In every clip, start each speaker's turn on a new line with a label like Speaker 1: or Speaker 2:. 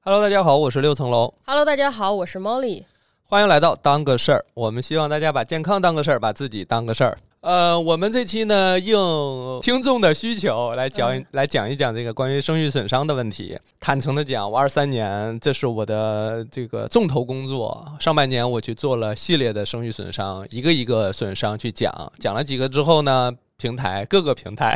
Speaker 1: Hello，大家好，我是六层楼，
Speaker 2: Hello，大家好，我是 Molly。
Speaker 1: 欢迎来到当个事儿。我们希望大家把健康当个事儿，把自己当个事儿。呃，我们这期呢，应听众的需求来讲、
Speaker 2: 嗯
Speaker 1: 来讲一讲这个关于生育损伤的问题。坦诚的讲，我二三年这是我的这个重头工作，上半年我去做了系列的生育损伤，一个一个损伤去讲，讲了几个之后呢。平台各个平台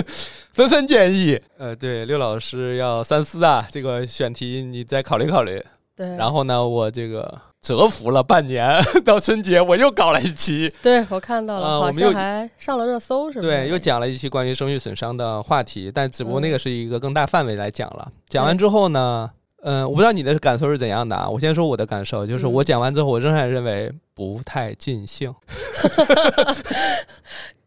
Speaker 1: 纷纷建议，呃，对六老师要三思啊，这个选题你再考虑考虑。
Speaker 2: 对，
Speaker 1: 然后呢，我这个蛰伏了半年， 到春节我又搞了一期，
Speaker 2: 对我看到了，
Speaker 1: 啊我
Speaker 2: 好
Speaker 1: 们又
Speaker 2: 像还上了热搜，是不是？
Speaker 1: 对，又讲了一期关于生育损伤的话题，但只不过那个是一个更大范围来讲了。
Speaker 2: 嗯
Speaker 1: 讲完之后呢，嗯、我不知道你的感受是怎样的啊。我先说我的感受，就是
Speaker 2: 嗯
Speaker 1: 我讲完之后，我仍然认为不太尽兴。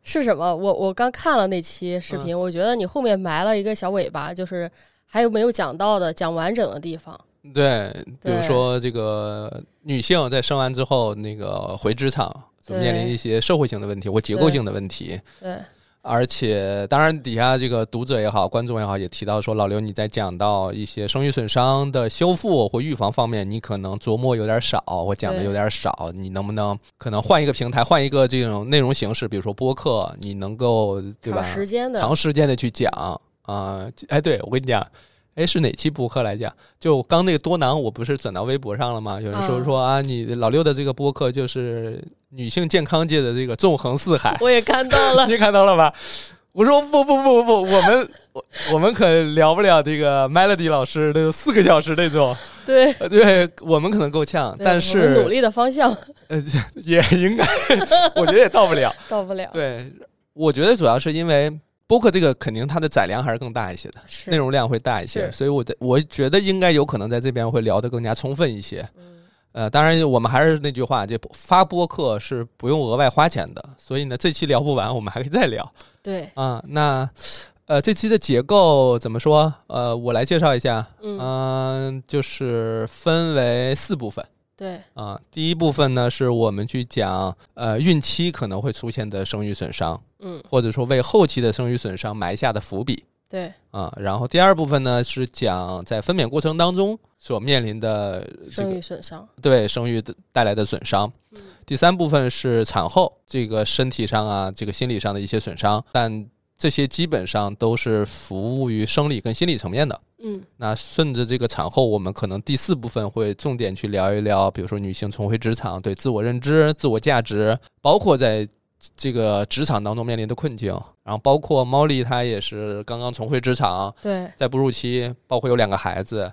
Speaker 2: 是什么？我我刚看了那期视
Speaker 1: 嗯
Speaker 2: 频，我觉得你后面埋了一个小尾巴，就是还有没有讲到的、讲完整的地方。
Speaker 1: 对，比如
Speaker 2: 对
Speaker 1: 说这个女性在生完之后，那个回职场。就面临
Speaker 2: 对
Speaker 1: 一些社会性的问题或结构
Speaker 2: 对
Speaker 1: 性的问题，
Speaker 2: 对，
Speaker 1: 而且，当然，底下这个读者也好，观众也好，也提到说，老刘你在讲到一些生育损伤的修复或预防方面，你可能琢磨有点少，我讲的
Speaker 2: 对
Speaker 1: 有点少，你能不能可能换一个平台，换一个这种内容形式，比如说播客，你能够对吧
Speaker 2: 长？时间的
Speaker 1: 长时间的去讲啊、哎，对我跟你讲。哎，是哪期播客来讲？就刚那个多囊，我不是转到微博上了吗？有人说
Speaker 2: 嗯
Speaker 1: 说啊，你老六的这个播客就是女性健康界的这个纵横四海，
Speaker 2: 我也看到 了。
Speaker 1: 你看到了吧？我说不不不不不，我们我我们可聊不了这个 Melody 老师的四个小时那种，
Speaker 2: 对，
Speaker 1: 呃对我们可能够呛，
Speaker 2: 对
Speaker 1: 但
Speaker 2: 我们努
Speaker 1: 是
Speaker 2: 力的方向
Speaker 1: 呃也应该， 我觉得也到不 了。
Speaker 2: 到不了。
Speaker 1: 对，我觉得主要是因为播客这个肯定它的载量还是更大一些的，
Speaker 2: 是
Speaker 1: 内容量会大一些，
Speaker 2: 是
Speaker 1: 所以我的我觉得应该有可能在这边会聊得更加充分一些。
Speaker 2: 嗯
Speaker 1: 呃，当然，我们还是那句话，这发播客是不用额外花钱的，所以呢，这期聊不完，我们还可以再聊。
Speaker 2: 对，
Speaker 1: 啊，那呃，这期的结构怎么说？呃，我来介绍一下，
Speaker 2: 嗯，
Speaker 1: 嗯、就是分为四部分
Speaker 2: 对，
Speaker 1: 啊、第一部分呢，是我们去讲呃孕期可能会出现的生育损伤，
Speaker 2: 嗯，
Speaker 1: 或者说为后期的生育损伤埋下的伏笔
Speaker 2: 对，
Speaker 1: 啊、然后第二部分呢，是讲在分娩过程当中所面临的这
Speaker 2: 生
Speaker 1: 个
Speaker 2: 育损伤，
Speaker 1: 对生育的带来的损伤。
Speaker 2: 嗯
Speaker 1: 第三部分是产后这个身体上啊，这个心理上的一些损伤，但这些基本上都是服务于生理跟心理层面的。
Speaker 2: 嗯，
Speaker 1: 那顺着这个产后，我们可能第四部分会重点去聊一聊，比如说女性重回职场对自我认知、自我价值，包括在这个职场当中面临的困境，然后包括猫丽她也是刚刚重回职场，
Speaker 2: 对，
Speaker 1: 在哺乳期，包括有两个孩子，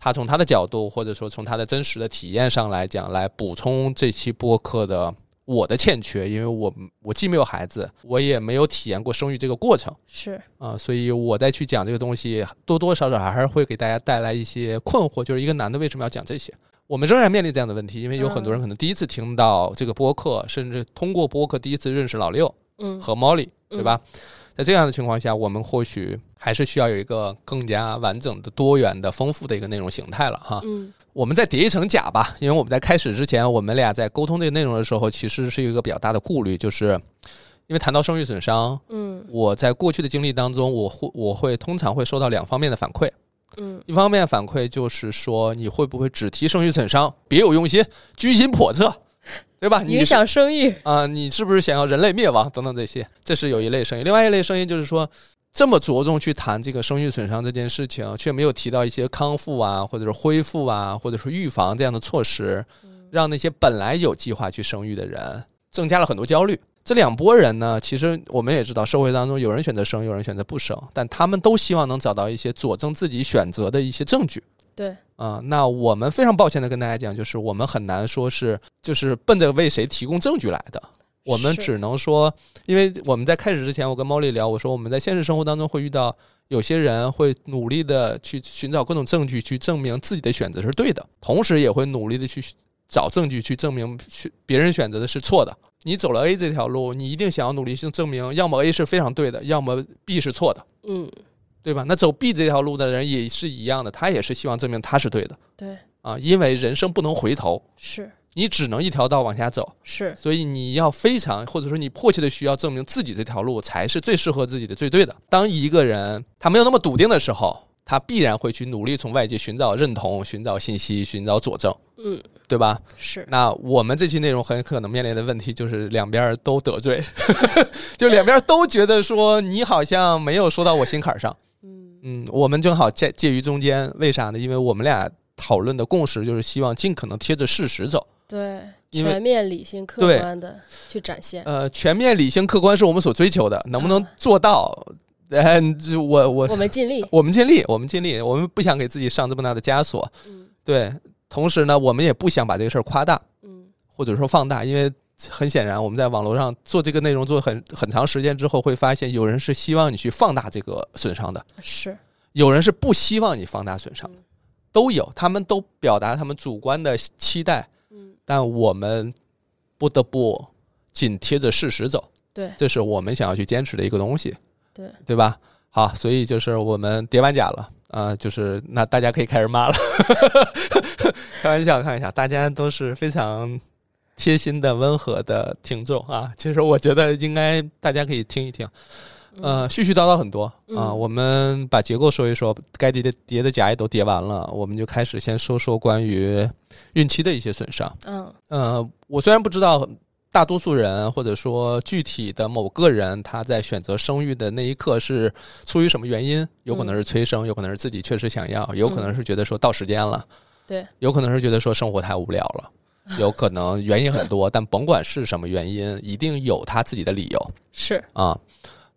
Speaker 1: 他从他的角度，或者说从他的真实的体验上来讲，来补充这期播客的我的欠缺，因为我我既没有孩子，我也没有体验过生育这个过程
Speaker 2: 是，
Speaker 1: 啊、所以我再去讲这个东西，多多少少还是会给大家带来一些困惑，就是一个男的为什么要讲这些？我们仍然面临这样的问题，因为有很多人可能第一次听到这个播客，甚至通过播客第一次认识老六，
Speaker 2: 嗯，
Speaker 1: 和 Molly，对吧？在这样的情况下，我们或许还是需要有一个更加完整的、多元的、丰富的一个内容形态了哈。
Speaker 2: 嗯，
Speaker 1: 我们再叠一层甲吧，因为我们在开始之前，我们俩在沟通这个内容的时候，其实是有一个比较大的顾虑，就是因为谈到生育损伤，
Speaker 2: 嗯，
Speaker 1: 我在过去的经历当中，我会我会通常会收到两方面的反馈，
Speaker 2: 嗯，
Speaker 1: 一方面反馈就是说你会不会只提生育损伤，别有用心，居心叵测，对吧？你
Speaker 2: 影
Speaker 1: 是
Speaker 2: 响生育，
Speaker 1: 啊、你是不是想要人类灭亡等等这些，这是有一类声音。另外一类声音就是说，这么着重去谈这个生育损伤这件事情，却没有提到一些康复啊，或者是恢复啊，或者说预防这样的措施，让那些本来有计划去生育的人增加了很多焦虑。这两拨人呢，其实我们也知道，社会当中有人选择生，有人选择不生，但他们都希望能找到一些佐证自己选择的一些证据。
Speaker 2: 对，
Speaker 1: 啊、那我们非常抱歉的跟大家讲，就是我们很难说是就是奔着为谁提供证据来的，我们
Speaker 2: 是
Speaker 1: 只能说，因为我们在开始之前，我跟猫丽聊，我说我们在现实生活当中会遇到有些人会努力的去寻找各种证据去证明自己的选择是对的，同时也会努力的去找证据去证明去别人选择的是错的。你走了 A 这条路，你一定想要努力去证明，要么 A 是非常对的，要么 B 是错的。
Speaker 2: 嗯，
Speaker 1: 对吧？那走 B 这条路的人也是一样的，他也是希望证明他是对的
Speaker 2: 对，
Speaker 1: 啊，因为人生不能回头，
Speaker 2: 是，
Speaker 1: 你只能一条道往下走，
Speaker 2: 是，
Speaker 1: 所以你要非常或者说你迫切的需要证明自己这条路才是最适合自己的、最对的。当一个人他没有那么笃定的时候，他必然会去努力从外界寻找认同、寻找信息、寻找佐证，
Speaker 2: 嗯，
Speaker 1: 对吧？
Speaker 2: 是，
Speaker 1: 那我们这期内容很可能面临的问题就是两边都得罪， 就两边都觉得说你好像没有说到我心坎儿上。
Speaker 2: 嗯
Speaker 1: 嗯，我们正好介介于中间，为啥呢？因为我们俩讨论的共识就是希望尽可能贴着事实走。
Speaker 2: 对，
Speaker 1: 因为
Speaker 2: 全面、理性、客
Speaker 1: 对
Speaker 2: 观的去展现。
Speaker 1: 呃，全面、理性、客观是我们所追求的，能不能
Speaker 2: 啊
Speaker 1: 做到？哎，就我我
Speaker 2: 我们尽力，
Speaker 1: 我们尽力，我们尽力，我们不想给自己上这么大的枷锁。
Speaker 2: 嗯
Speaker 1: 对，同时呢，我们也不想把这个事儿夸大
Speaker 2: 嗯，
Speaker 1: 或者说放大，因为很显然，我们在网络上做这个内容做很很长时间之后，会发现有人是希望你去放大这个损伤的，
Speaker 2: 是，
Speaker 1: 有人是不希望你放大损伤的
Speaker 2: 嗯，
Speaker 1: 都有，他们都表达他们主观的期待，
Speaker 2: 嗯，
Speaker 1: 但我们不得不紧贴着事实走，
Speaker 2: 对
Speaker 1: 这是我们想要去坚持的一个东西，
Speaker 2: 对
Speaker 1: 对吧？好，所以就是我们叠完甲了。啊、就是那大家可以开始骂了， 开玩笑，开玩笑，大家都是非常贴心的、温和的听众啊。其实我觉得应该大家可以听一听，
Speaker 2: 嗯
Speaker 1: 呃，絮絮叨叨很多啊、
Speaker 2: 嗯
Speaker 1: 我们把结构说一说，该叠的叠的甲也都叠完了，我们就开始先说说关于孕期的一些损伤。
Speaker 2: 嗯
Speaker 1: 呃，我虽然不知道大多数人或者说具体的某个人他在选择生育的那一刻是出于什么原因，有可能
Speaker 2: 嗯
Speaker 1: 是催生，有可能是自己确实想要，有可能是觉得说到时间了，
Speaker 2: 对，
Speaker 1: 有可能是觉得说生活太无聊了。有可能原因很多，但甭管是什么原因，一定有他自己的理由。
Speaker 2: 是，
Speaker 1: 啊。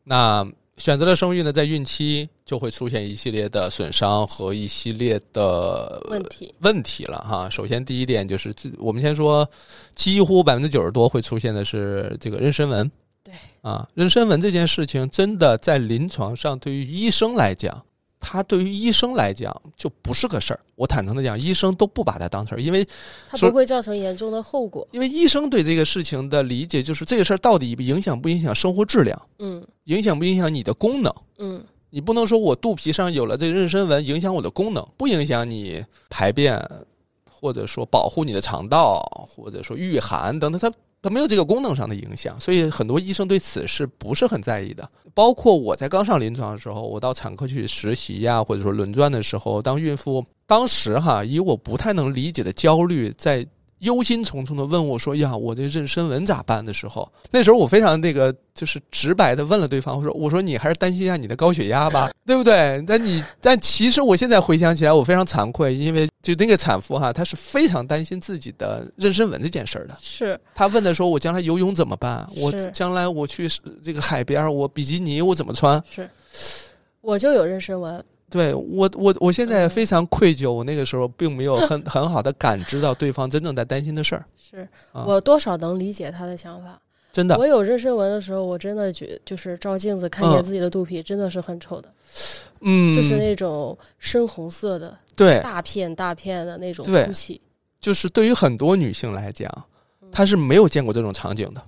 Speaker 1: 那选择了生育呢，在孕期就会出现一系列的损伤和一系列的
Speaker 2: 问题，
Speaker 1: 问题了哈。首先，第一点就是自，我们先说，几乎百分之九十多会出现的是这个妊娠纹。
Speaker 2: 对
Speaker 1: 啊，妊娠纹这件事情，真的在临床上，对于医生来讲，它对于医生来讲就不是个事儿。我坦诚的讲，医生都不把它当事儿，因为
Speaker 2: 它
Speaker 1: 说
Speaker 2: 不会造成严重的后果。
Speaker 1: 因为医生对这个事情的理解就是这个事儿到底影响不影响生活质量，
Speaker 2: 嗯
Speaker 1: 影响不影响你的功能。
Speaker 2: 嗯
Speaker 1: 你不能说我肚皮上有了这妊娠纹，影响我的功能，不影响你排便，或者说保护你的肠道，或者说御寒等等，它它没有这个功能上的影响，所以很多医生对此是不是很在意的？包括我在刚上临床的时候，我到产科去实习呀、或者说轮转的时候，当孕妇当时哈，以我不太能理解的焦虑，在忧心忡忡的问我说：“哎呀，我这妊娠纹咋办？”的时候，那时候我非常那个就是直白的问了对方，我说：“我说你还是担心一下你的高血压吧，对不对？”但你但其实我现在回想起来，我非常惭愧，因为就那个产妇哈，她是非常担心自己的妊娠纹这件事儿的。
Speaker 2: 是，
Speaker 1: 她问的说：“我将来游泳怎么办？我
Speaker 2: 是
Speaker 1: 将来我去这个海边儿，我比基尼我怎么穿？”
Speaker 2: 我就有妊娠纹，
Speaker 1: 对我，我我现在
Speaker 2: 嗯
Speaker 1: 非常愧疚，我那个时候并没有很很好的感知到对方真正在担心的事儿，
Speaker 2: 是
Speaker 1: 啊
Speaker 2: 我多少能理解他的想法。
Speaker 1: 真的。
Speaker 2: 我有妊娠纹的时候，我真的觉就是照镜子看
Speaker 1: 嗯
Speaker 2: 见自己的肚皮，真的是很丑的，
Speaker 1: 嗯，
Speaker 2: 就是那种深红色的
Speaker 1: 对，
Speaker 2: 大片大片的那种
Speaker 1: 对
Speaker 2: 凸起。
Speaker 1: 就是对于很多女性来讲，她是没有见过这种场景的，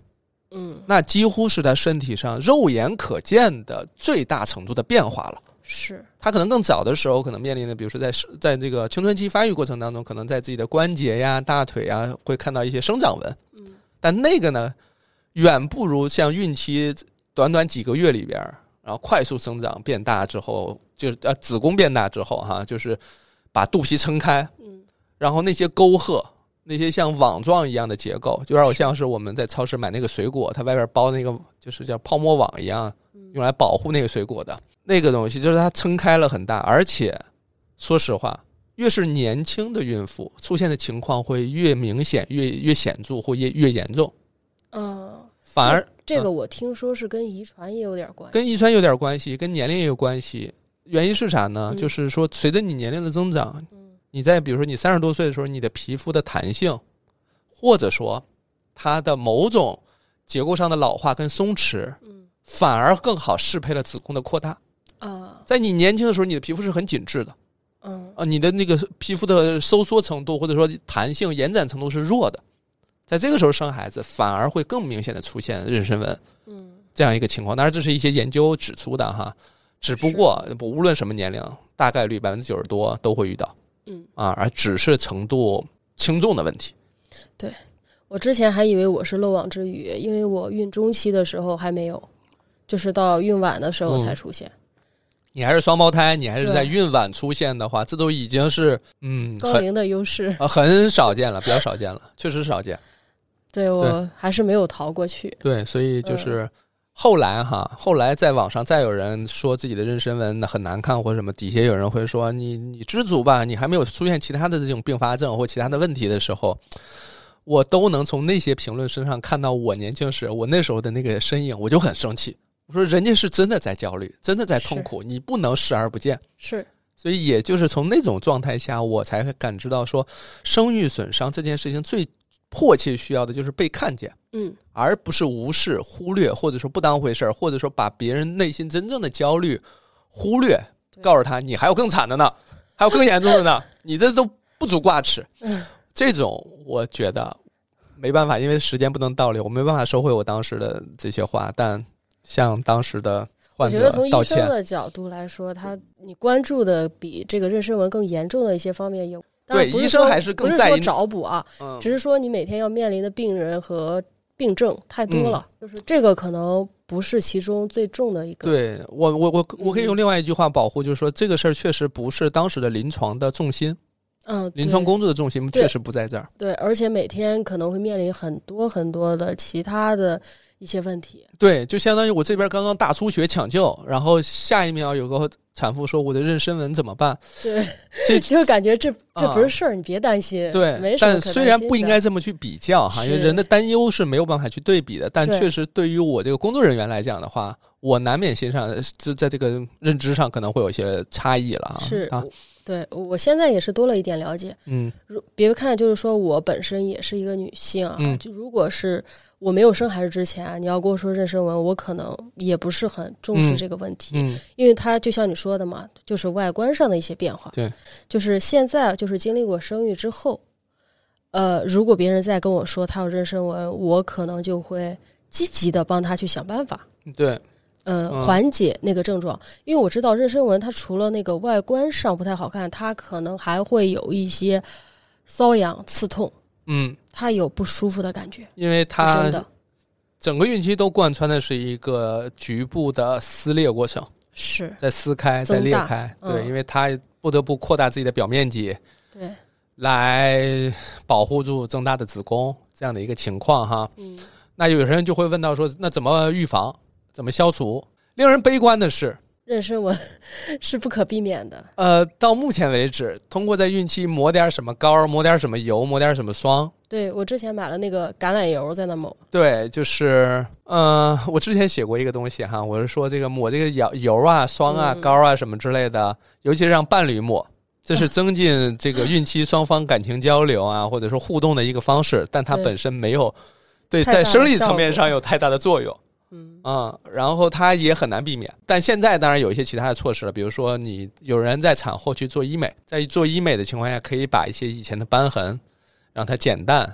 Speaker 2: 嗯，
Speaker 1: 那几乎是在身体上肉眼可见的最大程度的变化了。
Speaker 2: 是，
Speaker 1: 她可能更早的时候，可能面临的，比如说在是在这个青春期发育过程当中，可能在自己的关节呀、大腿呀，会看到一些生长纹。
Speaker 2: 嗯，
Speaker 1: 但那个呢，远不如像孕期短短几个月里边儿，然后快速生长变大之后，就是呃子宫变大之后哈、就是把肚皮撑开，
Speaker 2: 嗯，
Speaker 1: 然后那些沟壑，那些像网状一样的结构，就让我像是我们在超市买那个水果，它外边包那个就是叫泡沫网一样，用来保护那个水果的那个东西，就是它撑开了很大，而且说实话。越是年轻的孕妇，出现的情况会越明显、越越显著或越越严重。
Speaker 2: 嗯，
Speaker 1: 反而
Speaker 2: 这个我听说是跟遗传也有点关系。
Speaker 1: 跟遗传有点关系，跟年龄也有关系。原因是啥呢？
Speaker 2: 嗯
Speaker 1: 就是说，随着你年龄的增长，
Speaker 2: 嗯
Speaker 1: 你在比如说你三十多岁的时候，你的皮肤的弹性，或者说它的某种结构上的老化跟松弛，
Speaker 2: 嗯
Speaker 1: 反而更好适配了子宫的扩大。
Speaker 2: 啊
Speaker 1: 在你年轻的时候，你的皮肤是很紧致的，
Speaker 2: 嗯
Speaker 1: 啊，你的那个皮肤的收缩程度或者说弹性延展程度是弱的，在这个时候生孩子反而会更明显的出现妊娠纹。
Speaker 2: 嗯
Speaker 1: 这样一个情况。当然，这是一些研究指出的哈，只不过不无论什么年龄，大概率百分之九十多都会遇到
Speaker 2: 嗯，
Speaker 1: 啊，而只是程度轻重的问题。
Speaker 2: 我之前还以为我是漏网之鱼，
Speaker 1: 嗯
Speaker 2: 因为我孕中期的时候还没有，就是到孕晚的时候才出现。
Speaker 1: 你还是双胞胎，你还是
Speaker 2: 对
Speaker 1: 在孕晚出现的话，这都已经是嗯
Speaker 2: 高
Speaker 1: 很
Speaker 2: 龄的优势，
Speaker 1: 呃很少见了，比较少见了，确实少见。
Speaker 2: 对我还是没有逃过去。
Speaker 1: 对，所以就
Speaker 2: 嗯
Speaker 1: 是后来哈，后来在网上再有人说自己的妊娠纹很难看或者什么，底下有人会说你你知足吧，你还没有出现其他的这种并发症或其他的问题的时候。我都能从那些评论身上看到我年轻时我那时候的那个身影，我就很生气。我说人家是真的在焦虑，真的在痛
Speaker 2: 是
Speaker 1: 苦，你不能视而不见。
Speaker 2: 是
Speaker 1: 所以也就是从那种状态下，我才感知到说，生育损伤这件事情最迫切需要的就是被看见，
Speaker 2: 嗯，
Speaker 1: 而不是无视、忽略，或者说不当回事儿，或者说把别人内心真正的焦虑忽略，
Speaker 2: 对
Speaker 1: 告诉他你还有更惨的呢，还有更严重的呢，你这都不足挂齿。
Speaker 2: 嗯
Speaker 1: 这种我觉得没办法，因为时间不能倒流，我没办法收回我当时的这些话，但向当时的
Speaker 2: 我
Speaker 1: 患
Speaker 2: 觉
Speaker 1: 者
Speaker 2: 得从
Speaker 1: 道
Speaker 2: 医生
Speaker 1: 歉。
Speaker 2: 的角度来说，他你关注的比这个妊娠纹更严重的一些方面有。当然
Speaker 1: 对
Speaker 2: 不
Speaker 1: 医
Speaker 2: 是
Speaker 1: 生
Speaker 2: 说
Speaker 1: 还是更
Speaker 2: 不是
Speaker 1: 在
Speaker 2: 说
Speaker 1: 意
Speaker 2: 找补啊，
Speaker 1: 嗯
Speaker 2: 只是说你每天要面临的病人和病症太
Speaker 1: 嗯
Speaker 2: 多了，就是这个可能不是其中最重的一个。
Speaker 1: 对我，我我我可以用
Speaker 2: 嗯
Speaker 1: 另外一句话保护，就是说这个事儿确实不是当时的临床的重心，
Speaker 2: 嗯，
Speaker 1: 临床
Speaker 2: 对
Speaker 1: 工作的重心
Speaker 2: 对
Speaker 1: 确实不在这儿。
Speaker 2: 对，而且每天可能会面临很多很多的其他的一些问题。
Speaker 1: 对，就相当于我这边刚刚大出血抢救，然后下一秒有个产妇说我的妊娠纹怎么办？
Speaker 2: 对，
Speaker 1: 这
Speaker 2: 就感觉这这不
Speaker 1: 啊
Speaker 2: 是事儿，你别担心。
Speaker 1: 对
Speaker 2: 没，什么
Speaker 1: 但
Speaker 2: 可
Speaker 1: 虽
Speaker 2: 担
Speaker 1: 然
Speaker 2: 心
Speaker 1: 不应
Speaker 2: 的
Speaker 1: 该这么去比较哈，因为
Speaker 2: 是
Speaker 1: 人的担忧是没有办法去对比的，但
Speaker 2: 对
Speaker 1: 确实对于我这个工作人员来讲的话，我难免心上就在这个认知上可能会有一些差异了啊。
Speaker 2: 是
Speaker 1: 啊，
Speaker 2: 对我现在也是多了一点了解。
Speaker 1: 嗯
Speaker 2: 如别看就是说我本身也是一个女性啊，
Speaker 1: 嗯
Speaker 2: 就如果是我没有生孩子之前，啊你要跟我说妊娠纹，我可能也不是很重
Speaker 1: 嗯
Speaker 2: 视这个问题，
Speaker 1: 嗯
Speaker 2: 因为它就像你说的嘛，就是外观上的一些变化。
Speaker 1: 对，
Speaker 2: 就是现在就是经历过生育之后，呃，如果别人再跟我说他有妊娠纹，我可能就会积极的帮他去想办法。
Speaker 1: 对，
Speaker 2: 呃
Speaker 1: 嗯，
Speaker 2: 缓解那个症状，因为我知道妊娠纹它除了那个外观上不太好看，它可能还会有一些瘙痒、刺痛，
Speaker 1: 嗯，
Speaker 2: 它有不舒服的感觉，
Speaker 1: 因为
Speaker 2: 真
Speaker 1: 他
Speaker 2: 的
Speaker 1: 整个孕期都贯穿的是一个局部的撕裂过程，
Speaker 2: 是
Speaker 1: 在撕开，在
Speaker 2: 增
Speaker 1: 裂
Speaker 2: 大
Speaker 1: 开，
Speaker 2: 嗯
Speaker 1: 对，因为它不得不扩大自己的表面积
Speaker 2: 对，
Speaker 1: 来保护住增大的子宫这样的一个情况哈。
Speaker 2: 嗯，
Speaker 1: 那有些人就会问到说，那怎么预防？怎么消除？令人悲观的是，
Speaker 2: 妊娠纹 是不可避免的，
Speaker 1: 呃，到目前为止，通过在孕期抹点什么膏，抹点什么油，抹点什么霜，
Speaker 2: 对我之前买了那个橄榄油在那抹，
Speaker 1: 对，就是，嗯、我之前写过一个东西哈，我是说这个抹这个油油啊、霜啊、
Speaker 2: 嗯
Speaker 1: 膏啊什么之类的，尤其是让伴侣抹，这是增进这个孕期双方感情交流 啊，或者说互动的一个方式，但它
Speaker 2: 对
Speaker 1: 本身没有对
Speaker 2: 太
Speaker 1: 在
Speaker 2: 大的
Speaker 1: 生理层
Speaker 2: 效
Speaker 1: 面
Speaker 2: 果
Speaker 1: 上有太大的作用。
Speaker 2: 嗯，
Speaker 1: 嗯，然后它也很难避免。但现在当然有一些其他的措施了，比如说你有人在产后去做医美，在做医美的情况下，可以把一些以前的斑痕让它减淡、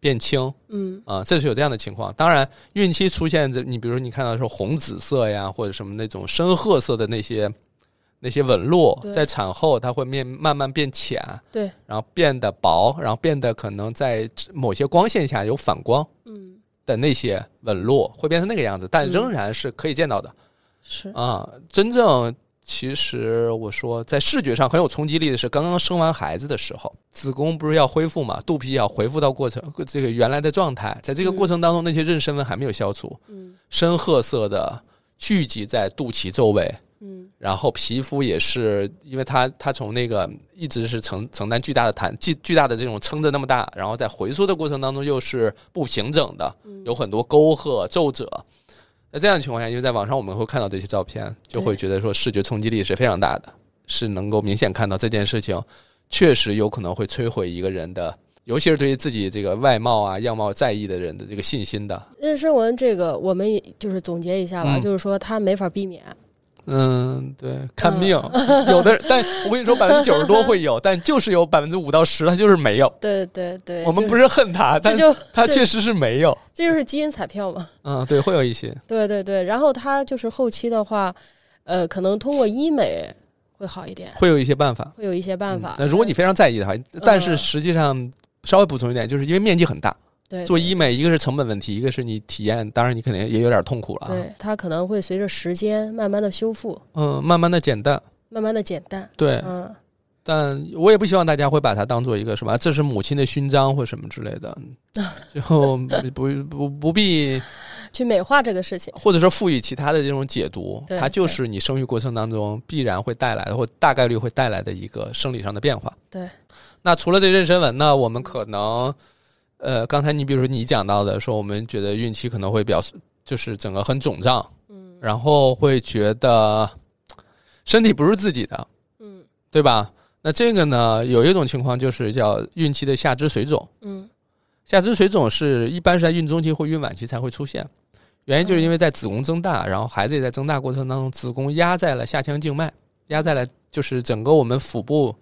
Speaker 1: 变轻。
Speaker 2: 嗯，
Speaker 1: 啊，这是有这样的情况。当然，孕期出现这，你比如说你看到是红紫色呀，或者什么那种深褐色的那些那些纹路，
Speaker 2: 对
Speaker 1: 在产后它会面慢慢变浅，
Speaker 2: 对，
Speaker 1: 然后变得薄，然后变得可能在某些光线下有反光
Speaker 2: 嗯，
Speaker 1: 的那些纹路会变成那个样子，但仍然是可以见到的、
Speaker 2: 是
Speaker 1: 啊。真正其实我说在视觉上很有冲击力的是，刚刚生完孩子的时候，子宫不是要恢复嘛，肚皮也要恢复到过程这个原来的状态，在这个
Speaker 2: 嗯
Speaker 1: 过程当中，那些妊娠纹还没有消除，
Speaker 2: 嗯
Speaker 1: 深褐色的聚集在肚脐周围，
Speaker 2: 嗯
Speaker 1: 然后皮肤也是，因为它它从那个一直是承承担巨大的弹巨巨大的这种撑着那么大，然后在回缩的过程当中又是不平整的，
Speaker 2: 嗯
Speaker 1: 有很多沟壑皱褶。那这样的情况下，因为在网上我们会看到这些照片，就会觉得说视觉冲击力是非常大的，是能够明显看到这件事情确实有可能会摧毁一个人的，尤其是对于自己这个外貌啊样貌在意的人的这个信心的。
Speaker 2: 妊娠纹这个我们也就是总结一下吧，
Speaker 1: 嗯
Speaker 2: 就是说它没法避免，
Speaker 1: 嗯，对，看 命，有的人，但我跟你说，百分之九十多会有，但就是有百分之五到十，他就是没有。
Speaker 2: 对对对，
Speaker 1: 我们
Speaker 2: 就
Speaker 1: 不是恨他，但
Speaker 2: 这就
Speaker 1: 他
Speaker 2: 这
Speaker 1: 确实是没有。
Speaker 2: 这就是基因彩票嘛。
Speaker 1: 嗯，对，会有一些，
Speaker 2: 对对对，然后它就是后期的话，呃，可能通过医美会好一点，
Speaker 1: 会有一些办法。嗯
Speaker 2: 会有一些办法
Speaker 1: 嗯。那如果你非常在意的话，但是
Speaker 2: 嗯
Speaker 1: 实际上稍微补充一点，就是因为面积很大，
Speaker 2: 对，
Speaker 1: 做
Speaker 2: 对
Speaker 1: 医美，一个是成本问题，一个是你体验，当然你肯定也有点痛苦了啊。
Speaker 2: 对它可能会随着时间慢慢的修复，
Speaker 1: 嗯，慢慢的简单。
Speaker 2: 慢慢的减淡。
Speaker 1: 对，
Speaker 2: 嗯，
Speaker 1: 但我也不希望大家会把它当做一个什么，这是母亲的勋章或什么之类 的，就不不不必，
Speaker 2: 去美化这个事情。
Speaker 1: 或者说赋予其他的这种解读，
Speaker 2: 对
Speaker 1: 它就是你生育过程当中必然会带来的，或大概率会带来的一个生理上的变化。
Speaker 2: 对，
Speaker 1: 那除了这妊娠纹呢，我们可能，呃，刚才你比如说你讲到的，说我们觉得孕期可能会比较就是整个很肿胀，
Speaker 2: 嗯
Speaker 1: 然后会觉得身体不是自己的，
Speaker 2: 嗯
Speaker 1: 对吧？那这个呢，有一种情况就是叫孕期的下肢水肿。
Speaker 2: 嗯
Speaker 1: 下肢水肿是一般是在孕中期或孕晚期才会出现，原因就是因为在子宫增大，然后孩子也在增大过程当中，子宫压在了下腔静脉，压在了就是整个我们腹部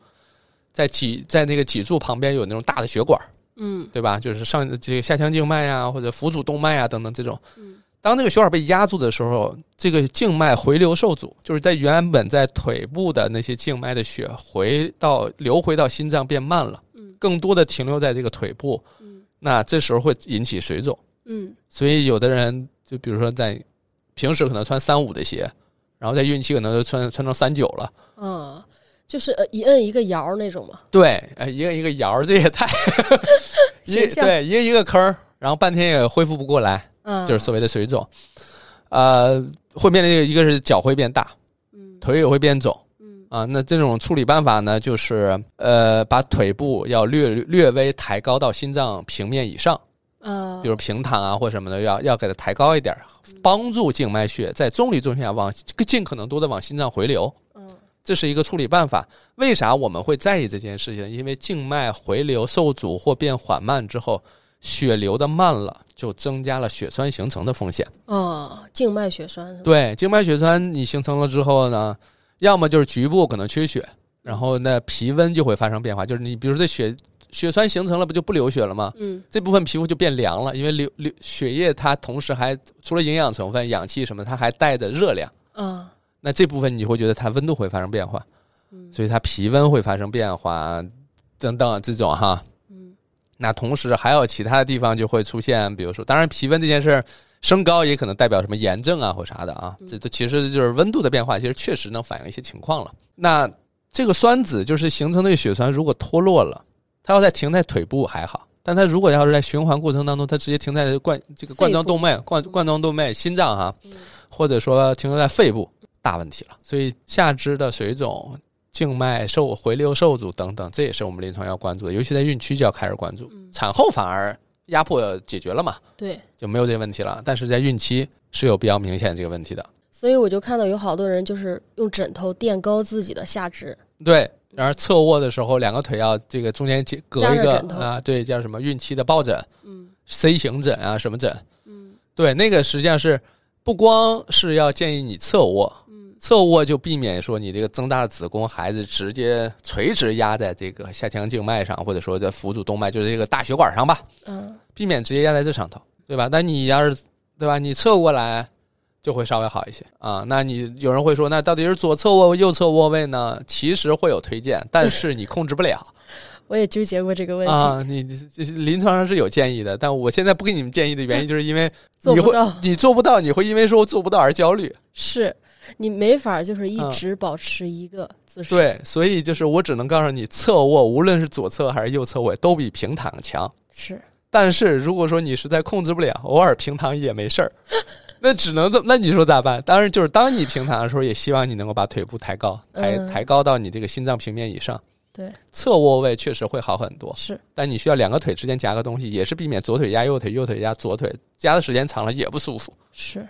Speaker 1: 在脊在那个脊柱旁边有那种大的血管，
Speaker 2: 嗯
Speaker 1: 对吧？就是上这个下腔静脉啊，或者辅主动脉啊等等这种。
Speaker 2: 嗯
Speaker 1: 当这个血管被压住的时候，这个静脉回流受阻，就是在原本在腿部的那些静脉的血回到流回到心脏变慢了，
Speaker 2: 嗯
Speaker 1: 更多的停留在这个腿部，
Speaker 2: 嗯
Speaker 1: 那这时候会引起水肿。
Speaker 2: 嗯
Speaker 1: 所以有的人就比如说在平时可能穿三五的鞋，然后在孕期可能就穿穿成三九了。
Speaker 2: 啊，就是呃一摁一个摇儿那种嘛。
Speaker 1: 对，呃，一个一个摇儿，这也太 一
Speaker 2: 形象
Speaker 1: 对一个一个坑儿，然后半天也恢复不过来，
Speaker 2: 嗯，
Speaker 1: 就是所谓的水肿。呃，会面临一个是脚会变大，
Speaker 2: 嗯
Speaker 1: 腿也会变肿
Speaker 2: 嗯
Speaker 1: 啊。那这种处理办法呢，就是呃，把腿部要略略微抬高到心脏平面以上，
Speaker 2: 啊，
Speaker 1: 比如平躺啊或什么的，要要给它抬高一点儿，帮助静脉血在中立状态下往尽可能多的往心脏回流。
Speaker 2: 嗯
Speaker 1: 这是一个处理办法。为啥我们会在意这件事情？因为静脉回流受阻或变缓慢之后，血流的慢了，就增加了血栓形成的风险。
Speaker 2: 啊，静脉血栓是吧？
Speaker 1: 对，静脉血栓你形成了之后呢，要么就是局部可能缺血，然后呢皮温就会发生变化，就是你比如说这血血栓形成了，不就不流血了吗？
Speaker 2: 嗯
Speaker 1: 这部分皮肤就变凉了，因为流流血液它同时还除了营养成分、氧气什么，它还带着热量。
Speaker 2: 啊
Speaker 1: 那这部分你会觉得它温度会发生变化，
Speaker 2: 嗯
Speaker 1: 所以它皮温会发生变化等等这种哈。
Speaker 2: 嗯
Speaker 1: 那同时还有其他的地方就会出现，比如说，当然皮温这件事儿，升高也可能代表什么炎症啊或啥的
Speaker 2: 嗯
Speaker 1: 啊，这这其实就是温度的变化，其实确实能反映一些情况了。那这个栓子就是形成的血栓，如果脱落了，它要再停在腿部还好，但它如果要是在循环过程当中，它直接停在冠这个冠状动脉、冠冠状动脉、心脏哈、
Speaker 2: 嗯
Speaker 1: 或者说停留在肺部，大问题了。所以下肢的水肿、静脉受回流受阻等等，这也是我们临床要关注的，尤其在孕期就要开始关注。
Speaker 2: 嗯，
Speaker 1: 产后反而压迫解决了嘛，
Speaker 2: 对。
Speaker 1: 就没有这个问题了。但是在孕期是有比较明显这个问题的。
Speaker 2: 所以我就看到有好多人就是用枕头垫高自己的下肢，
Speaker 1: 对，然而侧卧的时候，两个腿要这个中间间隔一
Speaker 2: 夹着
Speaker 1: 个
Speaker 2: 枕头
Speaker 1: 啊，对，叫什么孕期的抱枕、
Speaker 2: 嗯
Speaker 1: C 型枕啊，什么枕？
Speaker 2: 嗯
Speaker 1: 对，那个实际上是不光是要建议你侧卧，
Speaker 2: 嗯
Speaker 1: 侧卧就避免说你这个增大的子宫，孩子直接垂直压在这个下腔静脉上，或者说在辅主动脉，就是这个大血管上吧，
Speaker 2: 嗯
Speaker 1: 避免直接压在这上头，对吧？但你要是对吧，你侧过来就会稍微好一些啊。那你有人会说，那到底是左侧卧位、右侧卧位呢？其实会有推荐，但是你控制不了
Speaker 2: 我也纠结过这个问题，
Speaker 1: 啊。你你你临床上是有建议的，但我现在不给你们建议的原因，就是因为
Speaker 2: 做
Speaker 1: 你
Speaker 2: 不
Speaker 1: 会
Speaker 2: 到，
Speaker 1: 你做不到，你会因为说我做不到而焦虑。
Speaker 2: 是你没法就是一
Speaker 1: 嗯
Speaker 2: 直保持一个姿势。
Speaker 1: 对，所以就是我只能告诉你，侧卧无论是左侧还是右侧卧都比平躺强。
Speaker 2: 是
Speaker 1: 但是如果说你实在控制不了，偶尔平躺也没事 儿，那只能这么。那你说咋办？当然就是当你平躺的时候，也希望你能够把腿部抬高，抬
Speaker 2: 嗯
Speaker 1: 抬高到你这个心脏平面以上。
Speaker 2: 对，
Speaker 1: 侧卧位确实会好很多，
Speaker 2: 是，
Speaker 1: 但你需要两个腿之间夹个东西，也是避免左腿压右腿，右腿压左腿，夹的时间长了也不舒服。
Speaker 2: 是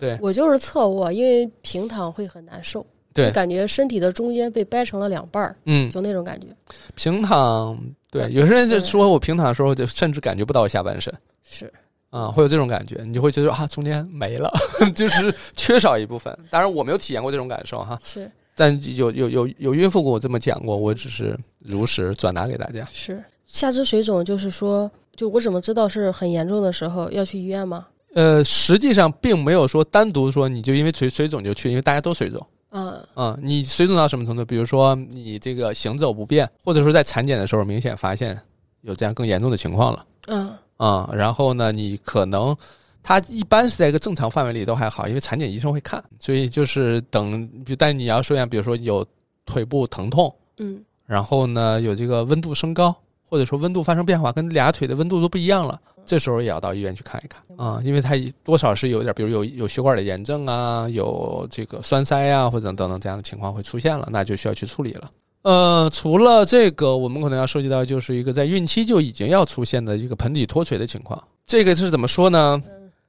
Speaker 1: 对
Speaker 2: 我就是侧卧，因为平躺会很难受，
Speaker 1: 对
Speaker 2: 就，感觉身体的中间被掰成了两半儿，
Speaker 1: 嗯，
Speaker 2: 就那种感觉。
Speaker 1: 平躺，对，有些人就
Speaker 2: 对
Speaker 1: 说我平躺的时候就甚至感觉不到我下半身。
Speaker 2: 是，
Speaker 1: 啊、会有这种感觉，你就会觉得啊，中间没了， 就是缺少一部分。当然，我没有体验过这种感受哈，
Speaker 2: 是
Speaker 1: 但有有有有孕妇跟我这么讲过，我只是如实转达给大家。
Speaker 2: 是，下肢水肿就是说，就我怎么知道是很严重的时候要去医院吗？
Speaker 1: 呃，实际上并没有说单独说你就因为水水肿就去，因为大家都水肿
Speaker 2: 嗯
Speaker 1: 啊、你水肿到什么程度？比如说你这个行走不便，或者说在产检的时候明显发现有这样更严重的情况了，
Speaker 2: 嗯，
Speaker 1: 啊、然后呢，你可能它一般是在一个正常范围里都还好，因为产检医生会看，所以就是等，比但你要说像比如说有腿部疼痛，
Speaker 2: 嗯
Speaker 1: 然后呢有这个温度升高，或者说温度发生变化，跟俩腿的温度都不一样了，这时候也要到医院去看一看啊、因为它多少是有点，比如有有血管的炎症啊，有这个栓塞啊，或者等等这样的情况会出现了，那就需要去处理了。呃，除了这个，我们可能要涉及到就是一个在孕期就已经要出现的一个盆底脱垂的情况。这个是怎么说呢？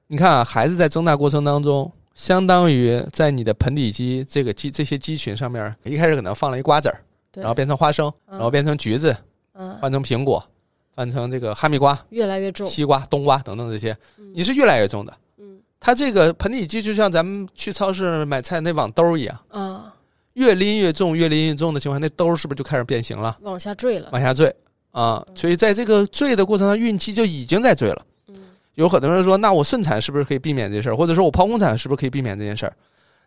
Speaker 1: 你看啊，孩子在增大过程当中，相当于在你的盆底肌这个肌这些肌群上面，一开始可能放了一瓜子儿，
Speaker 2: 对，
Speaker 1: 然后变成花生，
Speaker 2: 嗯
Speaker 1: 然后变成橘子，
Speaker 2: 嗯
Speaker 1: 换成苹果，换成这个哈密瓜、
Speaker 2: 越来越重，
Speaker 1: 西瓜、冬瓜等等这些，
Speaker 2: 嗯
Speaker 1: 你是越来越重的。
Speaker 2: 嗯
Speaker 1: 它这个盆底肌就像咱们去超市买菜那网兜一样，
Speaker 2: 啊
Speaker 1: 越拎越重，越拎越重的情况下，那兜是不是就开始变形了？
Speaker 2: 往下坠了，
Speaker 1: 往下坠啊。所以在这个坠的过程中，孕期就已经在坠了。
Speaker 2: 嗯
Speaker 1: 有很多人说，那我顺产是不是可以避免这事儿，或者说我剖宫产是不是可以避免这件事儿？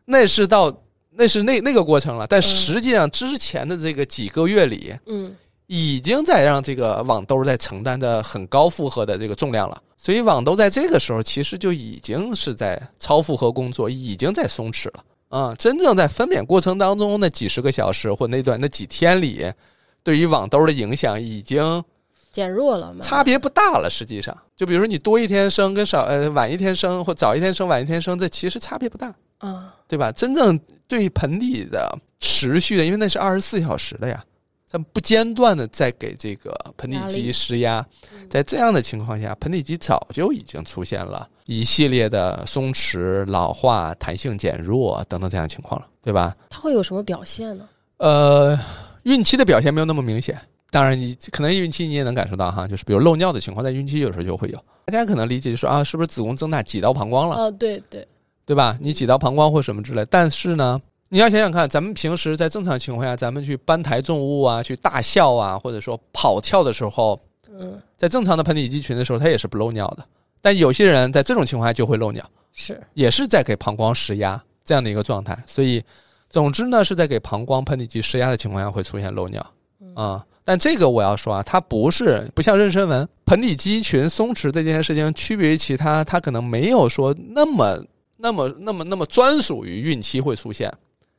Speaker 1: 那是到那是那那个过程了，但
Speaker 2: 嗯
Speaker 1: 实际上之前的这个几个月里，
Speaker 2: 嗯
Speaker 1: 已经在让这个网兜在承担的很高负荷的这个重量了，所以网兜在这个时候其实就已经是在超负荷工作，已经在松弛了啊、真正在分娩过程当中那几十个小时或那段那几天里，对于网兜的影响已经
Speaker 2: 减弱了嘛，
Speaker 1: 差别不大了。实际上，就比如说你多一天生跟少呃晚一天生或早一天生晚一天生，这其实差别不大，
Speaker 2: 啊
Speaker 1: 对吧？真正对盆底的持续的，因为那是二十四小时的呀，它不间断的在给这个盆底
Speaker 2: 压力
Speaker 1: 肌施压
Speaker 2: 嗯，
Speaker 1: 在这样的情况下，盆底肌早就已经出现了一系列的松弛、老化、弹性减弱等等这样的情况了，对吧？
Speaker 2: 它会有什么表现呢？
Speaker 1: 呃，孕期的表现没有那么明显，当然你可能孕期你也能感受到哈，就是比如漏尿的情况，在孕期有时候就会有。大家可能理解就说啊，是不是子宫增大挤到膀胱了？
Speaker 2: 啊，对对，
Speaker 1: 对吧？你挤到膀胱或什么之类。但是呢，你要想想看，咱们平时在正常情况下，咱们去搬抬重物啊，去大笑啊，或者说跑跳的时候，
Speaker 2: 嗯
Speaker 1: 在正常的盆底肌群的时候，它也是不漏尿的。但有些人在这种情况下就会漏尿，
Speaker 2: 是
Speaker 1: 也是在给膀胱施压这样的一个状态。所以，总之呢，是在给膀胱盆底肌施压的情况下会出现漏尿
Speaker 2: 嗯
Speaker 1: 啊、但这个我要说啊，它不是不像妊娠纹盆底肌群松弛这件事情，区别于其他，它可能没有说那么那么那么那么专属于孕期会出现。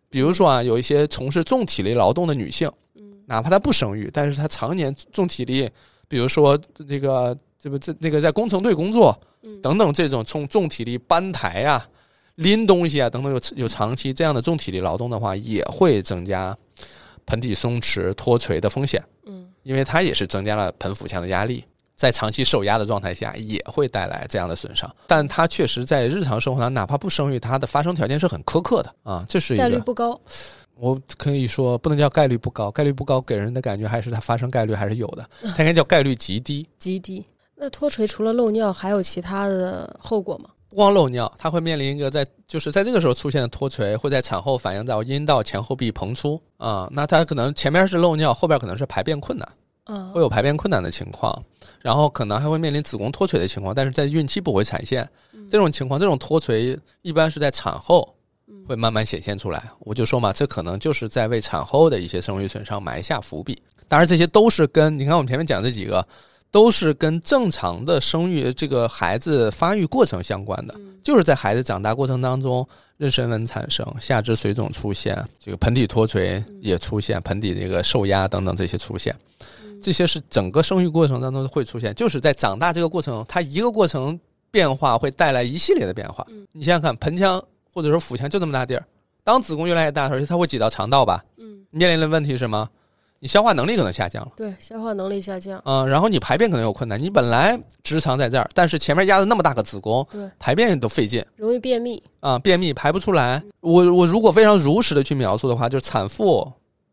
Speaker 1: 比如说啊，有一些从事重体力劳动的女性，
Speaker 2: 嗯
Speaker 1: 哪怕她不生育，但是她常年重体力，比如说这个这不这那个在工程队工作，
Speaker 2: 嗯
Speaker 1: 等等这种从重体力搬抬啊、拎东西啊等等有有长期这样的重体力劳动的话，也会增加盆底松弛脱垂的风险，
Speaker 2: 嗯
Speaker 1: 因为它也是增加了盆腹腔的压力。在长期受压的状态下，也会带来这样的损伤，但它确实在日常生活上，哪怕不生育，它的发生条件是很苛刻的啊，这是一
Speaker 2: 概率
Speaker 1: 个
Speaker 2: 不高，
Speaker 1: 我可以说不能叫概率不高，概率不高给人的感觉还是它发生概率还是有的，
Speaker 2: 嗯
Speaker 1: 它应该叫概率极低。
Speaker 2: 极低。那脱垂除了漏尿，还有其他的后果吗？
Speaker 1: 不光漏尿，它会面临一个在就是在这个时候出现的脱垂，会在产后反映到阴道前后壁膨出啊、那它可能前面是漏尿，后边可能是排便困难，
Speaker 2: 啊
Speaker 1: 会，有排便困难的情况，然后可能还会面临子宫脱垂的情况，但是在孕期不会产现这种情况，这种脱垂一般是在产后会慢慢显现出来。我就说嘛，这可能就是在为产后的一些生育损伤埋下伏笔。当然，这些都是跟你看我们前面讲这几个，都是跟正常的生育这个孩子发育过程相关的。
Speaker 2: 嗯
Speaker 1: 就是在孩子长大过程当中，妊娠纹产生、下肢水肿出现、这个盆底脱垂也出现、盆底这个受压等等这些出现，
Speaker 2: 嗯
Speaker 1: 这些是整个生育过程当中会出现，就是在长大这个过程，它一个过程变化会带来一系列的变化
Speaker 2: 嗯。
Speaker 1: 你想想看，盆腔或者说腹腔就这么大地儿，当子宫越来越大的时候，它会挤到肠道吧？
Speaker 2: 嗯，
Speaker 1: 面临的问题是什么？你消化能力可能下降了。
Speaker 2: 对，消化能力下降，
Speaker 1: 嗯，然后你排便可能有困难，你本来直肠在这儿，但是前面压着那么大个子宫，
Speaker 2: 对，
Speaker 1: 排便都费劲，
Speaker 2: 容易便秘，
Speaker 1: 啊、便秘排不出来。我我如果非常如实的去描述的话，就是产妇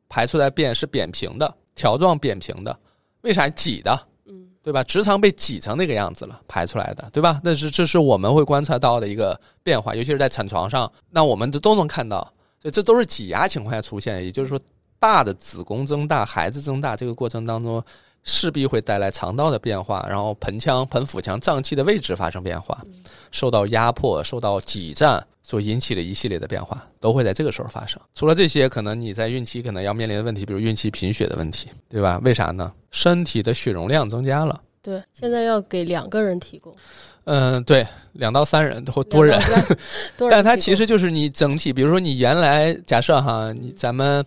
Speaker 1: 排出来便是扁平的，条状扁平的，为啥挤的？
Speaker 2: 嗯
Speaker 1: 对吧？直肠被挤成那个样子了，排出来的，对吧？那是这是我们会观察到的一个变化，尤其是在产床上，那我们都都能看到，所以这都是挤压情况下出现，也就是说，大的子宫增大、孩子增大这个过程当中，势必会带来肠道的变化，然后盆腔、盆腹腔脏器的位置发生变化，受到压迫、受到挤占所引起的一系列的变化，都会在这个时候发生。除了这些，可能你在孕期可能要面临的问题，比如孕期贫血的问题，对吧？为啥呢？身体的血容量增加了，
Speaker 2: 对，现在要给两个人提供，
Speaker 1: 嗯，对，两到三人或多
Speaker 2: 两
Speaker 1: 人
Speaker 2: 到， 三多人提供，
Speaker 1: 但它其实就是你整体，比如说你原来假设哈，你咱们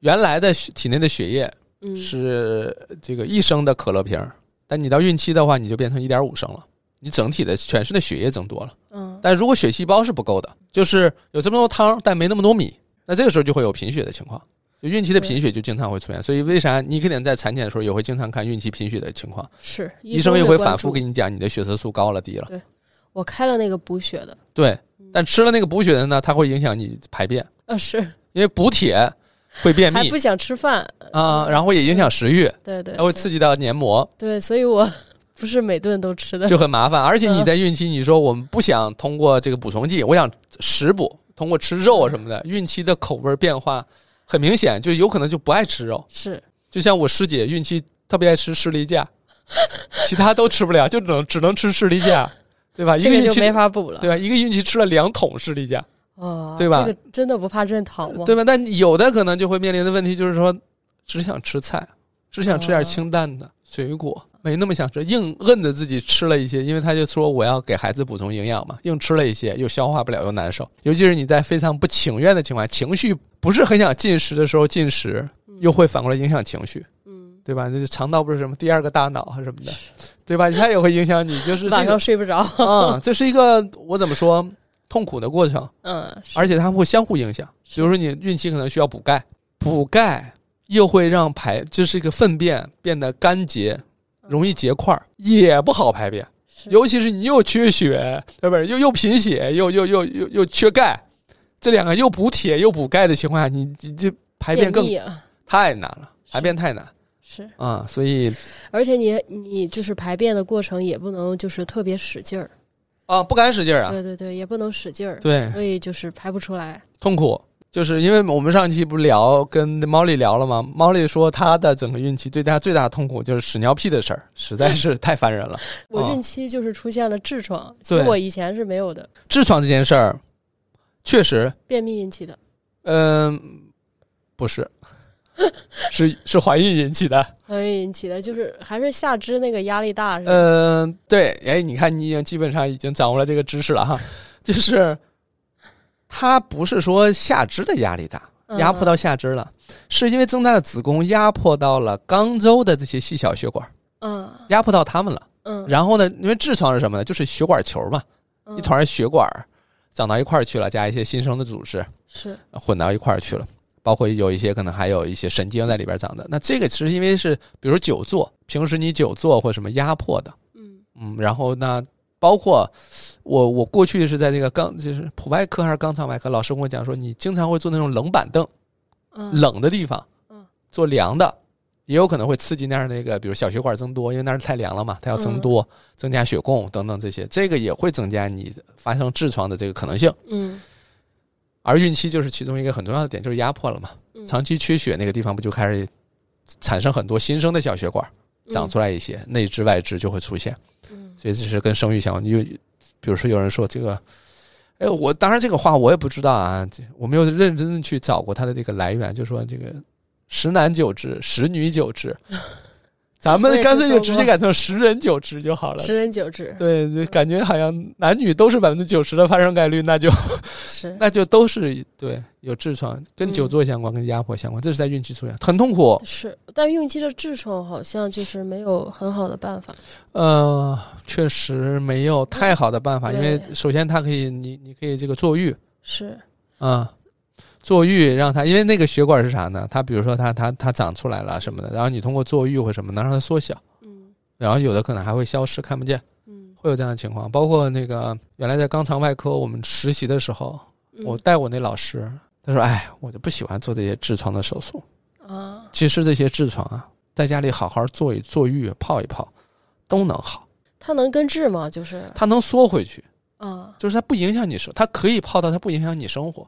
Speaker 1: 原来的血体内的血液
Speaker 2: 嗯
Speaker 1: 是这个一升的可乐瓶儿，但你到孕期的话，你就变成一点五升了，你整体的全身的血液增多了。
Speaker 2: 嗯
Speaker 1: 但如果血细胞是不够的，就是有这么多汤，但没那么多米，那这个时候就会有贫血的情况。就孕期的贫血就经常会出现，所以为啥你肯定在产检的时候也会经常看孕期贫血的情况？
Speaker 2: 是
Speaker 1: 医生也
Speaker 2: 的
Speaker 1: 会
Speaker 2: 关
Speaker 1: 反复
Speaker 2: 注
Speaker 1: 给你讲你的血色素高了低
Speaker 2: 嗯
Speaker 1: 了。
Speaker 2: 我开了那个补血的，
Speaker 1: 对，但吃了那个补血的呢，它会影响你排便。
Speaker 2: 呃、是
Speaker 1: 因为补铁会便
Speaker 2: 还
Speaker 1: 秘
Speaker 2: 不想吃饭，
Speaker 1: 啊、然后也影响食欲，
Speaker 2: 对对，
Speaker 1: 它会
Speaker 2: 对
Speaker 1: 刺激到黏膜，
Speaker 2: 对，所以我 不是每顿都 吃的，
Speaker 1: 就很麻烦。而且
Speaker 2: 嗯
Speaker 1: 你在孕期，你说我们不想通过这个补充剂，我想食补，通过吃肉啊什么的，孕期的口味变化很明显，就有可能就不爱吃肉。
Speaker 2: 是
Speaker 1: 就像我师姐孕期特别爱吃士力架，其他都吃不了，就只能只能吃士力架，对吧？一
Speaker 2: 这
Speaker 1: 个
Speaker 2: 个
Speaker 1: 孕
Speaker 2: 就
Speaker 1: 期
Speaker 2: 没法补了
Speaker 1: 对吧？一个孕期吃了两桶士力架，
Speaker 2: 哦，
Speaker 1: 对吧呃
Speaker 2: 这个真的不怕认糖吗？
Speaker 1: 对吧？但有的可能就会面临的问题就是说，只想吃菜，只想吃点
Speaker 2: 哦
Speaker 1: 清淡的水果，没那么想吃，硬摁着自己吃了一些，因为他就说我要给孩子补充营养嘛，硬吃了一些，又消化不了，又难受。尤其是你在非常不情愿的情况下，情绪不是很想进食的时候进食，又会反过来影响情绪。
Speaker 2: 嗯，
Speaker 1: 对吧？那肠道不是什么第二个大脑啊什么的，对吧？它也会影响你，就是
Speaker 2: 晚
Speaker 1: 这
Speaker 2: 上
Speaker 1: 个
Speaker 2: 睡不着，
Speaker 1: 啊、这是一个我怎么说痛苦的过程。
Speaker 2: 嗯，
Speaker 1: 而且它们会相互影响。比如说你孕期可能需要补钙，补钙又会让排，就是一个粪便变得干结，容易结块，儿，也不好排便。
Speaker 2: 嗯是
Speaker 1: 尤其是你又缺血，对不对？又又贫血，又又又又又缺钙，这两个又补铁又补钙的情况下，你你这排便更
Speaker 2: 便秘啊
Speaker 1: 太难了，
Speaker 2: 是
Speaker 1: 排便太难
Speaker 2: 是，
Speaker 1: 啊、所以
Speaker 2: 而且你你就是排便的过程也不能就是特别使劲儿，
Speaker 1: 啊、不敢使劲儿啊，
Speaker 2: 对对对，也不能使劲儿，
Speaker 1: 对，哦
Speaker 2: 所以就是排不出来。
Speaker 1: 痛苦，就是因为我们上期不是聊跟猫丽聊了吗？猫丽说她的整个孕期对她最大的痛苦就是屎尿屁的事儿，实在是太烦人了。
Speaker 2: 我
Speaker 1: 哦
Speaker 2: 孕期就是出现了痔疮，其实
Speaker 1: 对
Speaker 2: 我以前是没有的，
Speaker 1: 痔疮这件事儿，确实，
Speaker 2: 便秘引起的，
Speaker 1: 嗯、不是， 是是怀孕引起的。
Speaker 2: 怀孕引起的，就是还是下肢那个压力大，是吧？
Speaker 1: 嗯、对，哎，你看你已经基本上已经掌握了这个知识了哈，就是它不是说下肢的压力大，
Speaker 2: 嗯
Speaker 1: 压迫到下肢了，是因为增大的子宫压迫到了肛周的这些细小血管。
Speaker 2: 嗯
Speaker 1: 压迫到它们了。
Speaker 2: 嗯，
Speaker 1: 然后呢，因为痔疮是什么呢？就是血管球嘛，
Speaker 2: 嗯
Speaker 1: 一团血管儿长到一块儿去了，加一些新生的组织
Speaker 2: 是
Speaker 1: 呃混到一块儿去了，包括有一些可能还有一些神经在里边长的。那这个其实因为是，比如说久坐，平时你久坐或什么压迫的，
Speaker 2: 嗯
Speaker 1: 嗯，然后呢，包括我我过去是在这个肛就是普外科还是肛肠外科，老师跟我讲说，你经常会坐那种冷板凳，
Speaker 2: 嗯
Speaker 1: 冷的地方
Speaker 2: 嗯，
Speaker 1: 做凉的，也有可能会刺激那儿那个，比如小血管增多，因为那儿太凉了嘛，它要
Speaker 2: 嗯
Speaker 1: 增多，增加血供等等这些，这个也会增加你发生痔疮的这个可能性。
Speaker 2: 嗯
Speaker 1: 而孕期就是其中一个很重要的点，就是压迫了嘛，
Speaker 2: 嗯
Speaker 1: 长期缺血那个地方不就开始产生很多新生的小血管，长出来一些，内痔外痔就会出现，
Speaker 2: 嗯
Speaker 1: 所以这是跟生育相关。就比如说有人说这个。哎，我当然这个话我也不知道啊，这我没有认真的去找过它的这个来源，就说这个十男九痔，十女九痔，咱
Speaker 2: 我
Speaker 1: 们
Speaker 2: 也
Speaker 1: 干
Speaker 2: 听
Speaker 1: 脆就
Speaker 2: 说
Speaker 1: 直
Speaker 2: 过
Speaker 1: 接改成十人九痔就好
Speaker 2: 嗯
Speaker 1: 了。
Speaker 2: 十人九痔
Speaker 1: 对，就感觉好像男女都是百分之九十的发生概率，那就是那就都是对有痔疮，跟
Speaker 2: 嗯
Speaker 1: 久坐相关，跟压迫相关，这是在孕期出现，很痛苦。
Speaker 2: 是，但孕期的痔疮好像就是没有很好的办法，
Speaker 1: 呃，确实没有太好的办法，因为
Speaker 2: 嗯对
Speaker 1: 首先它可以，你你可以这个坐浴
Speaker 2: 是
Speaker 1: 啊。坐浴让它，因为那个血管是啥呢？它比如说它它它长出来了什么的，然后你通过坐浴或什么能让它缩小，
Speaker 2: 嗯
Speaker 1: 然后有的可能还会消失看不见，
Speaker 2: 嗯，
Speaker 1: 会有这样的情况。包括那个原来在肛肠外科我们实习的时候，
Speaker 2: 嗯
Speaker 1: 我带我那老师，他说：“哎，我就不喜欢做这些痔疮的手术。
Speaker 2: 啊
Speaker 1: 其实这些痔疮啊，在家里好好坐一坐浴、泡一泡，都能好。
Speaker 2: 它能根治吗？就是
Speaker 1: 它能缩回去，
Speaker 2: 啊
Speaker 1: 就是它不影响你生，它可以泡到它不影响你生活。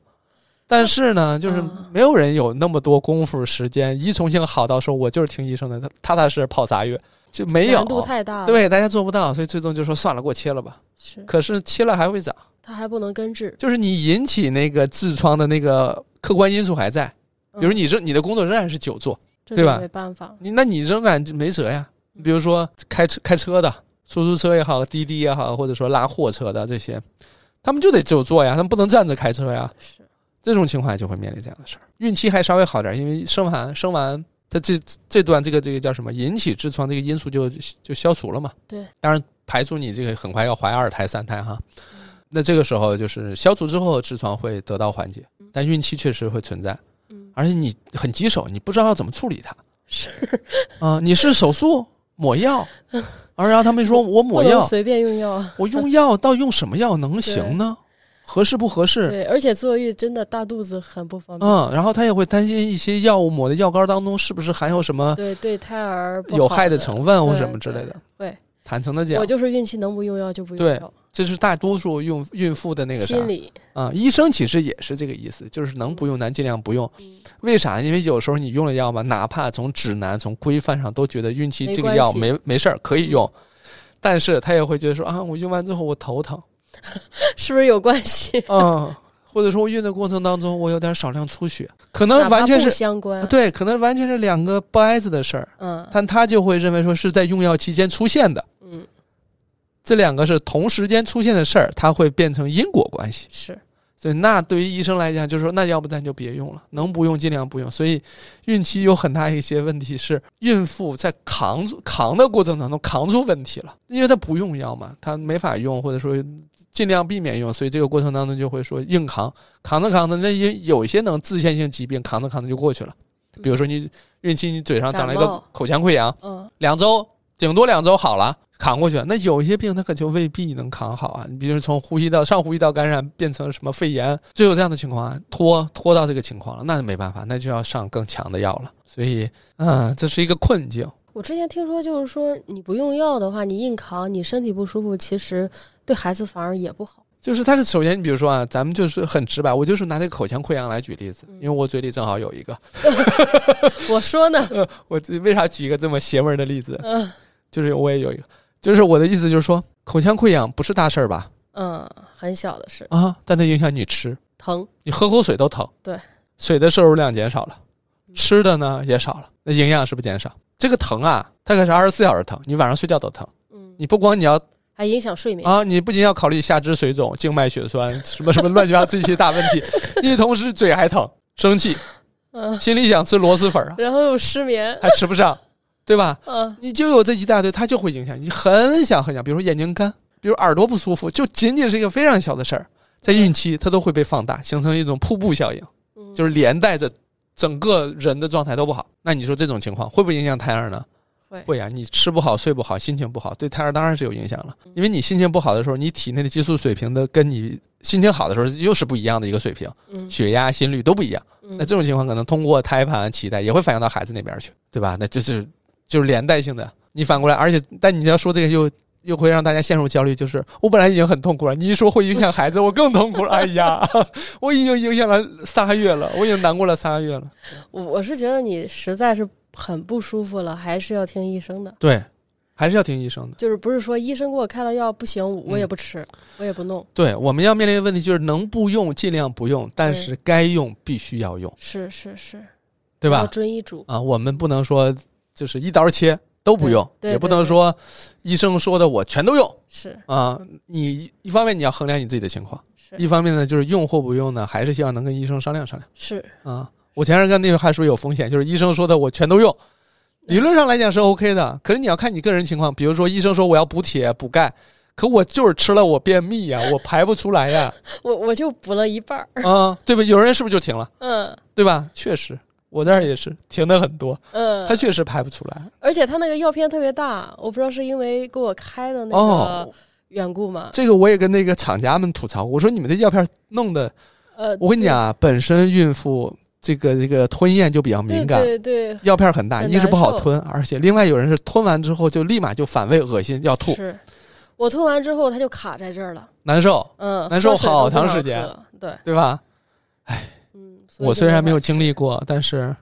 Speaker 1: 但是呢，就是
Speaker 2: 啊
Speaker 1: 没有人有那么多功夫时间依从性好到说我就是听医生的，他踏踏实实泡仨月就没有
Speaker 2: 难。度太大了，
Speaker 1: 对，大家做不到，所以最终就说算了，给我切了吧。
Speaker 2: 是
Speaker 1: 可是切了还会长，
Speaker 2: 它还不能根治，
Speaker 1: 就是你引起那个痔疮的那个客观因素还在，比如
Speaker 2: 嗯
Speaker 1: 你这你的工作仍然是久坐，
Speaker 2: 这
Speaker 1: 对
Speaker 2: 就
Speaker 1: 吧
Speaker 2: 没办法，
Speaker 1: 你那你仍然就没辙呀，你比如说开车开车的，出租车也好，滴滴也好，或者说拉货车的这些，他们就得久坐呀，他们不能站着开车呀。
Speaker 2: 是，
Speaker 1: 这种情况就会面临这样的事儿。孕期还稍微好点，儿，因为生完生完，它这这段这个这个叫什么引起痔疮这个因素就就消除了嘛。
Speaker 2: 对，
Speaker 1: 当然排除你这个很快要怀二胎三胎哈。那这个时候就是消除之后，痔疮会得到缓解，但孕期确实会存在，
Speaker 2: 嗯，
Speaker 1: 而且你很棘手，你不知道要怎么处理它
Speaker 2: 是
Speaker 1: 啊、你是手术抹 药，而然后他们说我
Speaker 2: 不
Speaker 1: 抹
Speaker 2: 能
Speaker 1: 药，
Speaker 2: 随便用药啊。
Speaker 1: 我用药到底用什么药能行呢？合适不合适？
Speaker 2: 对，而且坐月真的大肚子很不方便。
Speaker 1: 嗯，然后他也会担心一些药物抹的药膏当中是不是含有什么
Speaker 2: 对对，胎儿不
Speaker 1: 有
Speaker 2: 好
Speaker 1: 害
Speaker 2: 的
Speaker 1: 的成分或
Speaker 2: 对
Speaker 1: 什么之类的。
Speaker 2: 对对
Speaker 1: 坦诚的
Speaker 2: 我
Speaker 1: 讲，
Speaker 2: 就是孕期能不用药就不用
Speaker 1: 啊对
Speaker 2: 药，
Speaker 1: 这是大多数孕孕妇的那个啥
Speaker 2: 心理
Speaker 1: 啊、医生其实也是这个意思，就是能不用咱尽量不用。
Speaker 2: 嗯
Speaker 1: 为啥？因为有时候你用了药吧，哪怕从指南、从规范上都觉得孕期
Speaker 2: 没
Speaker 1: 这个
Speaker 2: 关
Speaker 1: 药
Speaker 2: 系
Speaker 1: 没没事儿可以用，但是他也会觉得说啊，我用完之后我头疼，
Speaker 2: 是不是有关系？
Speaker 1: 嗯，或者说我运的过程当中我有点少量出血，可
Speaker 2: 哪
Speaker 1: 能
Speaker 2: 怕
Speaker 1: 完全
Speaker 2: 不
Speaker 1: 是
Speaker 2: 相关。，
Speaker 1: 啊对，可能完全是两个不挨着的事儿。
Speaker 2: 嗯
Speaker 1: 但他就会认为说是在用药期间出现的，
Speaker 2: 嗯，
Speaker 1: 这两个是同时间出现的事儿，它会变成因果关系。
Speaker 2: 是
Speaker 1: 所以，那对于医生来讲，就是说，那要不咱就别用了，能不用尽量不用。所以，孕期有很大一些问题是，孕妇在扛住扛的过程当中扛出问题了，因为她不用药嘛，她没法用，或者说尽量避免用，所以这个过程当中就会说硬扛，扛着扛着，那也有一些能自限性疾病扛着扛着就过去了，比如说你孕期你嘴上长了一
Speaker 2: 感
Speaker 1: 个
Speaker 2: 冒
Speaker 1: 口腔溃疡。
Speaker 2: 嗯
Speaker 1: 两周，顶多两周好了，扛过去。那有一些病它可就未必能扛好啊，你比如从呼吸道上呼吸道感染变成什么肺炎，就有这样的情况啊，拖拖到这个情况了，那没办法，那就要上更强的药了。所以，嗯，这是一个困境。
Speaker 2: 我之前听说，就是说你不用药的话，你硬扛，你身体不舒服，其实对孩子反而也不好。
Speaker 1: 就是它首先，你比如说啊，咱们就是很直白，我就是拿这个口腔溃疡来举例子，因为我嘴里正好有一个。
Speaker 2: 我说呢，
Speaker 1: 我这为啥举一个这么邪门的例子？
Speaker 2: 嗯
Speaker 1: 就是我也有一个，就是我的意思就是说，口腔溃疡不是大事儿吧？
Speaker 2: 嗯，很小的事，
Speaker 1: 啊，但它影响你吃。
Speaker 2: 疼，
Speaker 1: 你喝口水都疼。
Speaker 2: 对，
Speaker 1: 水的摄入量减少了，
Speaker 2: 嗯
Speaker 1: 吃的呢也少了，那营养是不是减少？这个疼啊，它可是二十四小时疼，你晚上睡觉都疼。
Speaker 2: 嗯，
Speaker 1: 你不光你要
Speaker 2: 还影响睡眠。
Speaker 1: 啊，你不仅要考虑下肢水肿、静脉血 栓什么什么乱七八糟这些大问题，你同时嘴还疼，生气，
Speaker 2: 嗯，
Speaker 1: 心里想吃螺蛳粉 儿啊，
Speaker 2: 然后又 失眠，
Speaker 1: 还吃不上，对吧？
Speaker 2: 嗯，
Speaker 1: 你就有这一大堆，它就会影响你，很想很想，比如说眼睛干，比如耳朵不舒服，就仅仅是一个非常小的事儿，在孕期它都会被放大，形成一种瀑布效应。
Speaker 2: 嗯
Speaker 1: 就是连带着整个人的状态都不好。那你说这种情况会不会影响胎儿呢？
Speaker 2: 会
Speaker 1: 会啊，你吃不好、睡不好、心情不好，对胎儿当然是有影响了。
Speaker 2: 嗯
Speaker 1: 因为你心情不好的时候，你体内的激素水平的跟你心情好的时候又是不一样的一个水平，
Speaker 2: 嗯
Speaker 1: 血压、心率都不一样。
Speaker 2: 嗯
Speaker 1: 那这种情况可能通过胎盘、脐带也会反映到孩子那边去，对吧？那就是就是连带性的。你反过来，而且但你要说这个又又会让大家陷入焦虑，就是我本来已经很痛苦了，你一说会影响孩子，我更痛苦了。哎呀， 我已经影响了仨月了，我已经难过了仨月了。
Speaker 2: 我我是觉得你实在是很不舒服了，还是要听医生的。
Speaker 1: 对，还是要听医生的。
Speaker 2: 就是不是说医生给我开了药不行，
Speaker 1: 嗯
Speaker 2: 我也不吃，我也不弄，
Speaker 1: 对，我们要面临的问题就是能不用尽量不用，但
Speaker 2: 对
Speaker 1: 是该用必须要用，
Speaker 2: 是是是，
Speaker 1: 对
Speaker 2: 要
Speaker 1: 吧？
Speaker 2: 遵医嘱，
Speaker 1: 啊，我们不能说就是一刀切都不
Speaker 2: 对
Speaker 1: 用，
Speaker 2: 对
Speaker 1: 也不
Speaker 2: 对
Speaker 1: 能
Speaker 2: 对
Speaker 1: 说医生说的我全都用。
Speaker 2: 是
Speaker 1: 啊、你一方面你要衡量你自己的情况，
Speaker 2: 是
Speaker 1: 一方面呢就是用或不用呢，还是希望能跟医生商量商量
Speaker 2: 是，
Speaker 1: 啊、我前面跟那个还说有风险，就是医生说的我全都用，理论上来讲是 OK 的，可是你要看你个人情况，比如说医生说我要补铁补钙，可我就是吃了我便秘呀、我排不出来呀，
Speaker 2: 我我就补了一半儿，
Speaker 1: 啊、对吧？有人是不是就停了，
Speaker 2: 嗯
Speaker 1: 对吧？确实。我这儿也是停的很多，
Speaker 2: 嗯
Speaker 1: 他，确实排不出来。
Speaker 2: 而且他那个药片特别大，我不知道是因为给我开的那
Speaker 1: 哦
Speaker 2: 个缘故吗？
Speaker 1: 这个我也跟那个厂家们吐槽，我说你们这药片弄的
Speaker 2: 呃，
Speaker 1: 我跟你讲啊，本身孕妇这个这个吞咽就比较
Speaker 2: 对，
Speaker 1: 敏感，
Speaker 2: 对对
Speaker 1: 药片很大，
Speaker 2: 很
Speaker 1: 一是不好
Speaker 2: 难受
Speaker 1: 吞，而且另外有人是吞完之后就立马就反胃、恶心、要
Speaker 2: 对，
Speaker 1: 吐，
Speaker 2: 是我吞完之后它就卡在这儿了，
Speaker 1: 难受，
Speaker 2: 嗯，
Speaker 1: 难受
Speaker 2: 喝水
Speaker 1: 好
Speaker 2: 都不
Speaker 1: 长
Speaker 2: 想
Speaker 1: 时间
Speaker 2: 喝，对，
Speaker 1: 对吧？
Speaker 2: 嗯，所以
Speaker 1: 我
Speaker 2: 就
Speaker 1: 虽然没有
Speaker 2: 法
Speaker 1: 经
Speaker 2: 吃，
Speaker 1: 历过，但 是，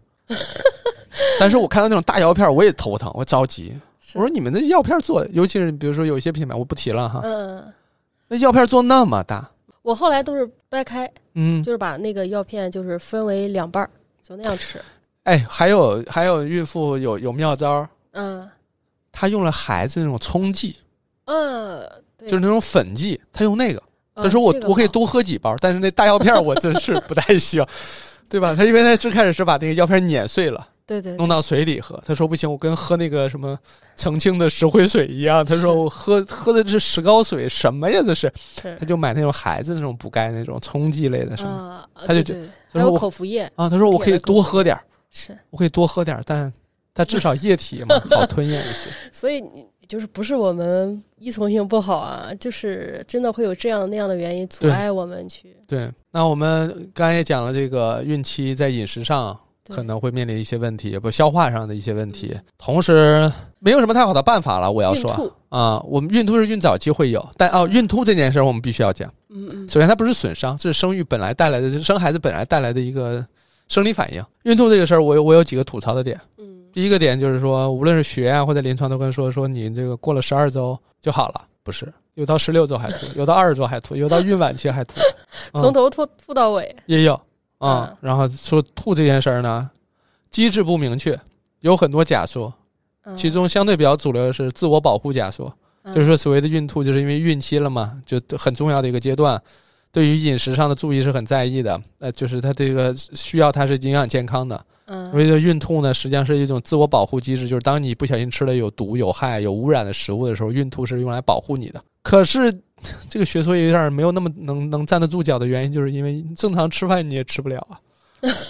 Speaker 1: 但是我看到那种大药片，我也头疼，我着急。
Speaker 2: 是
Speaker 1: 我说你们这药片做，尤其是比如说有一些品牌，我不提了哈，
Speaker 2: 嗯，
Speaker 1: 那药片做那么大，
Speaker 2: 我后来都是掰开，
Speaker 1: 嗯，
Speaker 2: 就是把那个药片就是分为两半儿，就那样吃，
Speaker 1: 哎，还有还有孕妇有有妙招儿，
Speaker 2: 嗯，
Speaker 1: 他用了孩子那种冲剂，
Speaker 2: 嗯，对
Speaker 1: 就是那种粉剂，他用那个。
Speaker 2: 嗯
Speaker 1: 他说我、
Speaker 2: 这个
Speaker 1: 我可以
Speaker 2: 好
Speaker 1: 多喝几包，但是那大药片儿我真是不太需要， 对吧？他因为他最开始是把那个药片碾碎了，
Speaker 2: 对对对
Speaker 1: 弄到水里喝。他说不行，我跟喝那个什么澄清的石灰水一样。他 说我喝喝的是石膏水，什么呀这是？
Speaker 2: 是
Speaker 1: 他就买那种孩子那种补钙那种冲剂类的什么
Speaker 2: 啊，
Speaker 1: 他就
Speaker 2: 对对
Speaker 1: 他
Speaker 2: 还
Speaker 1: 说
Speaker 2: 有
Speaker 1: 我
Speaker 2: 口服液
Speaker 1: 啊。他说我可以多喝点儿，
Speaker 2: 是，
Speaker 1: 我可以多喝点儿，但它至少液体 嘛好吞咽一些。
Speaker 2: 所以你就是不是我们依从性不好啊，就是真的会有这样那样的原因阻
Speaker 1: 对
Speaker 2: 碍我们去
Speaker 1: 对，那我们刚才也讲了，这个孕期在饮食上
Speaker 2: 对嗯
Speaker 1: 可能会面临一些问题，不消化上的一些问题，同时没有什么太好的办法了。我要
Speaker 2: 孕
Speaker 1: 说啊
Speaker 2: 吐，
Speaker 1: 啊，我们孕吐是孕早期会有，但哦，孕吐这件事儿我们必须要讲。
Speaker 2: 嗯嗯，
Speaker 1: 首先，它不是损伤，这是生育本来带来的，生孩子本来带来的一个生理反应。孕吐这个事儿，我有我有几个吐槽的点。
Speaker 2: 嗯
Speaker 1: 第一个点就是说，无论是学啊或者临床都跟说说你这个过了十二周就好了，不是？有到十六周还吐，有到二十周还吐，有到孕晚期还吐，嗯
Speaker 2: 从头吐吐到尾，
Speaker 1: 也有啊、
Speaker 2: 嗯
Speaker 1: 然后说吐这件事儿呢，机制不明确，有很多假说，
Speaker 2: 嗯
Speaker 1: 其中相对比较主流的是自我保护假说，
Speaker 2: 嗯
Speaker 1: 就是说所谓的孕吐，就是因为孕期了嘛，就很重要的一个阶段，对于饮食上的注意是很在意的，呃，就是它这个需要它是营养健康的，所
Speaker 2: 嗯
Speaker 1: 以说孕吐呢，实际上是一种自我保护机制，就是当你不小心吃了有毒、有害、有污染的食物的时候，孕吐是用来保护你的。可是这个学说有点没有那么能能站得住脚的原因，就是因为正常吃饭你也吃不了啊，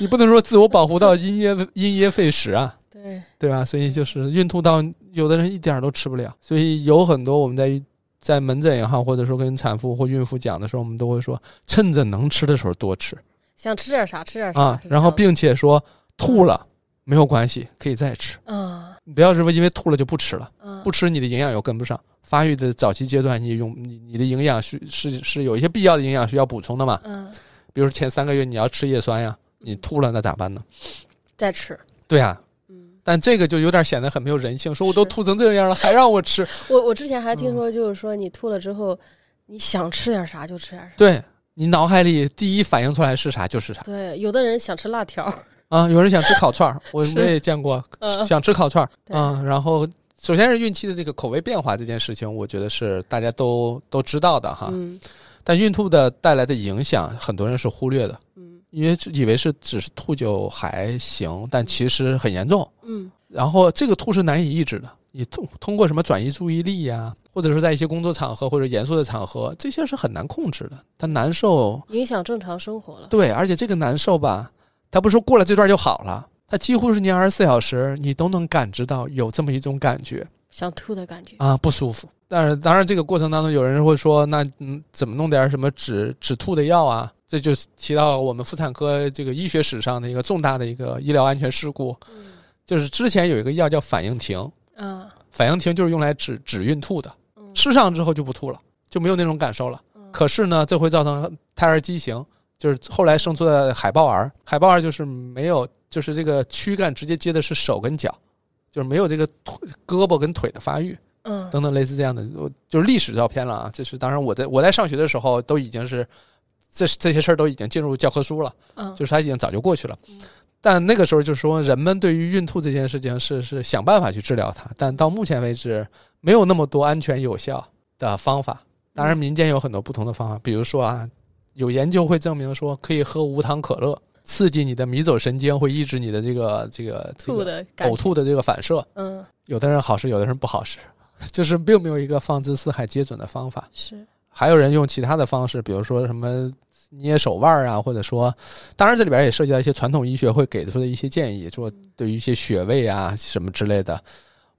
Speaker 1: 你不能说自我保护到因噎因噎废食啊。
Speaker 2: 对
Speaker 1: 对吧？所以就是孕吐到有的人一点儿都吃不了，所以有很多我们在在门诊也好，或者说跟产妇或孕妇讲的时候，我们都会说，趁着能吃的时候多吃
Speaker 2: 想吃点啥吃点啥
Speaker 1: 啊，
Speaker 2: 是这
Speaker 1: 然后
Speaker 2: 样的
Speaker 1: 并且说吐了没有关系，可以再吃，
Speaker 2: 嗯
Speaker 1: 你不要是因为吐了就不吃了，
Speaker 2: 嗯
Speaker 1: 不吃你的营养又跟不上，发育的早期阶段你用你你的营养需是是有一些必要的营养需要补充的嘛，
Speaker 2: 嗯
Speaker 1: 比如前三个月你要吃叶酸呀，你吐了那咋办呢？
Speaker 2: 再吃，
Speaker 1: 对呀、
Speaker 2: 嗯，
Speaker 1: 但这个就有点显得很没有人性，说我都
Speaker 2: 是
Speaker 1: 吐成这样了，还让我吃，
Speaker 2: 我我之前还
Speaker 1: 嗯
Speaker 2: 听说就是说你吐了之后，你想吃点啥就吃点啥。
Speaker 1: 对你脑海里第一反应出来是啥就是啥
Speaker 2: 对，有的人想吃辣条，
Speaker 1: 啊！有人想吃烤串儿，我
Speaker 2: 是
Speaker 1: 我也见过，
Speaker 2: 嗯
Speaker 1: 想吃烤串儿
Speaker 2: 对
Speaker 1: 啊。然后首先是孕期的这个口味变化这件事情，我觉得是大家都都知道的哈。
Speaker 2: 嗯
Speaker 1: 但孕吐的带来的影响，很多人是忽略的，
Speaker 2: 嗯
Speaker 1: 因为以为是只是吐就还行，但其实很严重。
Speaker 2: 嗯
Speaker 1: 然后这个吐是难以抑制的，你通通过什么转移注意力呀、或者是在一些工作场合或者严肃的场合，这些是很难控制的。它难受
Speaker 2: 影响正常生活了。
Speaker 1: 对，而且这个难受吧，他不是说过了这段就好了，他几乎是你二十四小时你都能感知到有这么一种感觉
Speaker 2: 想吐的感觉，
Speaker 1: 啊，不舒服。但是当然，这个过程当中有人会说，那嗯，怎么弄点什么止止吐的药啊？这就提到我们妇产科这个医学史上的一个重大的一个医疗安全事故，就是之前有一个药叫反应停，
Speaker 2: 啊，
Speaker 1: 反应停就是用来止止孕吐的，
Speaker 2: 嗯
Speaker 1: 吃上之后就不吐了，就没有那种感受了。
Speaker 2: 嗯
Speaker 1: 可是呢，这会造成胎儿畸形，就是后来生出的海豹儿。海豹儿就是没有，就是这个躯干直接接的是手跟脚，就是没有这个腿、胳膊跟腿的发育
Speaker 2: 嗯
Speaker 1: 等等类似这样的，我就是历史照片了啊。这是当然，我在我在上学的时候都已经是这这些事儿都已经进入教科书了，
Speaker 2: 嗯，
Speaker 1: 就是它已经早就过去了
Speaker 2: 嗯。
Speaker 1: 但那个时候就说，人们对于孕吐这件事情是是想办法去治疗它，但到目前为止没有那么多安全有效的方法。当
Speaker 2: 嗯
Speaker 1: 然，民间有很多不同的方法，比如说啊，有研究会证明说，可以喝无糖可乐，刺激你的迷走神经，会抑制你的这个这个这
Speaker 2: 吐
Speaker 1: 个
Speaker 2: 的感
Speaker 1: 呕
Speaker 2: 觉，
Speaker 1: 吐的这个反射。
Speaker 2: 嗯，
Speaker 1: 有的人好使，有的人不好使， 就是并没有一个放之四海皆准的方法。
Speaker 2: 是，
Speaker 1: 还有人用其他的方式，比如说什么捏手腕儿啊，或者说，当然这里边也涉及到一些传统医学会给出的一些建议，说对于一些穴位啊什么之类的，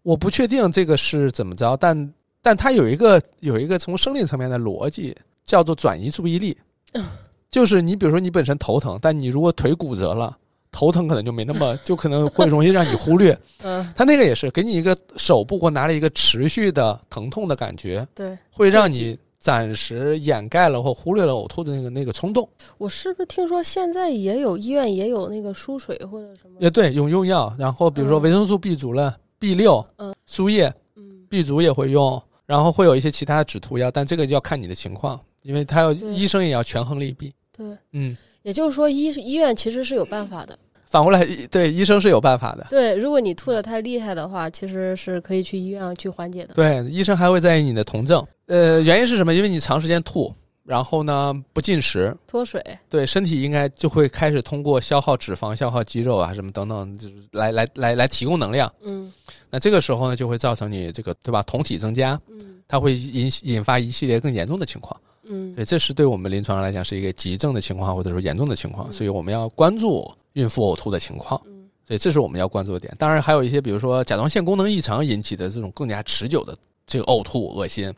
Speaker 1: 我不确定这个是怎么着，但但它有一个有一个从生理层面的逻辑，叫做转移注意力
Speaker 2: 嗯，
Speaker 1: 就是你比如说你本身头疼，但你如果腿骨折了。头疼可能就没那么，就可能会容易让你忽略。
Speaker 2: 嗯，
Speaker 1: 它那个也是给你一个手部或哪里一个持续的疼痛的感觉，
Speaker 2: 对
Speaker 1: 会让你暂时掩盖了或忽略了呕吐的那个那个冲动。
Speaker 2: 我是不是听说现在也有医院也有那个输水或者什么？
Speaker 1: 也对，用用药，然后比如说
Speaker 2: 嗯
Speaker 1: 维生素 B 族了、B 六、
Speaker 2: 嗯
Speaker 1: 输液、
Speaker 2: 嗯
Speaker 1: B 族也会用，然后会有一些其他的止吐药，但这个就要看你的情况，因为他要
Speaker 2: 对
Speaker 1: 医生也要权衡利弊。
Speaker 2: 对，
Speaker 1: 嗯，
Speaker 2: 也就是说医医院其实是有办法的，
Speaker 1: 反过来，对医生是有办法的。
Speaker 2: 对，如果你吐的太厉害的话，其实是可以去医院去缓解的。
Speaker 1: 对，医生还会在意你的酮症。呃，原因是什么？因为你长时间吐，然后呢不进食，
Speaker 2: 脱水，
Speaker 1: 对身体应该就会开始通过消耗脂肪、消耗肌肉啊什么等等，就是来来来来提供能量。
Speaker 2: 嗯
Speaker 1: 那这个时候呢，就会造成你这个对吧，酮体增加，
Speaker 2: 嗯
Speaker 1: 它会引引发一系列更严重的情况。
Speaker 2: 嗯，
Speaker 1: 对，这是对我们临床上来讲是一个急症的情况，或者说严重的情况，
Speaker 2: 嗯
Speaker 1: 所以我们要关注孕妇呕吐的情况，
Speaker 2: 嗯
Speaker 1: 所以这是我们要关注的点。当然，还有一些比如说甲状腺功能异常引起的这种更加持久的这个呕吐、恶心，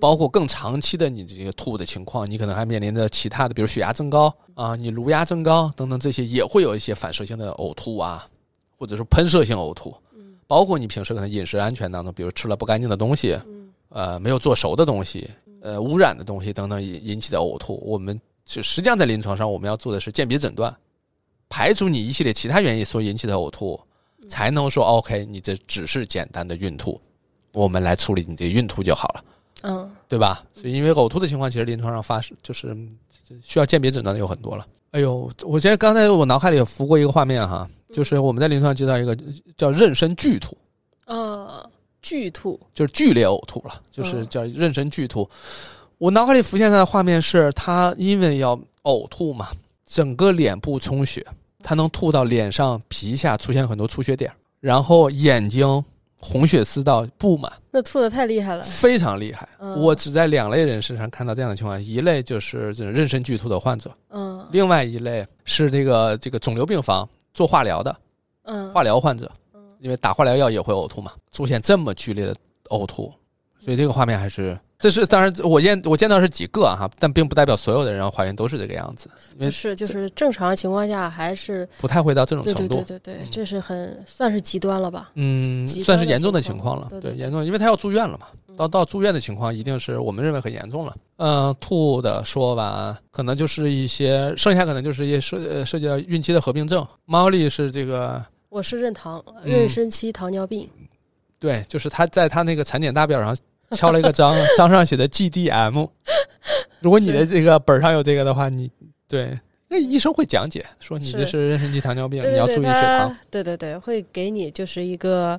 Speaker 1: 包括更长期的你这个吐的情况，你可能还面临着其他的，比如血压增高
Speaker 2: 嗯
Speaker 1: 啊、你颅压增高等等，这些也会有一些反射性的呕吐啊，或者说喷射性呕吐，
Speaker 2: 嗯
Speaker 1: 包括你平时可能饮食安全当中，比如吃了不干净的东西，
Speaker 2: 嗯
Speaker 1: 呃没有做熟的东西，呃污染的东西等等引引起的呕吐，我们是实际上在临床上我们要做的是鉴别诊断，排除你一系列其他原因所引起的呕吐，才能说 OK，你这只是简单的孕吐，我们来处理你这孕吐就好了，
Speaker 2: 嗯，
Speaker 1: 对吧？所以因为呕吐的情况，其实临床上发生就是嗯需要鉴别诊断的有很多了。哎呦，我觉得刚才我脑海里有浮过一个画面哈，就是
Speaker 2: 嗯
Speaker 1: 我们在临床上接到一个叫妊娠剧吐。
Speaker 2: 啊，剧吐，
Speaker 1: 就是剧烈呕吐了，就是
Speaker 2: 嗯
Speaker 1: 叫妊娠剧吐。我脑海里浮现的画面是她因为要呕吐嘛，整个脸部充血，她能吐到脸上皮下出现很多出血点儿，然后眼睛红血丝到布满，
Speaker 2: 那吐的太厉害了。
Speaker 1: 非常厉害。
Speaker 2: 嗯
Speaker 1: 我只在两类人身上看到这样的情况，一类就是这种妊娠剧吐的患者，
Speaker 2: 嗯
Speaker 1: 另外一类是这个这个肿瘤病房做化疗的
Speaker 2: 嗯，
Speaker 1: 化疗患者
Speaker 2: 嗯，
Speaker 1: 因为打化疗药也会呕吐嘛，出现这么剧烈的呕吐，所以这个画面还是，这是当然我见我见到是几个哈、但并不代表所有的人怀孕都是这个样子，因
Speaker 2: 不
Speaker 1: 为
Speaker 2: 是，就是正常情况下还是
Speaker 1: 不太会到这种
Speaker 2: 对
Speaker 1: 程
Speaker 2: 对
Speaker 1: 嗯度
Speaker 2: 对，对对，这是很算是极端了吧？
Speaker 1: 嗯，
Speaker 2: 极端
Speaker 1: 算是
Speaker 2: 的
Speaker 1: 严重的情
Speaker 2: 情
Speaker 1: 况
Speaker 2: 况
Speaker 1: 了，
Speaker 2: 对对嗯
Speaker 1: 严重，因为他要住院了嘛，到到住院的情况一定是我们认为很严重了。嗯、吐的说吧，可能就是一些剩下可能就是一些涉呃涉及到孕期的合并症，猫力是这个
Speaker 2: 我是妊糖
Speaker 1: 嗯
Speaker 2: 妊娠期糖尿病，
Speaker 1: 对，就是他在他那个产检大表上敲了一个 章，章上写的 GDM。如果你的这个本儿上有这个的话，你对那医生会讲解说你这是妊娠期糖尿病，
Speaker 2: 对
Speaker 1: 你要注
Speaker 2: 对
Speaker 1: 意
Speaker 2: 对，
Speaker 1: 血糖
Speaker 2: 它。对对对，会给你就是一个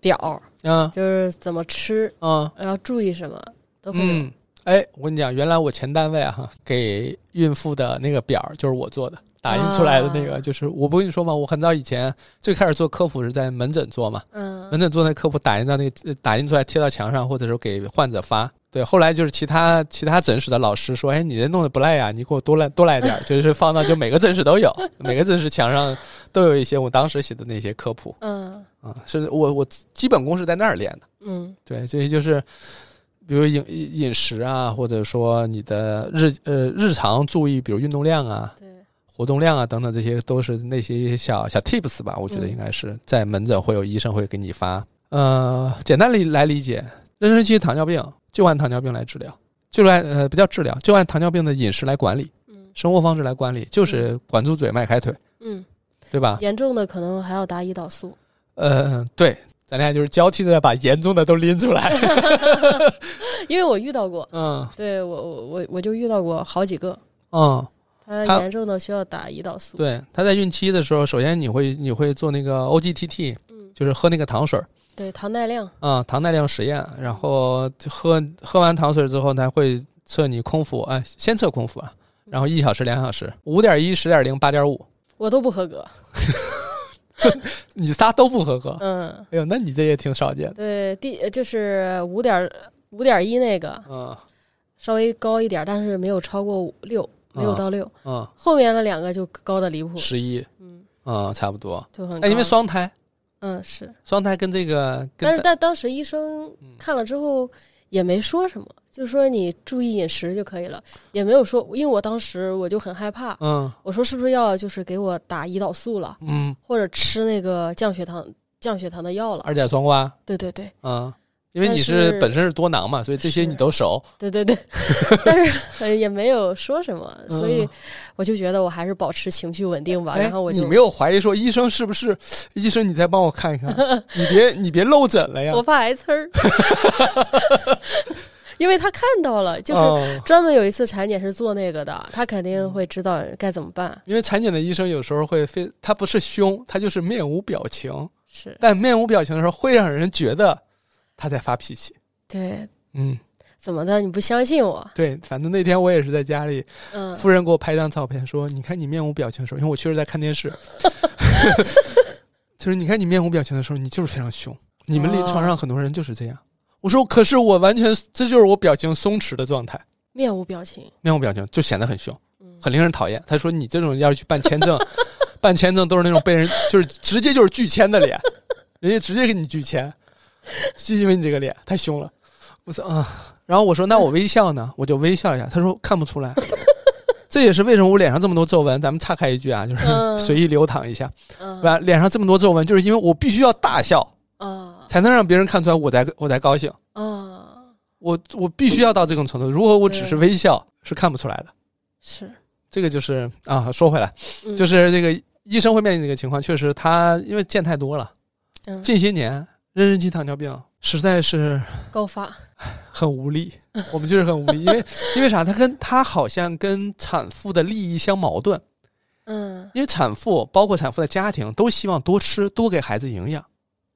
Speaker 2: 表，
Speaker 1: 嗯
Speaker 2: 就是怎么吃，
Speaker 1: 嗯
Speaker 2: 然后注意什么都会有。
Speaker 1: 嗯，哎，我跟你讲，原来我前单位啊哈给孕妇的那个表儿就是我做的。打印出来的那个
Speaker 2: 啊
Speaker 1: 就是，我不跟你说嘛，我很早以前最开始做科普是在门诊做嘛，门
Speaker 2: 嗯
Speaker 1: 诊做那科普打印到那个呃打印出来贴到墙上，或者是给患者发。对，后来就是其他其他诊室的老师说：“哎，你这弄得不赖呀、你给我多来多来点儿。” 就是放到就每个诊室都有， 每个诊室墙上都有一些我当时写的那些科普
Speaker 2: 嗯
Speaker 1: 啊，是我我基本功是在那儿练的。
Speaker 2: 嗯
Speaker 1: 对，所以就是比如饮饮饮食啊，或者说你的日呃日常注意，比如运动量啊、
Speaker 2: 对，
Speaker 1: 活动量啊等等，这些都是那些小小 tips 吧，我觉得
Speaker 2: 嗯
Speaker 1: 应该是在门诊会有医生会给你发。呃，简单理来理解，妊娠期糖尿病就按糖尿病来治疗，就按呃不叫治疗，就按糖尿病的饮食来管理，
Speaker 2: 嗯
Speaker 1: 生活方式来管理，就是管住嘴，迈开腿，
Speaker 2: 嗯，
Speaker 1: 对吧？
Speaker 2: 严重的可能还要打胰 岛素。
Speaker 1: 呃，对，咱俩就是交替的把严 重的都拎出来。
Speaker 2: 因为我遇到过，
Speaker 1: 嗯
Speaker 2: 对我我我我就遇到过好几个，
Speaker 1: 嗯，
Speaker 2: 他
Speaker 1: 他
Speaker 2: 严重的需要打胰岛素。
Speaker 1: 对，她在孕期的时候，首先你会你会做那个 OGTT，
Speaker 2: 嗯，
Speaker 1: 就是喝那个糖水儿。
Speaker 2: 对，糖耐量，
Speaker 1: 啊、糖耐量实验，然后喝喝完糖水之后，它会测你空腹，哎，先测空腹啊，然后一小时、
Speaker 2: 嗯
Speaker 1: 两小时，五点一、十点零、八点五，
Speaker 2: 我都不合
Speaker 1: 啊
Speaker 2: 格。
Speaker 1: 你仨都不合格。
Speaker 2: 嗯，
Speaker 1: 哎呦，那你这也挺少见的。
Speaker 2: 对，第呃就是五点五点一那个
Speaker 1: 嗯
Speaker 2: 稍微高一点，但是没有超过五六，没有到六、
Speaker 1: 嗯，
Speaker 2: 后面的两个就高的离谱，
Speaker 1: 十一，
Speaker 2: 嗯，
Speaker 1: 嗯，差不多。
Speaker 2: 就很高。
Speaker 1: 哎，因为双胎，
Speaker 2: 嗯是，
Speaker 1: 双胎跟这个跟嗯
Speaker 2: 但是但当时医生看了之后也没说什么，就说你注意饮食就可以了，也没有说，因为我当时我就很害怕，
Speaker 1: 嗯
Speaker 2: 我说是不是要就是给我打胰岛素了，
Speaker 1: 嗯
Speaker 2: 或者吃那个降血糖降血糖的药了？
Speaker 1: 二甲双胍，
Speaker 2: 对对对
Speaker 1: 嗯，因为
Speaker 2: 但
Speaker 1: 你是
Speaker 2: 是
Speaker 1: 本身是多囊嘛，所以这些
Speaker 2: 是
Speaker 1: 你都熟。
Speaker 2: 对对 对，但是呃也没有说什么，
Speaker 1: 嗯
Speaker 2: 所以我就觉得我还是保持情绪稳定吧。
Speaker 1: 哎
Speaker 2: 然后我就
Speaker 1: 你没有怀疑说医生是不是医生？你再帮我 看一看，你别你别漏诊了呀。
Speaker 2: 我怕挨呲儿， 因为他看到了，就是
Speaker 1: 是
Speaker 2: 专门有一次产检是做那个的，他肯
Speaker 1: 嗯
Speaker 2: 定会知道该怎么办。
Speaker 1: 因为产检的医生有时候会非他不是凶，他就是面无表情，
Speaker 2: 是
Speaker 1: 但面无表情的时候会让人觉得他在发脾气。
Speaker 2: 对，
Speaker 1: 嗯，
Speaker 2: 怎么的？你不相信我？
Speaker 1: 对，反正那天我也是在家里，
Speaker 2: 嗯，
Speaker 1: 夫人给我拍张照片，说：“你看你面无表情的时候，因为我确实在看电视， 就是你看你面无表情的时候，你就是非常凶。你们临床上很多人就是这样。”我说：“可是我完全，这就是我表情松弛的状态，
Speaker 2: 面无表情。
Speaker 1: 面无表情就显得很凶，
Speaker 2: 嗯，
Speaker 1: 很令人讨厌。”他说：“你这种要是去办签证， 办签证都是那种被人就是直接就是拒签的脸，人家直接给你拒签，就因为你这个脸太凶了。”我说：“啊。”然后我说：“那我微笑呢？”我就微笑一下。他说：“看不出来。” 这也是为什么我脸上这么多皱纹。咱们岔开一句啊，就是
Speaker 2: 嗯
Speaker 1: 随意流淌一下。
Speaker 2: 嗯
Speaker 1: 完、脸上这么多皱纹，就是因为我必须要大笑，
Speaker 2: 啊
Speaker 1: 才能让别人看出来我在我在高兴。
Speaker 2: 啊，
Speaker 1: 我我必须要到这种程度。如果我只是微笑，是看不出来的。
Speaker 2: 是，
Speaker 1: 这个就是啊，说回来，
Speaker 2: 嗯
Speaker 1: 就是这个医生会面临这个情况，确实他因为见太多了，
Speaker 2: 嗯
Speaker 1: 近些年妊娠期糖尿病实在是
Speaker 2: 高发。
Speaker 1: 很无 力，我们就是很无力，因为因为啥？它跟它好像跟产妇的利益相矛盾，
Speaker 2: 嗯
Speaker 1: 因为产妇包括产妇的家庭都希望多吃多给孩子营养，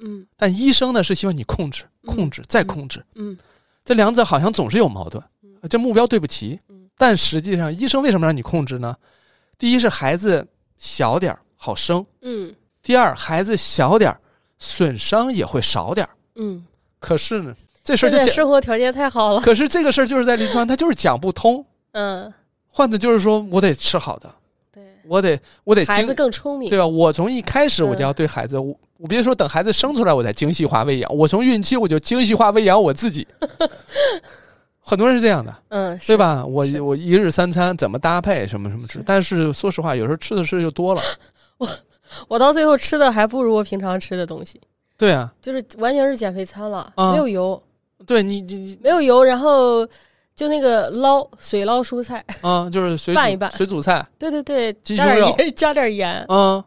Speaker 2: 嗯
Speaker 1: 但医生呢是希望你控制、
Speaker 2: 嗯
Speaker 1: 控制再控制，
Speaker 2: 嗯
Speaker 1: 这两者好像总是有矛盾
Speaker 2: 嗯，
Speaker 1: 这目标对不齐
Speaker 2: 嗯。
Speaker 1: 但实际上，医生为什么让你控制呢？第一是孩子小点儿好生，
Speaker 2: 嗯
Speaker 1: 第二孩子小点儿损伤也会少点儿。
Speaker 2: 嗯，
Speaker 1: 可是呢，这事儿
Speaker 2: 现
Speaker 1: 就
Speaker 2: 在
Speaker 1: 讲，
Speaker 2: 生活条件太好了。
Speaker 1: 可是这个事儿就是在临床，它就是讲不通。
Speaker 2: 嗯，
Speaker 1: 换的就是说我得吃好的，
Speaker 2: 对，
Speaker 1: 我得我得
Speaker 2: 孩
Speaker 1: 精
Speaker 2: 子，更嗯聪明
Speaker 1: 对。吧？我从一开始我就要对孩子，我我别说等孩子生出来我再精细化喂养，我从孕期我就精细化喂养我 自己。很多人是这样的，
Speaker 2: 嗯，
Speaker 1: 对
Speaker 2: 是？
Speaker 1: 吧？我
Speaker 2: 是
Speaker 1: 我一日三餐怎么搭配，什么什么吃
Speaker 2: 是？
Speaker 1: 但是说实话，有时候吃的吃就多了。
Speaker 2: 我到最后吃的还不如我平常吃的东西，
Speaker 1: 对啊，
Speaker 2: 就是完全是减肥餐了，
Speaker 1: 啊
Speaker 2: 没有油，
Speaker 1: 对你你你
Speaker 2: 没有油，然后就那个捞水捞蔬菜，
Speaker 1: 啊，就是水煮
Speaker 2: 拌一拌
Speaker 1: 水煮菜，
Speaker 2: 对对对，
Speaker 1: 鸡
Speaker 2: 加
Speaker 1: 胸肉
Speaker 2: 点盐，加点盐，
Speaker 1: 嗯，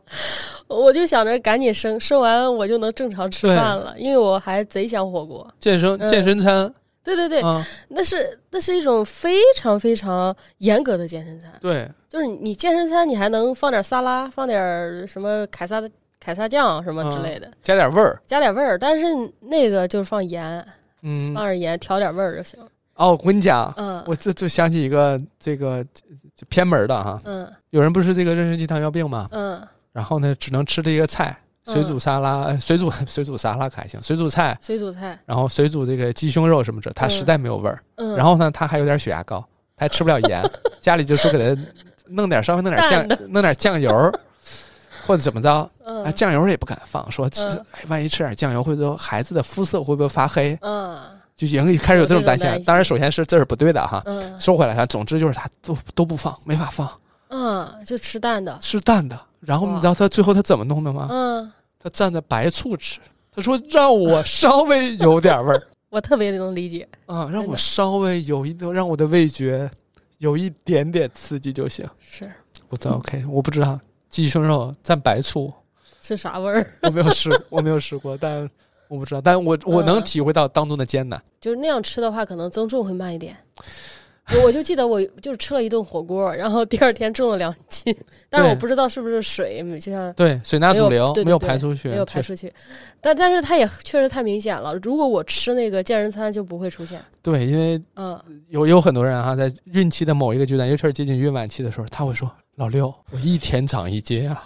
Speaker 2: 我就想着赶紧生，生完我就能正常吃
Speaker 1: 对
Speaker 2: 饭了，因为我还贼想火锅。
Speaker 1: 健身
Speaker 2: 嗯
Speaker 1: 健身餐，
Speaker 2: 对对对，
Speaker 1: 嗯，
Speaker 2: 那是那是一种非常非常严格的健身餐，
Speaker 1: 对，
Speaker 2: 就是你健身餐你还能放点沙拉，放点什么凯撒的凯撒酱什么
Speaker 1: 啊
Speaker 2: 之类的，
Speaker 1: 加点味儿，
Speaker 2: 加点味儿，但是那个就是放盐，
Speaker 1: 嗯
Speaker 2: 放，点盐调点味儿就行了。
Speaker 1: 哦，我跟你讲，
Speaker 2: 嗯
Speaker 1: 我这就想起一个这个这偏门的哈，
Speaker 2: 嗯
Speaker 1: 有人不是这个妊娠期糖尿病嘛，
Speaker 2: 嗯，
Speaker 1: 然后呢只能吃这个菜，
Speaker 2: 嗯
Speaker 1: 水煮沙拉，呃水煮 水煮沙拉可还行，水煮菜，
Speaker 2: 水煮菜，
Speaker 1: 然后水煮这个鸡胸肉什么的，它
Speaker 2: 嗯
Speaker 1: 实在没有味儿。
Speaker 2: 嗯，
Speaker 1: 然后呢，他还有点血压高，他还吃不了盐，家里就说给他弄点稍微弄点酱
Speaker 2: 淡的，
Speaker 1: 弄点酱油儿，或者怎么着，
Speaker 2: 嗯
Speaker 1: 啊，酱油也不敢放，说吃、
Speaker 2: 嗯
Speaker 1: 哎万一吃点酱油，会不会孩子的肤色会不会发黑？
Speaker 2: 嗯
Speaker 1: 就已经开始有这种担心
Speaker 2: 有这
Speaker 1: 了。
Speaker 2: 种担心
Speaker 1: 当然，首先是这是不对的哈。
Speaker 2: 嗯
Speaker 1: 收回来哈，总之就是他都都不放，没法放，
Speaker 2: 嗯，就吃淡的，
Speaker 1: 吃淡的。然后
Speaker 2: 哇
Speaker 1: 你知道他最后他怎么弄的吗？
Speaker 2: 嗯，
Speaker 1: 他蘸着白醋吃。他说让我稍微有点味 儿，
Speaker 2: 我特别能理解。
Speaker 1: 啊，让
Speaker 2: 真
Speaker 1: 我
Speaker 2: 的
Speaker 1: 稍微有一让我的味觉有一点点刺激就行。
Speaker 2: 是
Speaker 1: 我
Speaker 2: 嗯
Speaker 1: 操，OK，我不知道鸡胸肉蘸白醋，
Speaker 2: 是啥味儿？
Speaker 1: 我没有试，我没有试过，但我不知道，但我我能
Speaker 2: 嗯
Speaker 1: 体会到当中的艰难。
Speaker 2: 就是那样吃的话，可能增重会慢一点。我我就记得我就是吃了一顿火锅，然后第二天重了两斤， 但是我不知道是不是水，就像
Speaker 1: 对，水钠
Speaker 2: 没
Speaker 1: 阻
Speaker 2: 有
Speaker 1: 流
Speaker 2: 对对
Speaker 1: 没有
Speaker 2: 对
Speaker 1: 排出去，
Speaker 2: 没有
Speaker 1: 确
Speaker 2: 排
Speaker 1: 实
Speaker 2: 出去。但但是它也确实太明显了。如果我吃那个健身餐，就不会出现。
Speaker 1: 对，因为
Speaker 2: 嗯，
Speaker 1: 有有很多人啊，在孕期的某一个阶段，尤其是接近孕晚期的时候，他会说：“老六，我一天长一斤啊，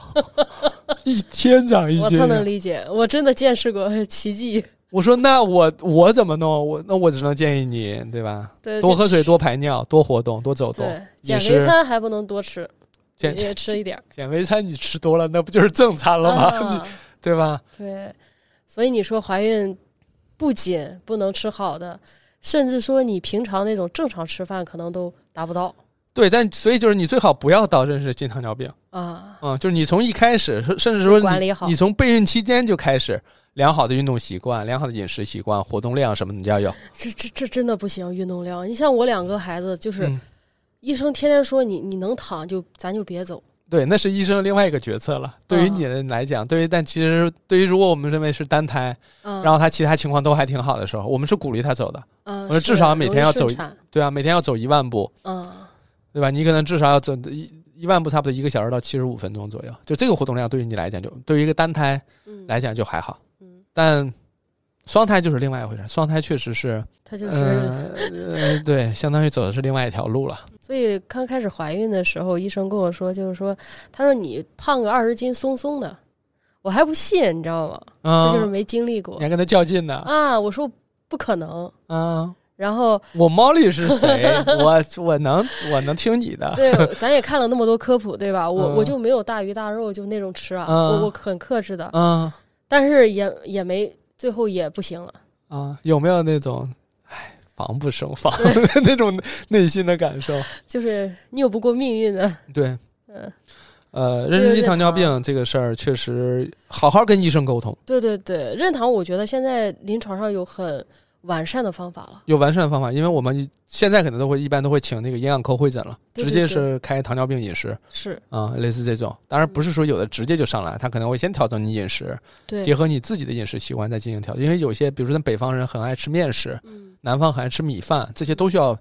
Speaker 1: 一天长一
Speaker 2: 我
Speaker 1: 斤、
Speaker 2: 特
Speaker 1: 啊。
Speaker 2: 能理解，我真的见识过 奇迹。
Speaker 1: 我说：“那我我怎么弄？我那我只能建议你，对吧？
Speaker 2: 对，
Speaker 1: 多
Speaker 2: 就
Speaker 1: 喝水，
Speaker 2: 吃。
Speaker 1: 多排尿，多活动，多走动。
Speaker 2: 对，减
Speaker 1: 饮食
Speaker 2: 肥餐还不能多吃，
Speaker 1: 减
Speaker 2: 也吃一点儿。
Speaker 1: 减肥餐你吃多了，那不就是正餐了吗？
Speaker 2: 啊
Speaker 1: 对吧？
Speaker 2: 对，所以你说怀孕不仅不能吃好的，甚至说你平常那种正常吃饭可能都达不到
Speaker 1: 对，但所以就是你最好不要到认识性糖尿病
Speaker 2: 啊。
Speaker 1: 啊、嗯就是你从一开始，甚甚至说你
Speaker 2: 管理好
Speaker 1: 你从备孕期间就开始良好的运动习惯、良好的饮食习惯、活动量什么的你就要有。
Speaker 2: 这这这真的不行，运动量。你像我两个孩子，就是
Speaker 1: 嗯
Speaker 2: 医生天天说你你能躺就咱就别走，
Speaker 1: 对，那是医生另外一个决策了。对
Speaker 2: 嗯
Speaker 1: 于你来讲，对于但其实对于如果我们认为是单胎，
Speaker 2: 嗯，
Speaker 1: 然后他其他情况都还挺好的时候，我们是鼓励他走的。
Speaker 2: 嗯，
Speaker 1: 我说
Speaker 2: 是
Speaker 1: 至少每天要走
Speaker 2: 容易
Speaker 1: 一
Speaker 2: 顺产
Speaker 1: 对啊，每天要走一万步，
Speaker 2: 嗯
Speaker 1: 对吧？你可能至少要走一一万步，差不多一个小时到七十五分钟左右。就这个活动量对于你来讲就，对于一个单胎
Speaker 2: 嗯，
Speaker 1: 来讲就还好，
Speaker 2: 嗯，
Speaker 1: 但双胎就是另外一回事。双胎确实是，
Speaker 2: 他就是，
Speaker 1: 嗯、呃，对，相当于走的是另外一条路了。
Speaker 2: 所以刚开始怀孕的时候，医生跟我说，就是说，他说你胖个二十斤松松的，我还不信，你知道吗？这就是
Speaker 1: 嗯，
Speaker 2: 没经历过
Speaker 1: 你还跟他较劲呢？
Speaker 2: 啊！我说不可能，
Speaker 1: 嗯，
Speaker 2: 然后
Speaker 1: 我猫力是 谁？我我能我能听你的。
Speaker 2: 对，咱也看了那么多科普，对吧？我、
Speaker 1: 嗯
Speaker 2: 我就没有大鱼大肉，就那种吃啊，
Speaker 1: 嗯
Speaker 2: 我我很克制的，
Speaker 1: 嗯
Speaker 2: 但是也也没最后也不行了。
Speaker 1: 啊，有没有那种唉防不胜防那种内心的感受？
Speaker 2: 就是拗不过命运的，
Speaker 1: 对，
Speaker 2: 嗯，
Speaker 1: 呃，妊娠期糖尿病这个事儿确实好好跟医生沟通，
Speaker 2: 对对对，任堂我觉得现在临床上有很完善的方法了，
Speaker 1: 有完善的方法，因为我们现在可能都会一般都会请那个营养科会诊了，
Speaker 2: 对
Speaker 1: 直
Speaker 2: 对
Speaker 1: 接
Speaker 2: 对
Speaker 1: 是开糖尿病饮食
Speaker 2: 是
Speaker 1: 啊、类似这种。当然不是说有的直接就上来，他可能会先调整你饮食，
Speaker 2: 对，
Speaker 1: 结合你自己的饮食习惯再进行调整。因为有些，比如说咱北方人很爱吃面食，
Speaker 2: 嗯，
Speaker 1: 南方很爱吃米饭，这些都需要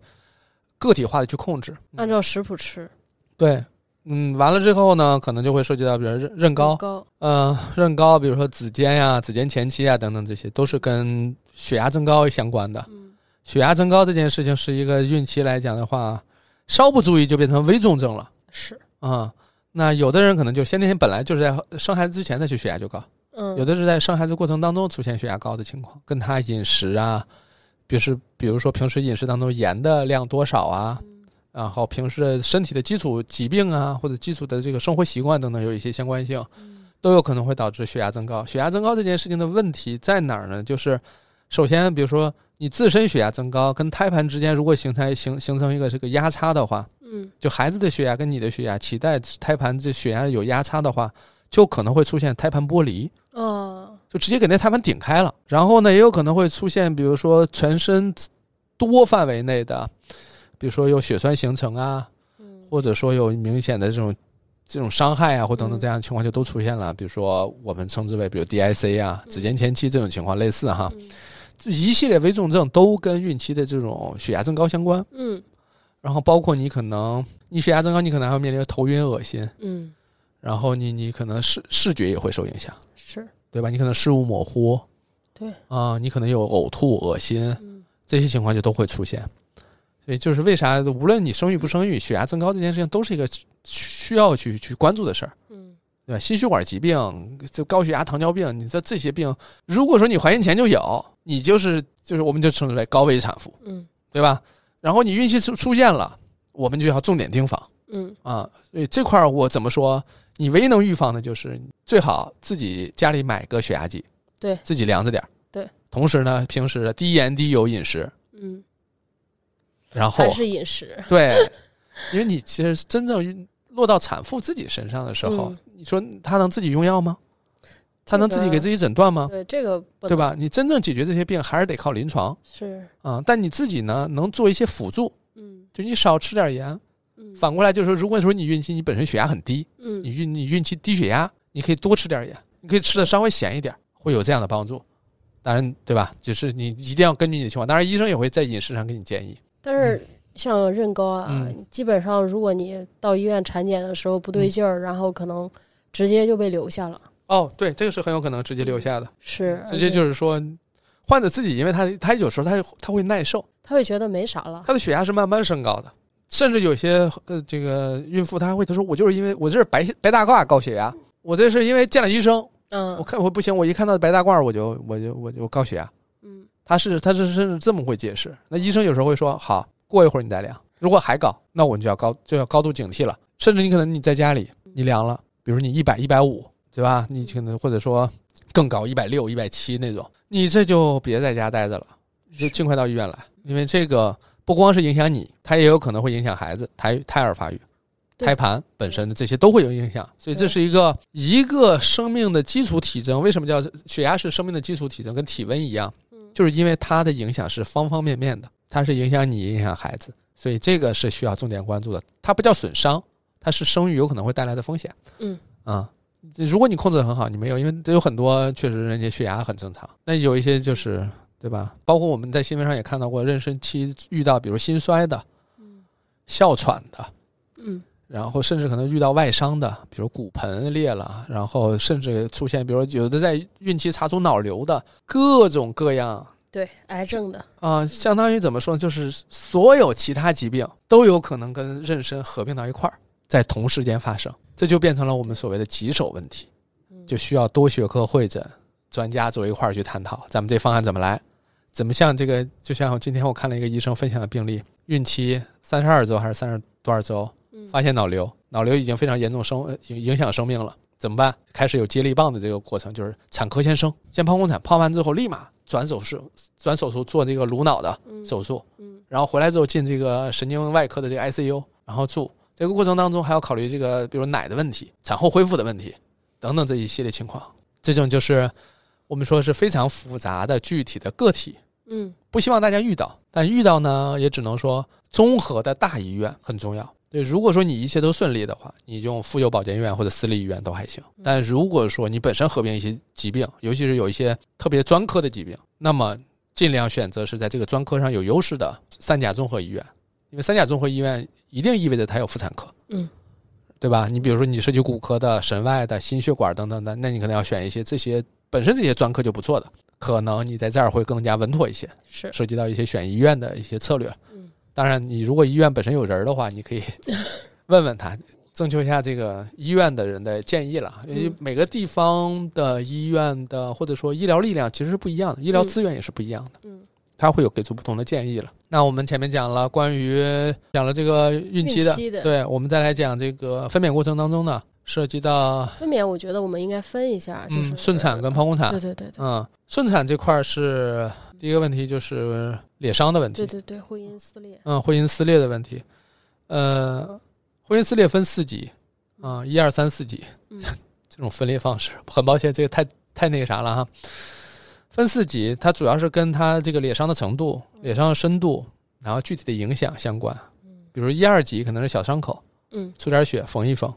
Speaker 1: 个体化的去控制。
Speaker 2: 按照食谱吃，
Speaker 1: 对，嗯，完了之后呢，可能就会涉及到比如妊妊高，
Speaker 2: 高，
Speaker 1: 嗯、妊高，比如说子痫呀、子痫前期啊等等，这些都是跟血压增高相关的。
Speaker 2: 嗯
Speaker 1: 血压增高这件事情是一个孕期来讲的话，稍不注意就变成危重症了
Speaker 2: 是，
Speaker 1: 啊、那有的人可能就先天本来就是在生孩子之前的就血压就高，
Speaker 2: 嗯，
Speaker 1: 有的是在生孩子过程当中出现血压高的情况，跟他饮食啊，比如是比如说平时饮食当中盐的量多少啊，然后平时的身体的基础疾病啊，或者基础的这个生活习惯等等有一些相关性，都有可能会导致血压增高。血压增高这件事情的问题在哪儿呢？就是首先，比如说你自身血压增高跟胎盘之间如果形成形形成一个这个压差的话，
Speaker 2: 嗯
Speaker 1: 就孩子的血压跟你的血压脐带胎盘这血压有压差的话，就可能会出现胎盘剥离。
Speaker 2: 哦，
Speaker 1: 就直接给那胎盘顶开了。然后呢，也有可能会出现，比如说全身多范围内的，比如说有血栓形成啊，
Speaker 2: 嗯
Speaker 1: 或者说有明显的这种这种伤害啊，或等等
Speaker 2: 嗯
Speaker 1: 这样的情况就都出现了。比如说我们称之为，比如 DIC 啊、
Speaker 2: 嗯
Speaker 1: 子痫前期这种情况类似哈，
Speaker 2: 嗯
Speaker 1: 这一系列危重症都跟孕期的这种血压增高相关。
Speaker 2: 嗯
Speaker 1: 然后包括你可能你血压增高，你可能还会面临头晕、恶心，
Speaker 2: 嗯，
Speaker 1: 然后你你可能视视觉也会受影响。
Speaker 2: 是，
Speaker 1: 对吧？你可能视物模糊，
Speaker 2: 对
Speaker 1: 啊、你可能有呕吐、恶心
Speaker 2: 嗯
Speaker 1: 这些情况就都会出现。所以就是为啥，无论你生育不生育，血压增高这件事情都是一个需要去去关注的事儿，
Speaker 2: 嗯
Speaker 1: 对吧？心血管疾病、这高血压、糖尿病，你这这些病，如果说你怀孕前就有，你就是就是我们就称之为高危产妇，
Speaker 2: 嗯
Speaker 1: 对吧？然后你孕期出出现了，我们就要重点盯防。
Speaker 2: 嗯
Speaker 1: 啊，所以这块儿我怎么说？你唯一能预防的就是最好自己家里买个血压计，
Speaker 2: 对
Speaker 1: 自己量着点儿。
Speaker 2: 对，
Speaker 1: 同时呢，平时的低盐低油饮食，
Speaker 2: 嗯，
Speaker 1: 然
Speaker 2: 还
Speaker 1: 后
Speaker 2: 是饮食，
Speaker 1: 对，因为你其实真正落到产妇自己身上的时候，
Speaker 2: 嗯
Speaker 1: 你说她能自己用药吗？她能自己给自己诊断吗？
Speaker 2: 对这个不
Speaker 1: 啊对
Speaker 2: 能？
Speaker 1: 吧？你真正解决这些病还是得靠临床
Speaker 2: 是，
Speaker 1: 啊。但你自己呢，能做一些辅助，
Speaker 2: 嗯
Speaker 1: 就你少吃点盐。
Speaker 2: 嗯，
Speaker 1: 反过来就是说，如果说你孕期你本身血压很低，你
Speaker 2: 嗯
Speaker 1: 孕你孕期低血压，你可以多吃点盐，你可以吃的稍微咸一点，会有这样的帮助。当然，对吧？只是你一定要根据你的情况，当然医生也会在饮食上给你建议。
Speaker 2: 但是像妊高啊
Speaker 1: 嗯，
Speaker 2: 基本上如果你到医院产检的时候不对劲儿，然后可能直接就被留下了。
Speaker 1: 哦，对，这个是很有可能直接留下的，
Speaker 2: 是，
Speaker 1: 嗯直接
Speaker 2: 而且
Speaker 1: 就是说，患者自己，因为他他有时候他他会耐受，
Speaker 2: 他会觉得没啥了。
Speaker 1: 他的血压是慢慢升高的，甚至有些呃这个孕妇她会她说我就是因为我这是白白大褂高血压，我这是因为见了医生，我
Speaker 2: 嗯
Speaker 1: 看我不行，我一看到白大褂我就我就我就高血压，
Speaker 2: 嗯
Speaker 1: 他是他是是这么会解释。那医生有时候会说，好，过一会儿你再量，如果还高，那我们就要高就要高度警惕了。甚至你可能你在家里
Speaker 2: 嗯
Speaker 1: 你量了，比如你一百一百五，对吧？你可能或者说更高一百六一百七那种，你这就别在家待着了，就尽快到医院来，因为这个不光是影响你，它也有可能会影响孩子胎胎儿发育。
Speaker 2: 对
Speaker 1: 胎盘本身的这些都会有影响，所以这
Speaker 2: 对
Speaker 1: 是一个一个生命的基础体征。为什么叫血压是生命的基础体征？跟体温一样，
Speaker 2: 嗯，
Speaker 1: 就是因为它的影响是方方面面的，它是影响你，影响孩子，所以这个是需要重点关注的。它不叫损伤，它是生育有可能会带来的风险。
Speaker 2: 嗯
Speaker 1: 啊、如果你控制的很好，你没有，因为有很多确实人家血压很正常，那有一些就是对吧？包括我们在新闻上也看到过，妊娠期遇到比如心衰的、哮喘的，
Speaker 2: 嗯
Speaker 1: 然后甚至可能遇到外伤的，比如骨盆裂了，然后甚至出现，比如有的在孕期查出脑瘤的，各种各样
Speaker 2: 对，癌症的，
Speaker 1: 啊、相当于怎么说呢？就是所有其他疾病都有可能跟妊娠合并到一块儿，在同时间发生，这就变成了我们所谓的棘手问题，
Speaker 2: 嗯
Speaker 1: 就需要多学科会诊，专家坐一块儿去探讨，咱们这方案怎么来，怎么像这个，就像我今天我看了一个医生分享的病例，孕期三十二周还是三十多少周，
Speaker 2: 嗯
Speaker 1: 发现脑瘤，脑瘤已经非常严重生呃影影响生命了，怎么办？开始有接力棒的这个过程，就是产科先生，先剖宫产，剖完之后立马转手术，转手术做这个颅脑的
Speaker 2: 嗯
Speaker 1: 手术，
Speaker 2: 嗯
Speaker 1: 然后回来之后进这个神经外科的这个 ICU，然后住。这个过程当中还要考虑这个，比如奶的问题、产后恢复的问题等等这一系列情况。这种就是我们说是非常复杂的具体的个体
Speaker 2: 嗯
Speaker 1: 不希望大家遇到，但遇到呢，也只能说综合的大医院很重要。对，如果说你一切都顺利的话，你用妇幼保健医院或者私立医院都还行。但如果说你本身合并一些疾病，尤其是有一些特别专科的疾病，那么尽量选择是在这个专科上有优势的三甲综合医院，因为三甲综合医院一定意味着它有妇产科，
Speaker 2: 嗯，
Speaker 1: 对吧？你比如说你涉及骨科的、神外的、心血管等等的，那你可能要选一些这些本身这些专科就不错的，可能你在这儿会更加稳妥一些。
Speaker 2: 是
Speaker 1: 涉及到一些选医院的一些策略。
Speaker 2: 嗯
Speaker 1: 当然，你如果医院本身有人儿的话，你可 以问问他，征求一下这个医院的人的建议了。因为
Speaker 2: 嗯
Speaker 1: 每个地方的医院的或者说医疗力量其实是不一样的，医疗
Speaker 2: 嗯
Speaker 1: 资源也是不一样的。
Speaker 2: 嗯
Speaker 1: 他会有给出不同的建议了。那我们前面讲了关于讲了这个孕期的，
Speaker 2: 孕期的
Speaker 1: 对，我们再来讲这个分娩过程当中呢，涉及到
Speaker 2: 分娩，我觉得我们应该分一下，就是、
Speaker 1: 嗯顺产跟剖宫产
Speaker 2: 对，对对对
Speaker 1: 嗯，顺产这块儿是第一个问题就是裂伤的问题
Speaker 2: 对，对对，婚姻撕裂，
Speaker 1: 嗯，婚姻撕裂的问题。呃，婚姻撕裂分四级啊，一二三四级
Speaker 2: 嗯
Speaker 1: 这种分裂方式。很抱歉，这个太太那个啥了哈。分四级，它主要是跟它这个裂伤的程度、裂伤的深度，然后具体的影响相关。
Speaker 2: 嗯
Speaker 1: 比如一二级可能是小伤口，
Speaker 2: 嗯
Speaker 1: 出点血缝一缝，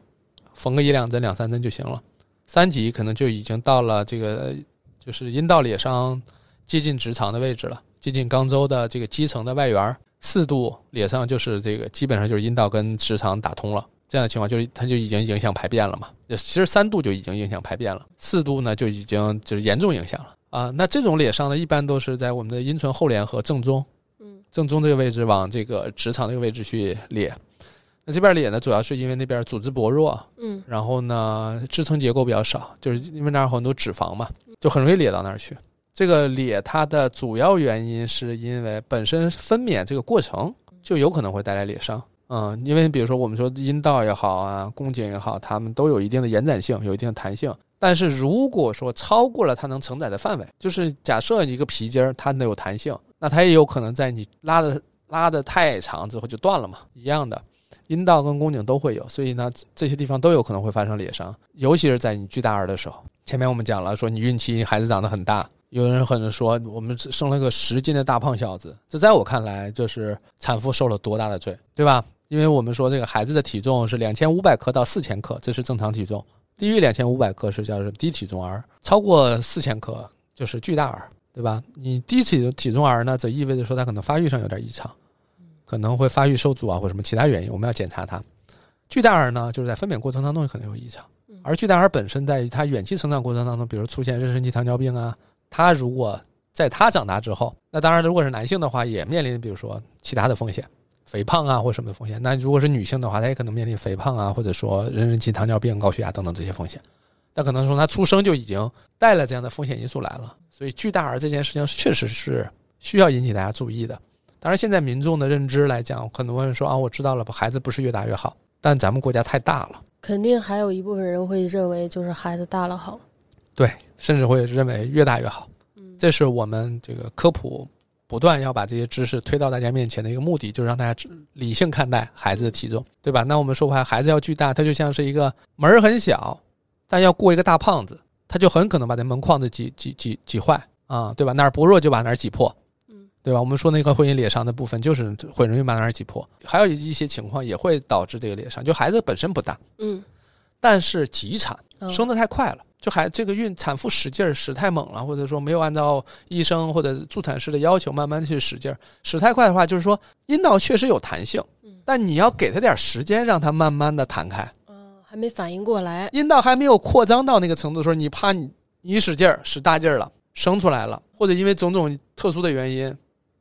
Speaker 1: 缝个一两针、两三针就行了。三级可能就已经到了这个就是阴道裂伤接近直肠的位置了，接近肛周的这个肌层的外缘儿。四度裂伤就是这个基本上就是阴道跟直肠打通了，这样的情况就是它就已经影响排便了嘛。就其实三度就已经影响排便了，四度呢就已经就是严重影响了啊。那这种裂伤呢，一般都是在我们的阴唇后联和正中。
Speaker 2: 嗯
Speaker 1: 正中这个位置往这个直肠这个位置去裂。那这边裂呢，主要是因为那边组织薄弱，
Speaker 2: 嗯
Speaker 1: 然后呢支撑结构比较少，就是因为那儿有很多脂肪嘛，就很容易裂到那儿去。这个裂它的主要原因是因为本身分娩这个过程就有可能会带来裂伤。嗯，因为比如说我们说阴道也好啊，宫颈也好，它们都有一定的延展性，有一定的弹性。但是如果说超过了它能承载的范围，就是假设一个皮筋儿它能有弹性，那它也有可能在你拉的拉的太长之后就断了嘛，一样的。阴道跟宫颈都会有，所以呢，这些地方都有可能会发生裂伤，尤其是在你巨大儿的时候。前面我们讲了，说你孕期孩子长得很大，有人可能说我们生了个十斤的大胖小子，这在我看来就是产妇受了多大的罪，对吧？因为我们说这个孩子的体重是两千五百克到四千克，这是正常体重，低于两千五百克是叫是低体重儿，超过四千克就是巨大儿，对吧？你低体体重儿呢，则意味着说他可能发育上有点异常。可能会发育受阻啊，或者什么其他原因，我们要检查它。巨大儿呢，就是在分娩过程当中可能有异常
Speaker 2: 嗯，
Speaker 1: 而巨大儿本身在于它远期成长过程当中，比如出现妊娠期糖尿病啊，它如果在它长大之后，那当然如果是男性的话，也面临比如说其他的风险，肥胖啊或什么的风险。那如果是女性的话，她也可能面临肥胖啊，或者说妊娠期糖尿病、高血压等等这些风险。那可能从她出生就已经带了这样的风险因素来了，所以巨大儿这件事情确实是需要引起大家注意的。当然，现在民众的认知来讲，很多人说啊，我知道了，孩子不是越大越好，但咱们国家太大了，
Speaker 2: 肯定还有一部分人会认为就是孩子大了好，
Speaker 1: 甚至会认为越大越好。
Speaker 2: 嗯
Speaker 1: 这是我们这个科普不断要把这些知识推到大家面前的一个目的，就是让大家知理性看待孩子的体重，对吧？那我们说回来，孩子要巨大，他就像是一个门儿很小，但要过一个大胖子，他就很可能把那门框子挤挤挤挤坏啊，对吧？哪儿薄弱就把哪儿挤破。
Speaker 2: 嗯
Speaker 1: 对吧？我们说那个会引裂伤的部分，就是会容易马拉尔挤破，还有一些情况也会导致这个裂伤。就孩子本身不大，
Speaker 2: 嗯，
Speaker 1: 但是急产，
Speaker 2: 嗯
Speaker 1: 生的太快了，就还这个孕产妇使劲儿使太猛了，或者说没有按照医生或者助产师的要求慢慢去使劲儿，使太快的话，就是说阴道确实有弹性
Speaker 2: 嗯，
Speaker 1: 但你要给它点儿时间，让它慢慢的弹开。
Speaker 2: 啊还没反应过来，
Speaker 1: 阴道还没有扩张到那个程度的时候，你怕你你使劲儿使大劲儿了，生出来了，或者因为种种特殊的原因，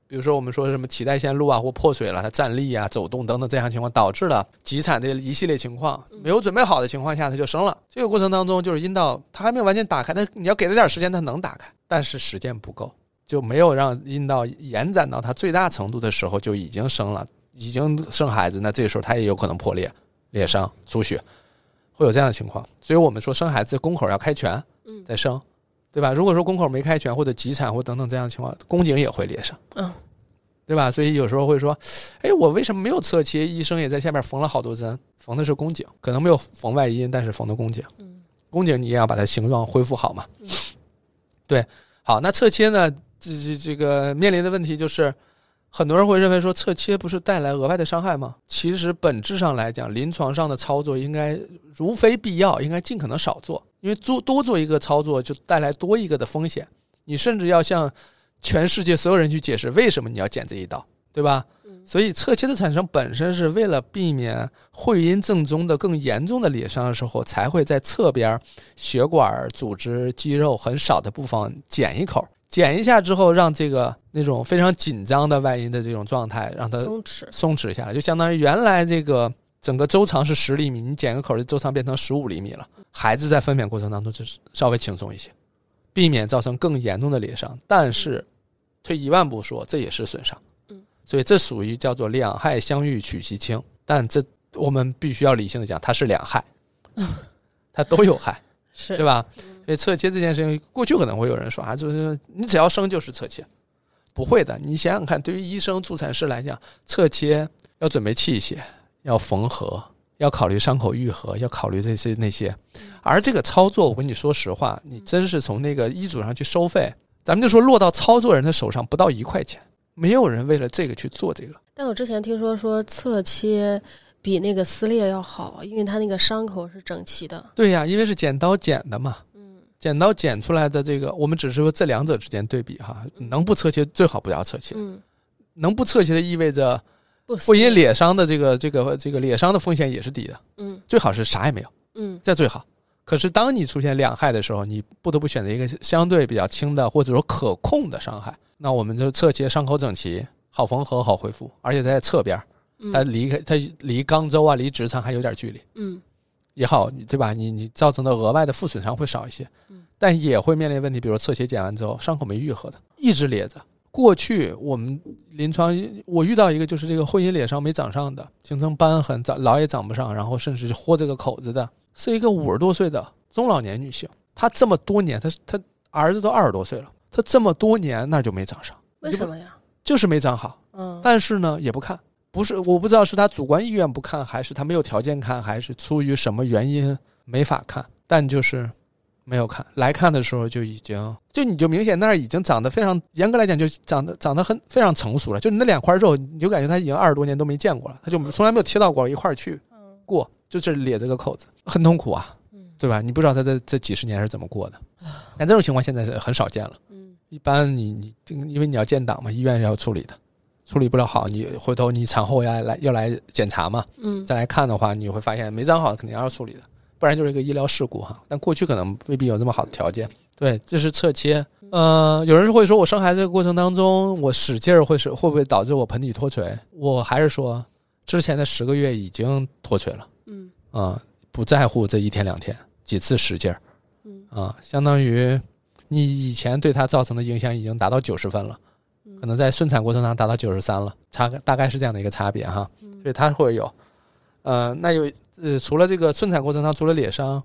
Speaker 1: 比如说我们说什么脐带线路啊或破水了，它站立啊、走动等等这样情况，导致了急产这一系列情况，没有准备好的情况下，它就生了。这个过程当中，就是阴道它还没有完全打开，但你要给它点儿时间，它能打开，但是时间不够，就没有让阴道延展到它最大程度的时候就已经生了，已经生孩子，那这时候它也有可能破裂、裂伤、出血。会有这样的情况。所以我们说生孩子宫口要开全
Speaker 2: 嗯
Speaker 1: 再生，对吧？如果说宫口没开全或者急产或等等这样的情况，宫颈也会裂伤，
Speaker 2: 嗯，
Speaker 1: 对吧？所以有时候会说，哎，我为什么没有侧切？医生也在下面缝了好多针，缝的是宫颈，可能没有缝外阴，但是缝的宫颈。
Speaker 2: 嗯
Speaker 1: 宫颈你也要把它形状恢复好嘛。
Speaker 2: 嗯
Speaker 1: 对，好，那侧切呢？这这这个面临的问题就是，很多人会认为说侧切不是带来额外的伤害吗？其实本质上来讲，临床上的操作应该如非必要，应该尽可能少做，因为多多做一个操作就带来多一个的风险。你甚至要向全世界所有人去解释为什么你要剪这一刀，对吧？
Speaker 2: 嗯
Speaker 1: 所以侧切的产生本身是为了避免会阴正中的更严重的裂伤的时候，才会在侧边儿血管儿、组织、肌肉很少的部分剪一口，剪一下之后，让这个那种非常紧张的外阴的这种状态，让它
Speaker 2: 松弛，
Speaker 1: 松弛下来，就相当于原来这个整个周长是十厘米，你剪个口儿，周长变成十五厘米了。孩子在分娩过程当中就是稍微轻松一些，避免造成更严重的裂伤。但是退一万步说，这也是损伤
Speaker 2: 嗯。
Speaker 1: 所以这属于叫做两害相欲取其轻，但这我们必须要理性的讲，它是两害，它都有害，
Speaker 2: 是
Speaker 1: 对吧？所以侧切这件事情，过去可能会有人说啊，就是你只要生就是侧切，不会的。你想想看，对于医生、助产师来讲，侧切要准备器械，要缝合，要考虑伤口愈合，要考虑这些那些。而这个操作，我跟你说实话，你真是从那个医嘱上去收费，咱们就说落到操作人的手上不到一块钱，没有人为了这个去做这个。
Speaker 2: 但我之前听说说侧切比那个撕裂要好，因为它那个伤口是整齐的。
Speaker 1: 对呀、因为是剪刀剪的嘛。
Speaker 2: 嗯
Speaker 1: 剪刀剪出来的这个，我们只是说这两者之间对比哈，能不侧切最好不要侧切，
Speaker 2: 嗯，
Speaker 1: 能不侧切的意味着
Speaker 2: 不
Speaker 1: 会
Speaker 2: 撕
Speaker 1: 因裂伤的这个这个这个裂伤的风险也是低的，
Speaker 2: 嗯
Speaker 1: 最好是啥也没有，
Speaker 2: 嗯
Speaker 1: 这最好。可是当你出现两害的时候，你不得不选择一个相对比较轻的或者说可控的伤害。那我们就侧切伤口整齐，好缝合，好恢复，而且它在侧边，它
Speaker 2: 嗯
Speaker 1: 离开它离肛周啊，离直肠还有点距离。
Speaker 2: 嗯
Speaker 1: 也好，你对吧？你你造成的额外的负损伤会少一些
Speaker 2: 嗯，
Speaker 1: 但也会面临问题，比如侧切剪完之后伤口没愈合的，一直裂着。过去我们临床我遇到一个就是这个会阴裂伤没长上的，形成瘢痕，长老也长不上，然后甚至是豁这个口子的，是一个五十多岁的中老年女性。她这么多年，她她儿子都二十多岁了，她这么多年那就没长上，
Speaker 2: 为什么呀？
Speaker 1: 就是没长好。
Speaker 2: 嗯
Speaker 1: 但是呢，也不看，不是我不知道是他主观意愿不看，还是他没有条件看，还是出于什么原因没法看，但就是没有看。来看的时候就已经，就你就明显那儿已经长得非常，严格来讲就长得长得很非常成熟了，就你那两块肉，你就感觉他已经二十多年都没见过了，他就从来没有贴到过一块儿去
Speaker 2: 嗯
Speaker 1: 过，就是咧着个口子，很痛苦啊，
Speaker 2: 嗯
Speaker 1: 对吧？你不知道他这这几十年是怎么过的，但这种情况现在是很少见了。
Speaker 2: 嗯
Speaker 1: 一般你你这个因为你要建档嘛，医院要处理的，处理不了好，你回头你产后要来要来检查嘛，
Speaker 2: 嗯
Speaker 1: 再来看的话，你会发现没长好肯定要处理的，不然就是一个医疗事故哈。但过去可能未必有这么好的条件。对，这是侧切。呃，有人会说我生孩子的过程当中，我使劲儿会是会不会导致我盆底脱垂？我还是说，之前的十个月已经脱垂了。
Speaker 2: 嗯
Speaker 1: 啊、不在乎这一天两天几次使劲儿，
Speaker 2: 嗯
Speaker 1: 啊、相当于你以前对它造成的影响已经达到九十分了，
Speaker 2: 嗯
Speaker 1: 可能在顺产过程当中达到九十三了，差大概是这样的一个差别哈，所以它会有，呃，那有呃，除了这个顺产过程当中除了裂伤，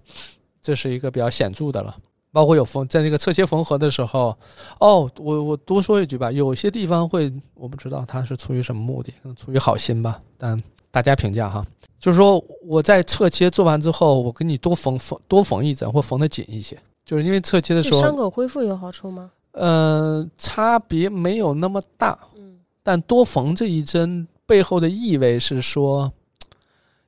Speaker 1: 这是一个比较显著的了。包括有缝，在那个侧切缝合的时候，哦，我我多说一句吧，有些地方会，我不知道它是出于什么目的，可能出于好心吧，但大家评价哈，就是说我在侧切做完之后，我给你多缝缝多缝一针，或缝得紧一些，就是因为侧切的时
Speaker 2: 对伤
Speaker 1: 候，
Speaker 2: 口恢复有好处吗？
Speaker 1: 呃，差别没有那么大，
Speaker 2: 嗯
Speaker 1: 但多缝这一针背后的意味是说，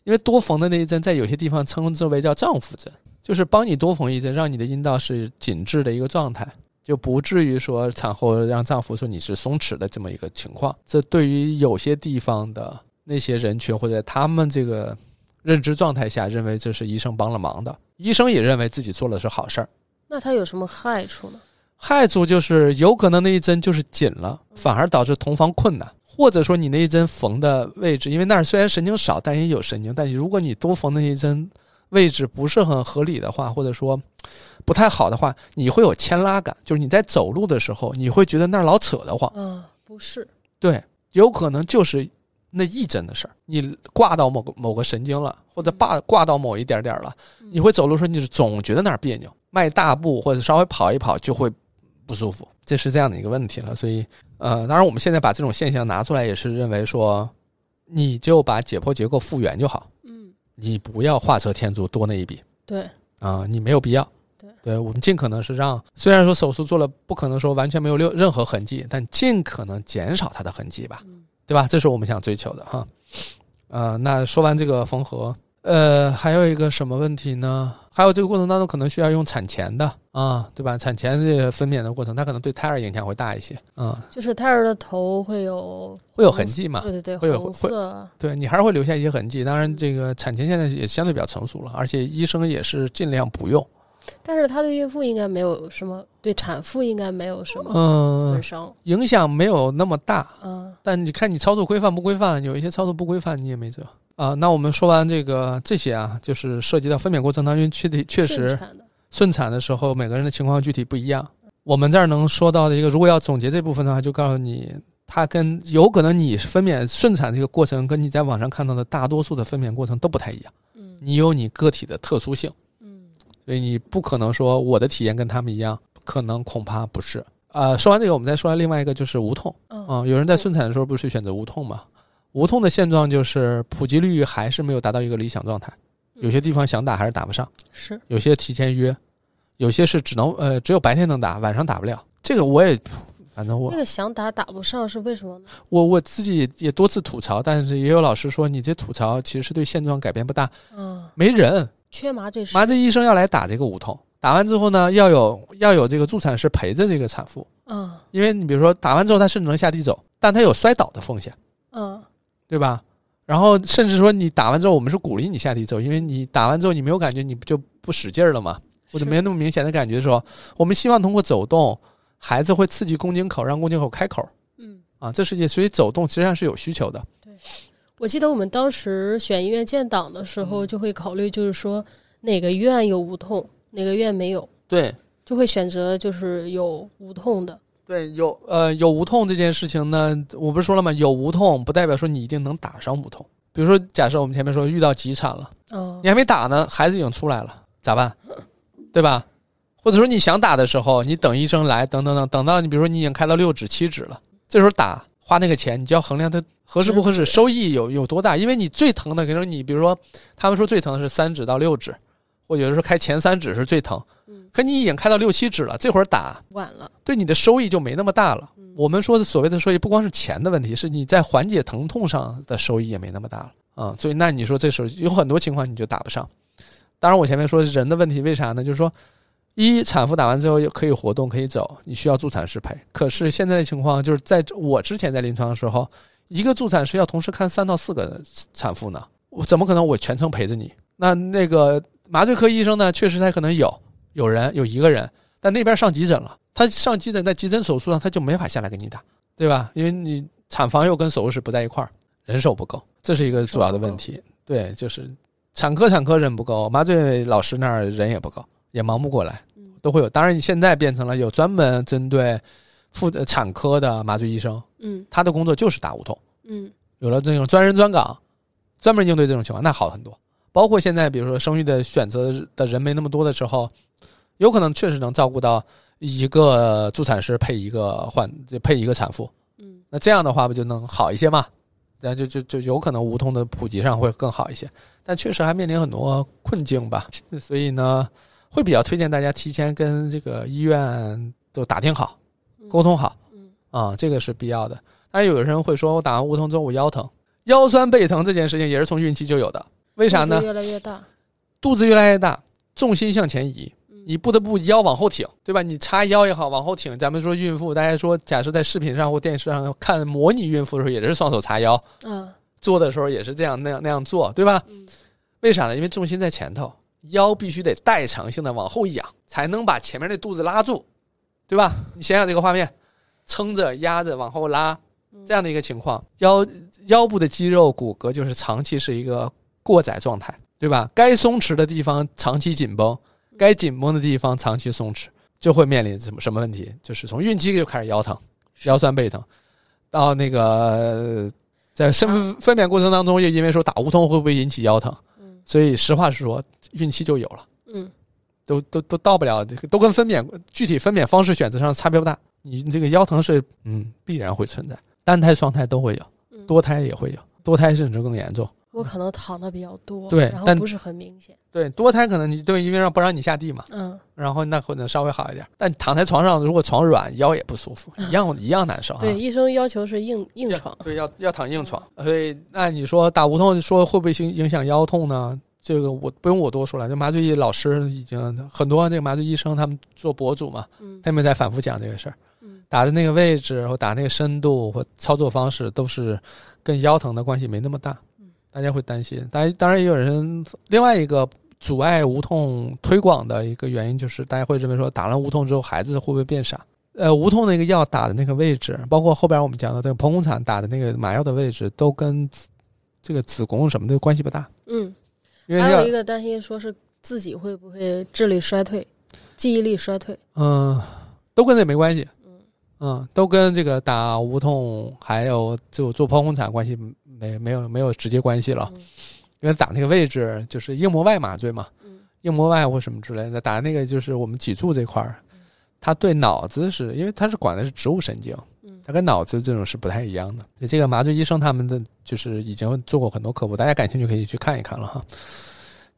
Speaker 1: 因为多缝的那一针在有些地方称之为叫丈夫针，就是帮你多缝一针，让你的阴道是紧致的一个状态，就不至于说产后让丈夫说你是松弛的这么一个情况。这对于有些地方的那些人群或者他们这个认知状态下，认为这是医生帮了忙的，医生也认为自己做了是好事儿。
Speaker 2: 那它有什么害处呢？
Speaker 1: 害处就是有可能那一针就是紧了，反而导致同房困难，或者说你那一针缝的位置，因为那儿虽然神经少，但也有神经，但如果你多缝的那一针位置不是很合理的话，或者说不太好的话，你会有牵拉感，就是你在走路的时候，你会觉得那儿老扯得慌，
Speaker 2: 啊，不是，
Speaker 1: 对，有可能就是那一针的事儿，你挂到某个某个神经了，或者挂挂到某一点点儿了，你会走路的时候，你是总觉得哪儿别扭，迈大步或者稍微跑一跑就会不舒服，这是这样的一个问题了。所以，呃，当然我们现在把这种现象拿出来，也是认为说，你就把解剖结构复原就好，
Speaker 2: 嗯，
Speaker 1: 你不要画蛇添足多那一笔
Speaker 2: 对，
Speaker 1: 啊、你没有必要。
Speaker 2: 对
Speaker 1: 我们尽可能是让，虽然说手术做了，不可能说完全没有留任何痕迹，但尽可能减少它的痕迹吧。
Speaker 2: 嗯
Speaker 1: 对吧？这是我们想追求的哈。呃，那说完这个缝合，呃，还有一个什么问题呢？还有这个过程当中可能需要用产前的啊，对吧？产前这个分娩的过程，它可能对胎儿影响会大一些，嗯，
Speaker 2: 就是胎儿的头会有
Speaker 1: 会有痕迹嘛？
Speaker 2: 对对对，
Speaker 1: 啊会有
Speaker 2: 红
Speaker 1: 会
Speaker 2: 色，啊
Speaker 1: 对你还是会留下一些痕迹。当然，这个产前现在也相对比较成熟了，而且医生也是尽量不用。
Speaker 2: 但是它对孕妇应该没有什么，对产妇应该没有什么
Speaker 1: 嗯
Speaker 2: 损，伤，
Speaker 1: 影响没有那么大，
Speaker 2: 嗯
Speaker 1: 但你看你操作规范不规范，有一些操作不规范你也没辙啊。那我们说完这个这些啊，就是涉及到分娩过程当中确的确
Speaker 2: 顺
Speaker 1: 实
Speaker 2: 产的
Speaker 1: 顺产的时候每个人的情况具体不一样。我们这儿能说到的一个，如果要总结这部分的话，就告诉你，它跟有可能你分娩顺产这个过程跟你在网上看到的大多数的分娩过程都不太一样，
Speaker 2: 嗯
Speaker 1: 你有你个体的特殊性。
Speaker 2: 嗯
Speaker 1: 所以你不可能说我的体验跟他们一样，可能恐怕不是。呃，说完这个，我们再说另外一个，就是无痛。
Speaker 2: 嗯
Speaker 1: 啊、有人在顺产的时候不是选择无痛吗？无痛的现状就是普及率还是没有达到一个理想状态，有些地方想打还是打不上，
Speaker 2: 是
Speaker 1: 有些提前约，有些是只能呃只有白天能打，晚上打不了。这个我也，反正我
Speaker 2: 那个想打打不上是为什么呢？
Speaker 1: 我我自己也多次吐槽，但是也有老师说你这吐槽其实对现状改变不大，
Speaker 2: 嗯，
Speaker 1: 没人，
Speaker 2: 缺麻醉师
Speaker 1: 麻醉医生要来打这个无痛，打完之后呢要有要有这个助产师陪着这个产妇，
Speaker 2: 嗯
Speaker 1: 因为你比如说打完之后他甚至能下地走，但他有摔倒的风险。
Speaker 2: 嗯
Speaker 1: 对吧？然后甚至说你打完之后，我们是鼓励你下地走，因为你打完之后你没有感觉，你不就不使劲儿了嘛，或者
Speaker 2: 是
Speaker 1: 没有那么明显的感觉的时候，我们希望通过走动，孩子会刺激宫颈口，让宫颈口开口
Speaker 2: 嗯。
Speaker 1: 啊，这世界所以走动实际上是有需求的。
Speaker 2: 我记得我们当时选医院建档的时候，
Speaker 1: 嗯
Speaker 2: 就会考虑，就是说哪个医院有无痛，哪个医院没有，
Speaker 1: 对
Speaker 2: 就会选择就是有无痛的。
Speaker 1: 对，有呃有无痛这件事情呢，我不是说了吗？有无痛不代表说你一定能打上无痛。比如说，假设我们前面说遇到急产了，
Speaker 2: 嗯
Speaker 1: 你还没打呢，孩子已经出来了，咋办？对吧？或者说你想打的时候，你等医生来，等等等，等到你比如说你已经开到六指、七指了，这时候打花那个钱，你就要衡量它合适不合适，收益有有多大。因为你最疼的，可能你比如说他们说最疼的是三指到六指，或者有的时候开前三指是最疼，
Speaker 2: 嗯，
Speaker 1: 可你已经开到六七指了，这会儿打
Speaker 2: 晚了。
Speaker 1: 对你的收益就没那么大了。
Speaker 2: 嗯
Speaker 1: 我们说的所谓的收益，不光是钱的问题，是你在缓解疼痛上的收益也没那么大了啊、所以那你说这时候有很多情况你就打不上。当然，我前面说人的问题，为啥呢？就是说，一产妇打完之后又可以活动，可以走，你需要助产师陪。可是现在的情况就是，在我之前在临床的时候，一个助产师要同时看三到四个产妇呢，我怎么可能我全程陪着你？那那个麻醉科医生呢，确实他可能有有人有一个人，但那边上急诊了，他上急诊在急诊手术上他就没法下来给你打，对吧？因为你产房又跟手术室不在一块儿，人手不够，这是一个主要的问题。对，就是产科产科人不够，麻醉老师那儿人也不够，也忙不过来，
Speaker 2: 嗯
Speaker 1: 都会有。当然，你现在变成了有专门针对妇呃产科的麻醉医生，
Speaker 2: 嗯
Speaker 1: 他的工作就是打无痛。
Speaker 2: 嗯
Speaker 1: 有了这种专人专岗，专门应对这种情况，那好很多。包括现在，比如说生育的选择的人没那么多的时候，有可能确实能照顾到一个助产师配一个患配一个产妇，
Speaker 2: 嗯
Speaker 1: 那这样的话不就能好一些嘛？那就就就有可能无痛的普及上会更好一些，但确实还面临很多困境吧。 所以呢，会比较推荐大家提前跟这个医院都打听好，沟通好
Speaker 2: 嗯，
Speaker 1: 啊、这个是必要的。但是有人会说，我打完无痛之后我腰疼，腰酸背疼这件事情也是从孕期就有的，为
Speaker 2: 为
Speaker 1: 啥呢？
Speaker 2: 越来越大，
Speaker 1: 肚子越来越大，重心向前移，
Speaker 2: 嗯
Speaker 1: 你不得不腰往后挺，对吧？你叉腰也好，往后挺。咱们说孕妇，大家说，假设在视频上或电视上看模拟孕妇的时候，也是双手叉腰，
Speaker 2: 啊，
Speaker 1: 做的时候也是这样那样那样做，对吧？
Speaker 2: 嗯
Speaker 1: 为啥呢？因为重心在前头，腰必须得代偿性的往后仰，才能把前面那肚子拉住，对吧？你想想这个画面，撑着压着往后拉这样的一个情况，腰腰部的肌肉骨骼就是长期是一个过载状态，对吧？该松弛的地方长期紧绷，该紧绷的地方长期松弛，就会面临什么什么问题？就是从孕期就开始腰疼、腰酸背疼，到那个。在身分分娩过程当中，又因为说打无痛会不会引起腰疼，
Speaker 2: 嗯
Speaker 1: 所以实话实说，孕期就有了，
Speaker 2: 嗯
Speaker 1: 都都都到不了，都跟分娩具体分娩方式选择上差别不大。你这个腰疼是嗯必然会存在，单胎、双胎都会有，
Speaker 2: 嗯，
Speaker 1: 多胎也会有，多胎甚至更严重。
Speaker 2: 我可能躺的比较多，
Speaker 1: 对
Speaker 2: 然后
Speaker 1: 但
Speaker 2: 不是很明显，
Speaker 1: 对，多胎可能你对，因为让不让你下地嘛，
Speaker 2: 嗯，
Speaker 1: 然后那可能稍微好一点。但躺在床上，如果床软，腰也不舒服，一样一样难受啊。
Speaker 2: 对，医生要求是硬硬
Speaker 1: 要
Speaker 2: 床，
Speaker 1: 对，要要躺硬床。所以，那你说打无痛说会不会影影响腰痛呢？这个我不用我多说了，这麻醉老师已经很多这个麻醉医生他们做博主嘛，
Speaker 2: 嗯
Speaker 1: 他们在反复讲这个事儿，
Speaker 2: 嗯
Speaker 1: 打的那个位置或打那个深度或操作方式都是跟腰疼的关系没那么大
Speaker 2: 嗯，
Speaker 1: 大家会担心。当然，当然也有人另外一个阻碍无痛推广的一个原因就是大家会认为说打了无痛之后孩子会不会变傻？呃，无痛那个药打的那个位置，包括后边我们讲的这个剖宫产打的那个麻药的位置，都跟子这个子宫什么的关系不大，
Speaker 2: 嗯，
Speaker 1: 因为
Speaker 2: 还
Speaker 1: 要
Speaker 2: 有一个担心说是自己会不会智力衰退、记忆力衰退，
Speaker 1: 嗯、都跟这没关系，
Speaker 2: 嗯
Speaker 1: 嗯，都跟这个打无痛还有就做剖宫产关系没没有没有直接关系了，
Speaker 2: 嗯
Speaker 1: 因为打那个位置就是硬膜外麻醉嘛，
Speaker 2: 嗯
Speaker 1: 硬膜外或什么之类的，打那个就是我们脊柱这块儿，
Speaker 2: 嗯
Speaker 1: 它对脑子是因为它是管的是植物神经，
Speaker 2: 嗯
Speaker 1: 它跟脑子这种是不太一样的。所以这个麻醉医生他们的就是已经做过很多科普，大家感兴趣可以去看一看了哈。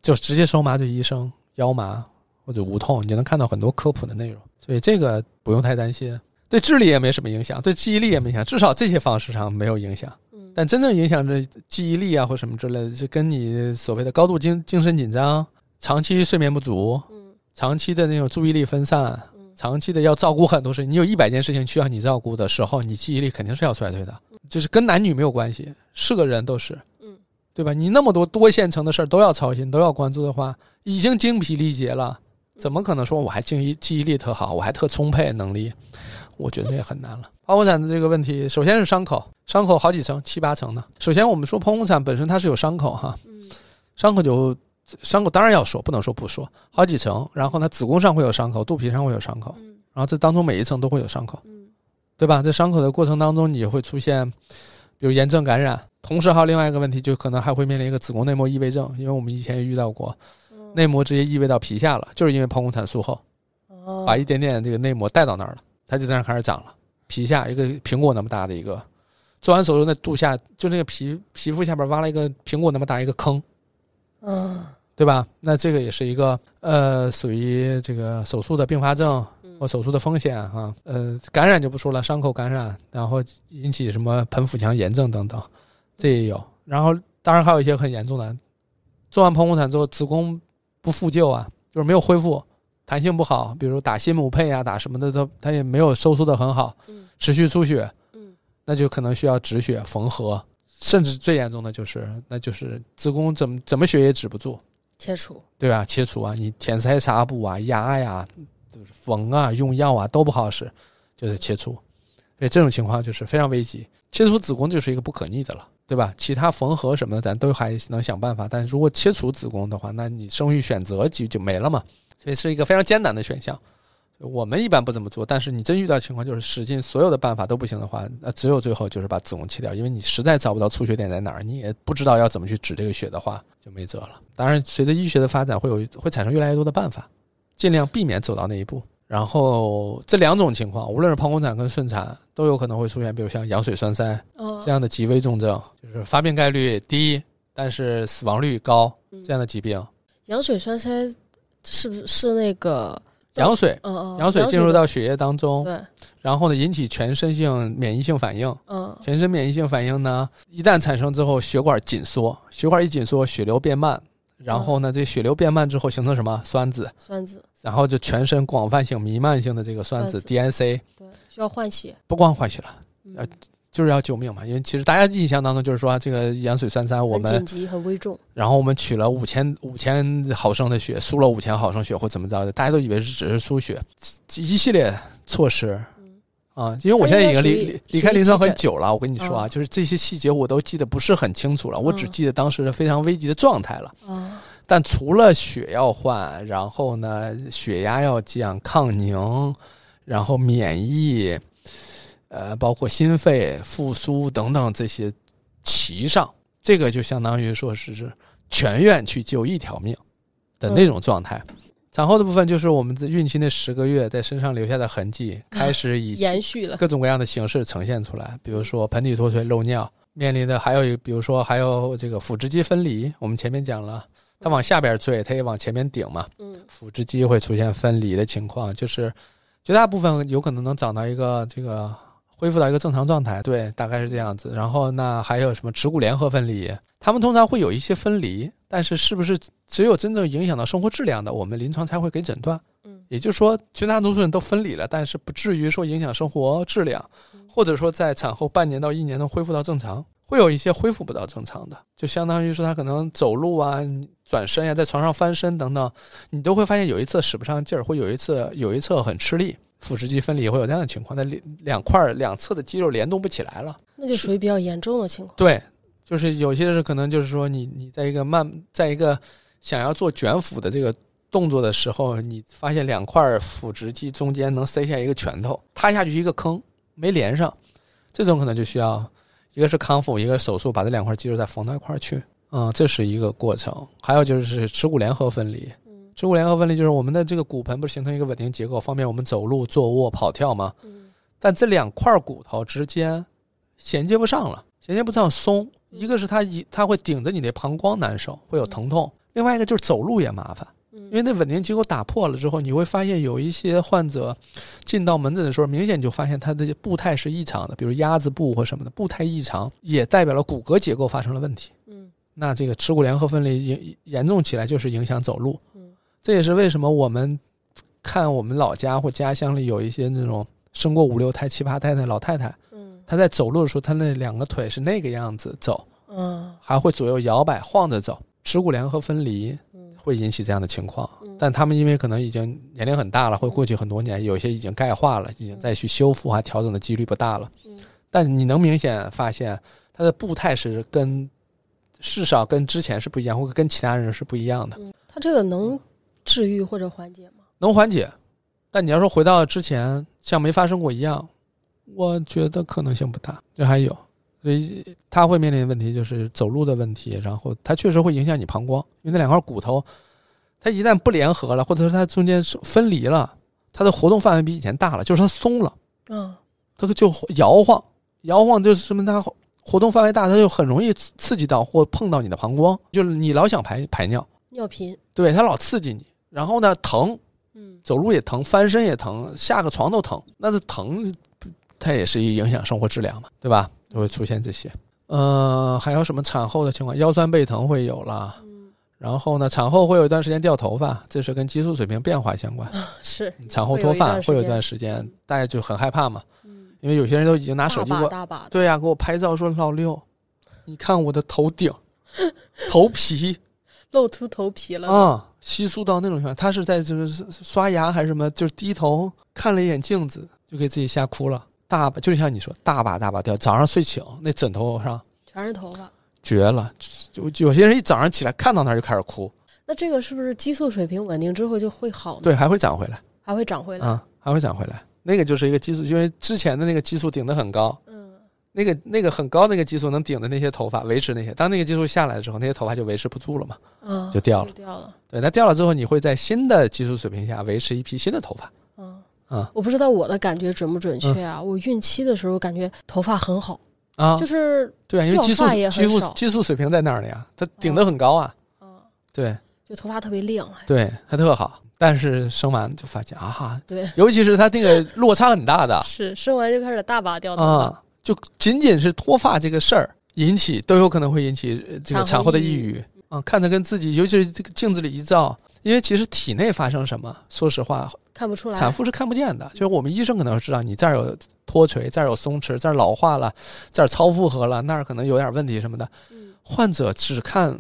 Speaker 1: 就直接搜麻醉医生、腰麻或者无痛，你就能看到很多科普的内容，所以这个不用太担心。对智力也没什么影响，对记忆力也没影响，至少这些方式上没有影响。
Speaker 2: 嗯，
Speaker 1: 但真正影响着记忆力啊或什么之类的，是跟你所谓的高度精精神紧张、长期睡眠不足、
Speaker 2: 嗯
Speaker 1: 长期的那种注意力分散、
Speaker 2: 嗯
Speaker 1: 长期的要照顾很多事情，你有一百件事情需要你照顾的时候，你记忆力肯定是要衰退的，就是跟男女没有关系，是个人都是，
Speaker 2: 嗯，
Speaker 1: 对吧？你那么多多线程的事儿都要操心，都要关注的话，已经精疲力竭了，怎么可能说我还记忆记忆力特好，我还特充沛能力？我觉得也很难了。剖宫产的这个问题，首先是伤口，伤口好几层，七八层呢。首先我们说剖宫产本身它是有伤口哈，
Speaker 2: 嗯
Speaker 1: 伤口就伤口当然要说，不能说不说，好几层。然后呢，子宫上会有伤口，肚皮上会有伤口，
Speaker 2: 嗯
Speaker 1: 然后这当中每一层都会有伤口，
Speaker 2: 嗯
Speaker 1: 对吧？在伤口的过程当中，你会出现比如炎症感染，同时还有另外一个问题，就可能还会面临一个子宫内膜异位症，因为我们以前也遇到过，
Speaker 2: 嗯，
Speaker 1: 内膜直接异位到皮下了，就是因为剖宫产术后
Speaker 2: 哦
Speaker 1: 把一点点这个内膜带到那儿了，它就在那儿开始长了，皮下一个苹果那么大的一个。做完手术，那肚下就那个皮皮肤下边挖了一个苹果那么大一个坑，
Speaker 2: 嗯
Speaker 1: 对吧？那这个也是一个呃，属于这个手术的并发症
Speaker 2: 嗯
Speaker 1: 或手术的风险啊。呃，感染就不说了，伤口感染，然后引起什么盆腹腔炎症等等，这也有。然后当然还有一些很严重的，做完剖宫产之后，子宫不复旧啊，就是没有恢复，弹性不好，比如打新母配啊，打什么的都它也没有收缩的很好，
Speaker 2: 嗯
Speaker 1: 持续出血，
Speaker 2: 嗯
Speaker 1: 那就可能需要止血、缝合，甚至最严重的就是，那就是子宫怎么怎么血也止不住。
Speaker 2: 切除，
Speaker 1: 对吧？切除啊，你填塞纱布啊、压呀、就是缝啊、用药啊都不好使，就是切除。所以这种情况就是非常危急，切除子宫就是一个不可逆的了，对吧？其他缝合什么的咱都还能想办法，但如果切除子宫的话，那你生育选择就就没了嘛，所以是一个非常艰难的选项。我们一般不这么做，但是你真遇到情况就是使尽所有的办法都不行的话，那只有最后就是把子宫切掉，因为你实在找不到出血点在哪儿，你也不知道要怎么去止这个血的话，就没辙了。当然，随着医学的发展，会有会产生越来越多的办法，尽量避免走到那一步。然后这两种情况，无论是剖宫产跟顺产，都有可能会出现，比如像羊水栓塞
Speaker 2: 哦
Speaker 1: 这样的极危重症，就是发病概率低，但是死亡率高
Speaker 2: 嗯
Speaker 1: 这样的疾病。
Speaker 2: 羊水栓塞是不是是那个
Speaker 1: 羊水，
Speaker 2: 嗯嗯，
Speaker 1: 羊水进入
Speaker 2: 的
Speaker 1: 到血液当中，
Speaker 2: 对，
Speaker 1: 然后呢引起全身性免疫性反应。
Speaker 2: 嗯
Speaker 1: 全身免疫性反应呢，一旦产生之后，血管紧缩，血管一紧缩，血流变慢，
Speaker 2: 嗯
Speaker 1: 然后呢，这血流变慢之后形成什么酸子，
Speaker 2: 酸子，
Speaker 1: 然后就全身广泛性弥漫性的这个酸子
Speaker 2: 酸子
Speaker 1: DNC，
Speaker 2: 对，需要换血，
Speaker 1: 不光坏血了，
Speaker 2: 嗯
Speaker 1: 呃，就是要救命嘛。因为其实大家印象当中就是说这个羊水栓塞，我
Speaker 2: 很
Speaker 1: 们
Speaker 2: 紧急，很危重，
Speaker 1: 然后我们取了五千五千毫升的血，输了五千毫升血或怎么着的，大家都以为是只是输血，一一系列措施
Speaker 2: 嗯
Speaker 1: 啊，因为我现在已经离
Speaker 2: 它应该属于
Speaker 1: 离离开临床很久了，我跟你
Speaker 2: 急诊
Speaker 1: 说啊，就是这些细节我都记得不是很清楚了，我只记得当时的非常危急的状态了。
Speaker 2: 啊，
Speaker 1: 但除了血要换，然后呢，血压要降、抗凝，然后免疫，呃，包括心肺复苏等等这些齐上，这个就相当于说是是全院去救一条命的那种状态。产后的部分就是我们在孕期那十个月在身上留下的痕迹，开始以
Speaker 2: 延续 了，
Speaker 1: 各种各样的形式呈现出来，比如说盆底脱垂、漏尿，面临的还有一个，比如说还有这个腹直肌分离，我们前面讲了，它往下边坠，它也往前面顶嘛，
Speaker 2: 嗯
Speaker 1: 腹直肌会出现分离的情况，就是绝大部分有可能能长到一个这个恢复到一个正常状态，对，大概是这样子。然后那还有什么耻骨联合分离，他们通常会有一些分离，但是是不是只有真正影响到生活质量的，我们临床才会给诊断。
Speaker 2: 嗯
Speaker 1: 也就是说，绝大多数人都分离了，但是不至于说影响生活质量，或者说在产后半年到一年能恢复到正常，会有一些恢复不到正常的，就相当于说他可能走路啊、你转身呀、在床上翻身等等，你都会发现有一侧使不上劲儿，或有一次有一侧很吃力，腹直肌分离会有这样的情况，那两两块儿两侧的肌肉联动不起来了。
Speaker 2: 那就属于比较严重的情况，
Speaker 1: 对，就是有些是可能就是说你你在一个慢，在一个想要做卷腹的这个动作的时候，你发现两块腹直肌中间能塞下一个拳头，塌下去一个坑没连上，这种可能就需要一个是康复，一个是手术把这两块肌肉再缝到一块儿去。嗯，这是一个过程，还有就是耻骨联合分离。
Speaker 2: 嗯
Speaker 1: 耻骨联合分离就是我们的这个骨盆不是形成一个稳定结构，方便我们走路、坐卧、跑跳吗？
Speaker 2: 嗯
Speaker 1: 但这两块骨头之间衔接不上了，衔接不上松。一个是它一它会顶着你的膀胱难受，会有疼痛；另外一个就是走路也麻烦，因为
Speaker 2: 嗯
Speaker 1: 那稳定机构打破了之后，你会发现有一些患者进到门诊的时候，明显就发现他的步态是异常的，比如鸭子步或什么的，步态异常也代表了骨骼结构发生了问题。
Speaker 2: 嗯
Speaker 1: 那这个耻骨联合分离影严重起来，就是影响走路。
Speaker 2: 嗯
Speaker 1: 这也是为什么我们看我们老家或家乡里有一些那种生过五六胎、七八胎的老太太，
Speaker 2: 嗯
Speaker 1: 她在走路的时候，她那两个腿是那个样子走，
Speaker 2: 嗯
Speaker 1: 还会左右摇摆、晃着走。耻骨联合分离
Speaker 2: 嗯
Speaker 1: 会引起这样的情况，
Speaker 2: 嗯
Speaker 1: 但他们因为可能已经年龄很大了，会过去很多年，有一些已经钙化了，已经再去修复啊、调整的几率不大了。
Speaker 2: 嗯
Speaker 1: 但你能明显发现，他的步态是跟至少跟之前是不一样，或者跟其他人是不一样的。
Speaker 2: 嗯，它这个能治愈或者缓解吗？
Speaker 1: 能缓解，但你要说回到之前像没发生过一样，我觉得可能性不大，这还有，所以他会面临的问题就是走路的问题，然后它确实会影响你膀胱，因为那两块骨头，它一旦不联合了，或者说它中间是分离了，它的活动范围比以前大了，就是它松了，
Speaker 2: 嗯
Speaker 1: 它就摇晃，摇晃就是什么它。活动范围大，它就很容易刺刺激到或碰到你的膀胱，就是你老想排排尿，
Speaker 2: 尿频，
Speaker 1: 对它老刺激你，然后呢疼，
Speaker 2: 嗯
Speaker 1: 走路也疼，翻身也疼，下个床都疼。那这疼，它也是一影响生活质量嘛，对吧？就会出现这些。呃，还有什么产后的情况？腰酸背疼会有啦。
Speaker 2: 嗯
Speaker 1: 然后呢，产后会有一段时间掉头发，这是跟激素水平变化相关。
Speaker 2: 是
Speaker 1: 产后脱发会
Speaker 2: 嗯
Speaker 1: 有
Speaker 2: 会有
Speaker 1: 一
Speaker 2: 一
Speaker 1: 段
Speaker 2: 段
Speaker 1: 时间，大家就很害怕嘛，
Speaker 2: 嗯
Speaker 1: 因为有些人都已经拿
Speaker 2: 大
Speaker 1: 手机给
Speaker 2: 把
Speaker 1: 我，
Speaker 2: 大把的，
Speaker 1: 对呀、给我拍照说老六，你看我的头顶、头皮，
Speaker 2: 露出头皮了，
Speaker 1: 啊、稀疏到那种情况，他是在就是刷牙还是什么，就是低头看了一眼镜子，就给自己吓哭了，大把就像你说，大把大把掉。早上睡醒那枕头上
Speaker 2: 全是头发。
Speaker 1: 绝了，就就有些人一早上起来看到那儿就开始哭，
Speaker 2: 那这个是不是激素水平稳定之后就会好呢？
Speaker 1: 对，还会长回来
Speaker 2: 还会长回来？
Speaker 1: 啊、还会长回来。那个就是一个激素，因为之前的那个激素顶得很高，
Speaker 2: 嗯
Speaker 1: 那个那个很高那个激素能顶着那些头发，维持那些。当那个激素下来之后，那些头发就维持不住了嘛，
Speaker 2: 啊，
Speaker 1: 就掉了
Speaker 2: 就掉了。
Speaker 1: 对，它掉了之后，你会在新的激素水平下维持一批新的头发。
Speaker 2: 嗯
Speaker 1: 啊嗯
Speaker 2: 我不知道我的感觉准不准确啊。我孕期的时候感觉头发很好，
Speaker 1: 啊，
Speaker 2: 就是
Speaker 1: 对啊，因为
Speaker 2: 掉
Speaker 1: 激素
Speaker 2: 发也
Speaker 1: 激
Speaker 2: 很
Speaker 1: 素
Speaker 2: 少
Speaker 1: 激素水平在那儿呢呀，它顶得很高啊。
Speaker 2: 嗯，
Speaker 1: 对
Speaker 2: 就头发特别亮，啊
Speaker 1: 对，它特好。但是生完就发现啊，
Speaker 2: 对，
Speaker 1: 尤其是它那个落差很大 的
Speaker 2: 是生完就开始大拔掉头发，
Speaker 1: 啊，就仅仅是脱发这个事儿引起，都有可能会引起呃这个
Speaker 2: 产
Speaker 1: 产
Speaker 2: 后
Speaker 1: 后的
Speaker 2: 抑
Speaker 1: 抑郁啊。看着跟自己，尤其是这个镜子里一照，因为其实体内发生什么，说实话，
Speaker 2: 看不出来。
Speaker 1: 产妇是看不见的，就是我们医生可能知道你这儿有脱垂，这儿有松弛，这儿老化了，这儿超负荷了，那儿可能有点问题什么的。
Speaker 2: 嗯
Speaker 1: 患者只看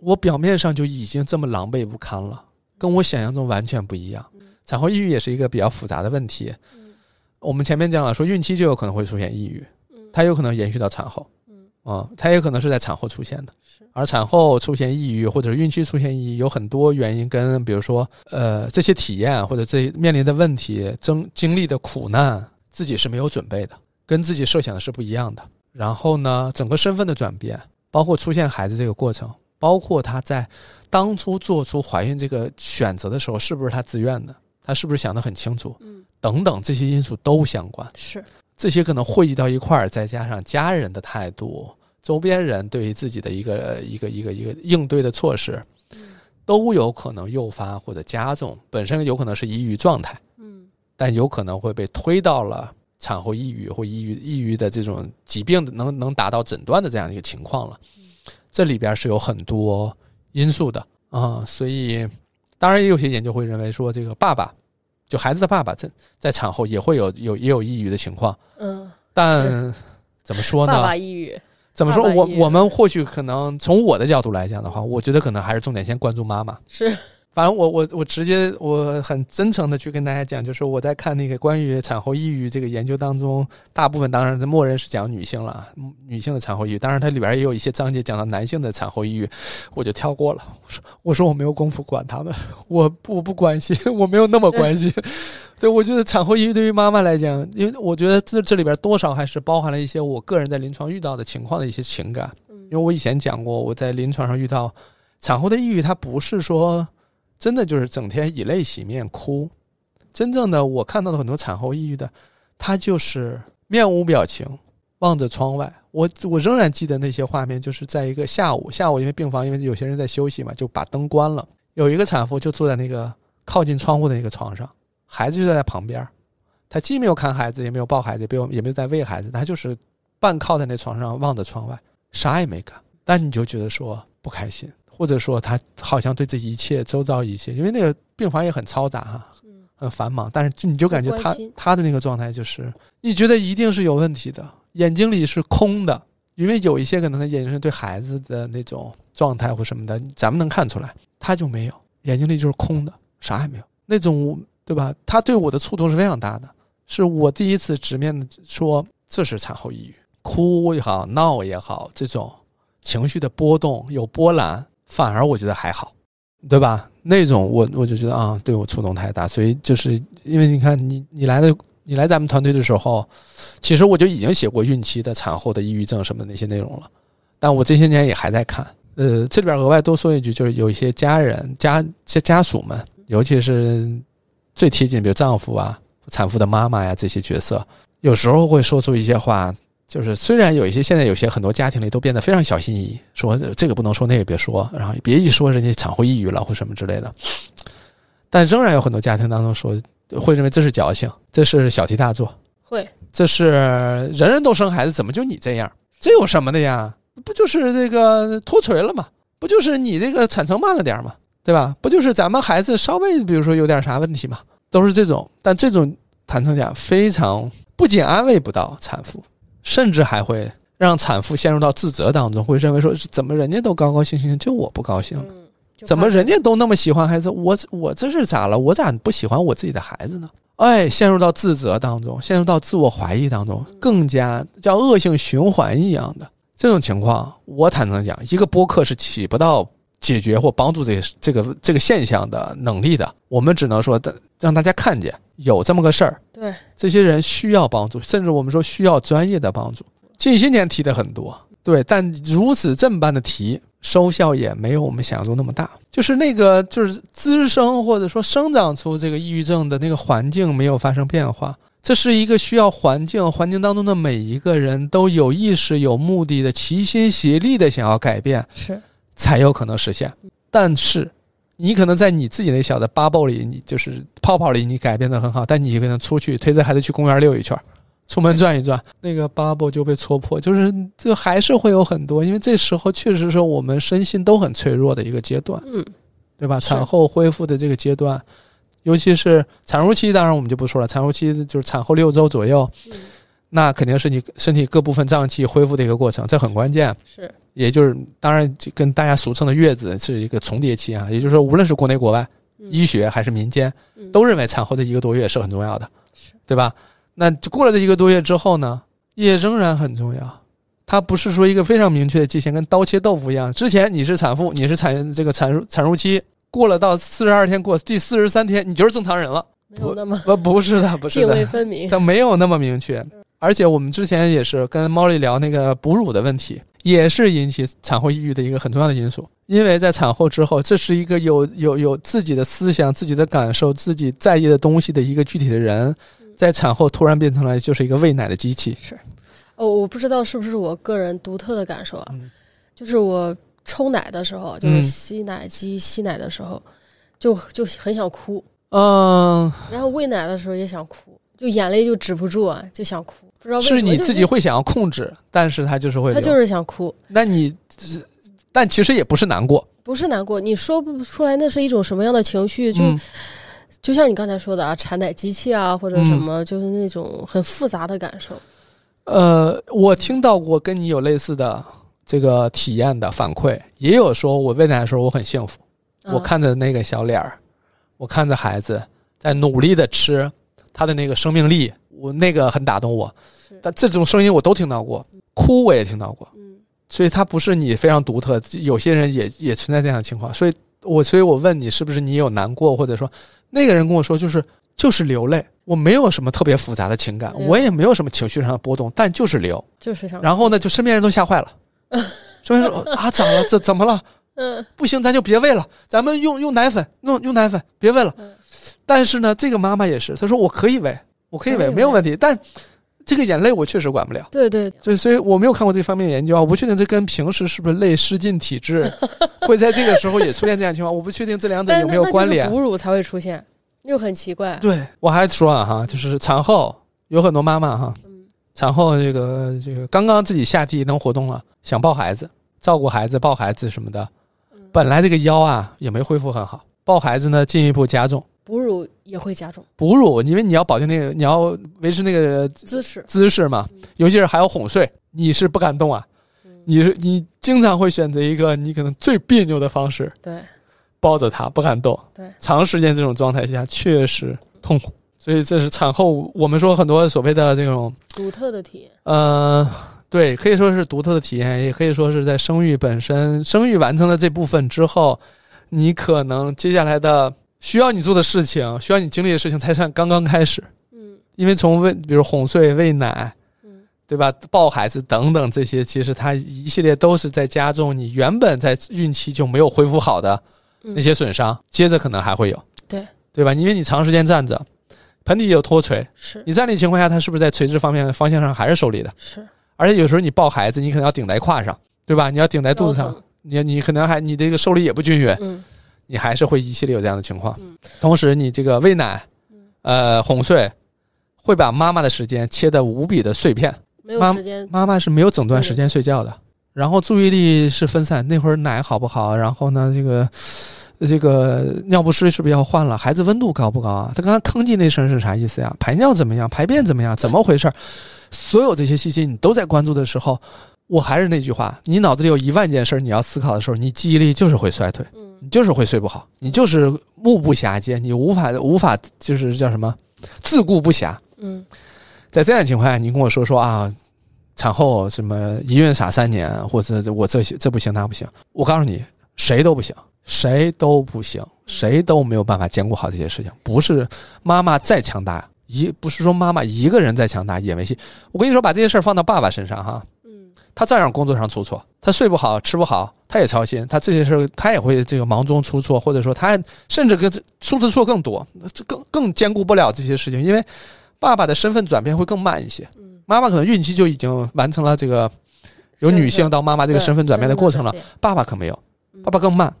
Speaker 1: 我表面上就已经这么狼狈不堪了，跟我想象中完全不一样。产后抑郁也是一个比较复杂的问题。
Speaker 2: 嗯
Speaker 1: 我们前面讲了，说孕期就有可能会出现抑郁，
Speaker 2: 嗯
Speaker 1: 它有可能延续到产后。
Speaker 2: 嗯
Speaker 1: 啊、它也可能是在产后出现的
Speaker 2: 是，
Speaker 1: 而产后出现抑郁或者是孕期出现抑郁，有很多原因跟比如说呃这些体验或者这面临的问题、经经历的苦难，自己是没有准备的，跟自己设想的是不一样的。然后呢，整个身份的转变，包括出现孩子这个过程，包括她在当初做出怀孕这个选择的时候，是不是她自愿的，她是不是想得很清楚，
Speaker 2: 嗯
Speaker 1: 等等这些因素都相关。
Speaker 2: 是
Speaker 1: 这些可能汇集到一块儿，再加上家人的态度、周边人对于自己的一个呃一个一个一个应对的措施，都有可能诱发或者加重，本身有可能是抑郁状态，
Speaker 2: 嗯
Speaker 1: 但有可能会被推到了产后抑郁或抑郁抑郁的这种疾病的能能达到诊断的这样一个情况了。这里边是有很多因素的啊、所以当然也有些研究会认为说，这个爸爸就孩子的爸爸在在产后也会有有也有抑郁的情况。
Speaker 2: 嗯，
Speaker 1: 但怎么说呢？
Speaker 2: 爸爸抑郁，
Speaker 1: 怎么说？
Speaker 2: 爸爸
Speaker 1: 我
Speaker 2: 也
Speaker 1: 我们或许可能从我的角度来讲的话，我觉得可能还是重点先关注妈妈。
Speaker 2: 是
Speaker 1: 反正我我我直接我很真诚的去跟大家讲，就是我在看那个关于产后抑郁这个研究当中，大部分当然默认是讲女性了，嗯女性的产后抑郁，当然它里边也有一些章节讲到男性的产后抑郁，我就跳过了。 我说我说我没有功夫管他们，我不我不关心，我没有那么关心。对，我觉得产后抑郁对于妈妈来讲，因为我觉得这这里边多少还是包含了一些我个人在临床遇到的情况的一些情感。
Speaker 2: 嗯
Speaker 1: 因为我以前讲过，我在临床上遇到产后的抑郁，它不是说真的就是整天以泪洗面哭，真正的我看到的很多产后抑郁的，他就是面无表情，望着窗外。我我仍然记得那些画面，就是在一个下午，下午因为病房因为有些人在休息嘛，就把灯关了，有一个产妇就坐在那个靠近窗户的那个床上，孩子就在旁边儿，她既没有看孩子，也没有抱孩子，也没有也没有在喂孩子，她就是半靠在那床上望着窗外。啥也没干，但你就觉得说不开心，或者说他好像对这一切周遭一切，因为那个病房也很嘈杂哈、
Speaker 2: 嗯
Speaker 1: 很呃繁忙，但是就你就感觉
Speaker 2: 不
Speaker 1: 他
Speaker 2: 关心
Speaker 1: 他的那个状态就是，你觉得一定是有问题的，眼睛里是空的，因为有一些可能他眼神对孩子的那种状态或什么的，咱们能看出来，他就没有，眼睛里就是空的，啥也没有，那种对吧？他对我的触动是非常大的，是我第一次直面的说这是产后抑郁，哭也好，闹也好，这种情绪的波动有波澜，反而我觉得还好。对吧？那种我我就觉得啊，对我触动太大，所以就是因为你看你你来的你来咱们团队的时候，其实我就已经写过孕期的、产后的抑郁症什么的那些内容了，但我这些年也还在看。呃，这里边额外多说一句，就是有一些家人家家家属们，尤其是最贴近，比如丈夫啊、产妇的妈妈呀这些角色，有时候会说出一些话，就是虽然有一些现在有些很多家庭里都变得非常小心翼翼，说这个不能说，那个别说，然后别一说人家产后抑郁了或什么之类的，但仍然有很多家庭当中说会认为这是矫情，这是小题大做，
Speaker 2: 会
Speaker 1: 这是人人都生孩子，怎么就你这样？这有什么的呀？不就是这个脱垂了吗？不就是你这个产程慢了点儿吗？对吧？不就是咱们孩子稍微比如说有点啥问题嘛，都是这种。但这种坦诚讲，非常不仅安慰不到产妇，甚至还会让产妇陷入到自责当中，会认为说是怎么人家都高高兴兴，就我不高兴呢？
Speaker 2: 嗯，就
Speaker 1: 怎么
Speaker 2: 怕
Speaker 1: 人家都那么喜欢孩子，我我这是咋了？我咋不喜欢我自己的孩子呢？哎，陷入到自责当中，陷入到自我怀疑当中，更加叫恶性循环一样的这种情况，我坦诚讲，一个播客是起不到解决或帮助这这个这个现象的能力的。我们只能说的让大家看见有这么个事儿，
Speaker 2: 对
Speaker 1: 这些人需要帮助，甚至我们说需要专业的帮助。近些年提的很多，对，但如此这般的提，收效也没有我们想象中那么大。就是那个，就是滋生或者说生长出这个抑郁症的那个环境没有发生变化，这是一个需要环境，环境当中的每一个人都有意识、有目的的、齐心协力的想要改变，
Speaker 2: 是
Speaker 1: 才有可能实现。但是你可能在你自己那小的 bubble 里，你就是泡泡里，你改变的很好，但你可能出去推着孩子去公园溜一圈儿，出门转一转，那个 bubble 就被戳破，就是这还是会有很多，因为这时候确实是我们身心都很脆弱的一个阶段，
Speaker 2: 嗯，
Speaker 1: 对吧？
Speaker 2: 是
Speaker 1: 产后恢复的这个阶段，尤其是产褥期，当然我们就不说了，产褥期就是产后六周左右，
Speaker 2: 嗯
Speaker 1: 那肯定是你身体各部分脏器恢复的一个过程，这很关键。啊
Speaker 2: 是
Speaker 1: 也就是当然就跟大家俗称的月子是一个重叠期啊，也就是说，无论是国内国外，
Speaker 2: 嗯
Speaker 1: 医学还是民间，都认为产后的一个多月是很重要的，
Speaker 2: 是
Speaker 1: 对吧？那就过了这一个多月之后呢，也仍然很重要。它不是说一个非常明确的界限，跟刀切豆腐一样。之前你是产妇，你是产这个产褥产褥期，过了到四十二天，过第四十三天，你就是正常人了。
Speaker 2: 没有那么
Speaker 1: 不，不是的，不是
Speaker 2: 泾
Speaker 1: 的
Speaker 2: 渭，分明。
Speaker 1: 它没有那么明确。而且我们之前也是跟猫丽聊那个哺乳的问题，也是引起产后抑郁的一个很重要的因素。因为在产后之后，这是一个有有有自己的思想、自己的感受、自己在意的东西的一个具体的人，在产后突然变成了就是一个喂奶的机器。
Speaker 2: 哦，我不知道是不是我个人独特的感受啊，
Speaker 1: 嗯
Speaker 2: 就是我抽奶的时候，就是
Speaker 1: 嗯
Speaker 2: 吸奶机吸奶的时候，就就很想哭，
Speaker 1: 嗯，
Speaker 2: 然后喂奶的时候也想哭，就眼泪就止不住啊，就想哭，不知道为什么
Speaker 1: 是你
Speaker 2: 就
Speaker 1: 自己会想要控制，但是它就是会
Speaker 2: 他
Speaker 1: 流。
Speaker 2: 就是想哭，
Speaker 1: 那你，但其实也不是难过。
Speaker 2: 不是难过，你说不出来那是一种什么样的情绪，就、
Speaker 1: 嗯
Speaker 2: 就像你刚才说的啊，产奶机器啊或者
Speaker 1: 嗯
Speaker 2: 什么，就是那种很复杂的感受。
Speaker 1: 呃，我听到过跟你有类似的这个体验的反馈，也有说我喂奶的时候我很幸福，我
Speaker 2: 啊
Speaker 1: 看着那个小脸儿，我看着孩子在努力的吃，他的那个生命力，我那个很打动我
Speaker 2: 是。
Speaker 1: 但这种声音我都听到过，哭我也听到过，
Speaker 2: 嗯
Speaker 1: 所以它不是你非常独特，有些人也也存在这样的情况。所以我所以我问你，是不是你有难过，或者说那个人跟我说就是就是流泪，我没有什么特别复杂的情感，
Speaker 2: 对嗯
Speaker 1: 我也没有什么情绪上的波动，但就是流。
Speaker 2: 就是想哭，
Speaker 1: 然后呢，就身边人都吓 坏了，身边人说啊，咋了？这怎么了？
Speaker 2: 嗯
Speaker 1: 不行，咱就别喂了，咱们用用奶粉，用用奶粉，别喂了
Speaker 2: 嗯。
Speaker 1: 但是呢，这个妈妈也是，她说我可以喂，我可以
Speaker 2: 可以
Speaker 1: 喂，
Speaker 2: 喂
Speaker 1: 没有问题。但这个眼泪我确实管不了，
Speaker 2: 对对，
Speaker 1: 所以所以我没有看过这方面的研究啊，我不确定这跟平时是不是泪失禁体 质会在这个时候也出现这样的情况，我不确定这两者
Speaker 2: 但
Speaker 1: 有
Speaker 2: 那
Speaker 1: 没有
Speaker 2: 那就是
Speaker 1: 关联。
Speaker 2: 哺乳才会出现，又很奇怪。
Speaker 1: 对我还说啊哈，就是产后有很多妈妈哈，
Speaker 2: 嗯
Speaker 1: 产后这个这个刚刚自己下地能活动了，想抱孩子、照顾孩子、抱孩子什么的，
Speaker 2: 嗯
Speaker 1: 本来这个腰啊也没恢复很好，抱孩子呢进一步加重。
Speaker 2: 哺乳也会加重
Speaker 1: 哺乳，因为你要保证那个，你要维持那个
Speaker 2: 姿势，
Speaker 1: 姿势嘛，尤其是还要哄睡，你是不敢动啊，
Speaker 2: 嗯
Speaker 1: 你是你经常会选择一个你可能最别扭的方式，
Speaker 2: 对，
Speaker 1: 抱着他不敢动，
Speaker 2: 对
Speaker 1: 长时间这种状态下确实痛苦，所以这是产后我们说很多所谓的这种
Speaker 2: 独特的体验。
Speaker 1: 呃，对，可以说是独特的体验，也可以说是在生育本身，生育完成了这部分之后，你可能接下来的需要你做的事情，需要你经历的事情才算刚刚开始，
Speaker 2: 嗯
Speaker 1: 因为从喂，比如哄睡、喂奶，
Speaker 2: 嗯
Speaker 1: 对吧？抱孩子等等这些，其实它一系列都是在加重你原本在孕期就没有恢复好的
Speaker 2: 嗯
Speaker 1: 那些损伤，接着可能还会有，
Speaker 2: 对
Speaker 1: 对吧？因为你长时间站着，盆底有脱垂，
Speaker 2: 是
Speaker 1: 你站立情况下，它是不是在垂直方面方向上还是受力的？
Speaker 2: 是
Speaker 1: 而且有时候你抱孩子，你可能要顶在胯上，对吧？你要顶在肚子上，，你你可能还你这个受力也不均匀
Speaker 2: 腰，疼嗯
Speaker 1: 你还是会一系列有这样的情况。
Speaker 2: 嗯
Speaker 1: 同时，你这个喂奶，呃，哄睡，会把妈妈的时间切得无比的碎片，
Speaker 2: 没有
Speaker 1: 妈
Speaker 2: 时间
Speaker 1: 妈妈是没有整段时间睡觉的，然后注意力是分散。那会儿奶好不好？然后呢，这个这个尿不湿是不是要换了？孩子温度高不高啊？他刚刚吭叽那声是啥意思呀？排尿怎么样？排便怎么样？怎么回事儿？所有这些细节你都在关注的时候，我还是那句话，你脑子里有一万件事儿你要思考的时候，你记忆力就是会衰退，
Speaker 2: 嗯
Speaker 1: 你就是会睡不好，你就是目不暇接，你无法无法就是叫什么自顾不暇。
Speaker 2: 嗯
Speaker 1: 在这样的情况下，你跟我说说啊，产后什么一孕傻三年，或者我这这不行那不行，我告诉你，谁都不行，谁都不行，谁都没有办法兼顾好这些事情。不是妈妈再强大，一不是说妈妈一个人再强大也没戏。我跟你说，把这些事儿放到爸爸身上哈，
Speaker 2: 嗯
Speaker 1: 他照样工作上出错，他睡不好，吃不好，他也操心，他这些事儿他也会这个忙中出错，或者说他甚至跟出的错更多，这更更兼顾不了这些事情，因为爸爸的身份转变会更慢一些，
Speaker 2: 嗯，
Speaker 1: 妈妈可能孕期就已经完成了这个由
Speaker 2: 身
Speaker 1: 女
Speaker 2: 份
Speaker 1: 性到妈妈这个
Speaker 2: 对
Speaker 1: 身份转变的过程了，
Speaker 2: 身份转
Speaker 1: 爸爸可没有，
Speaker 2: 变
Speaker 1: 爸爸更慢，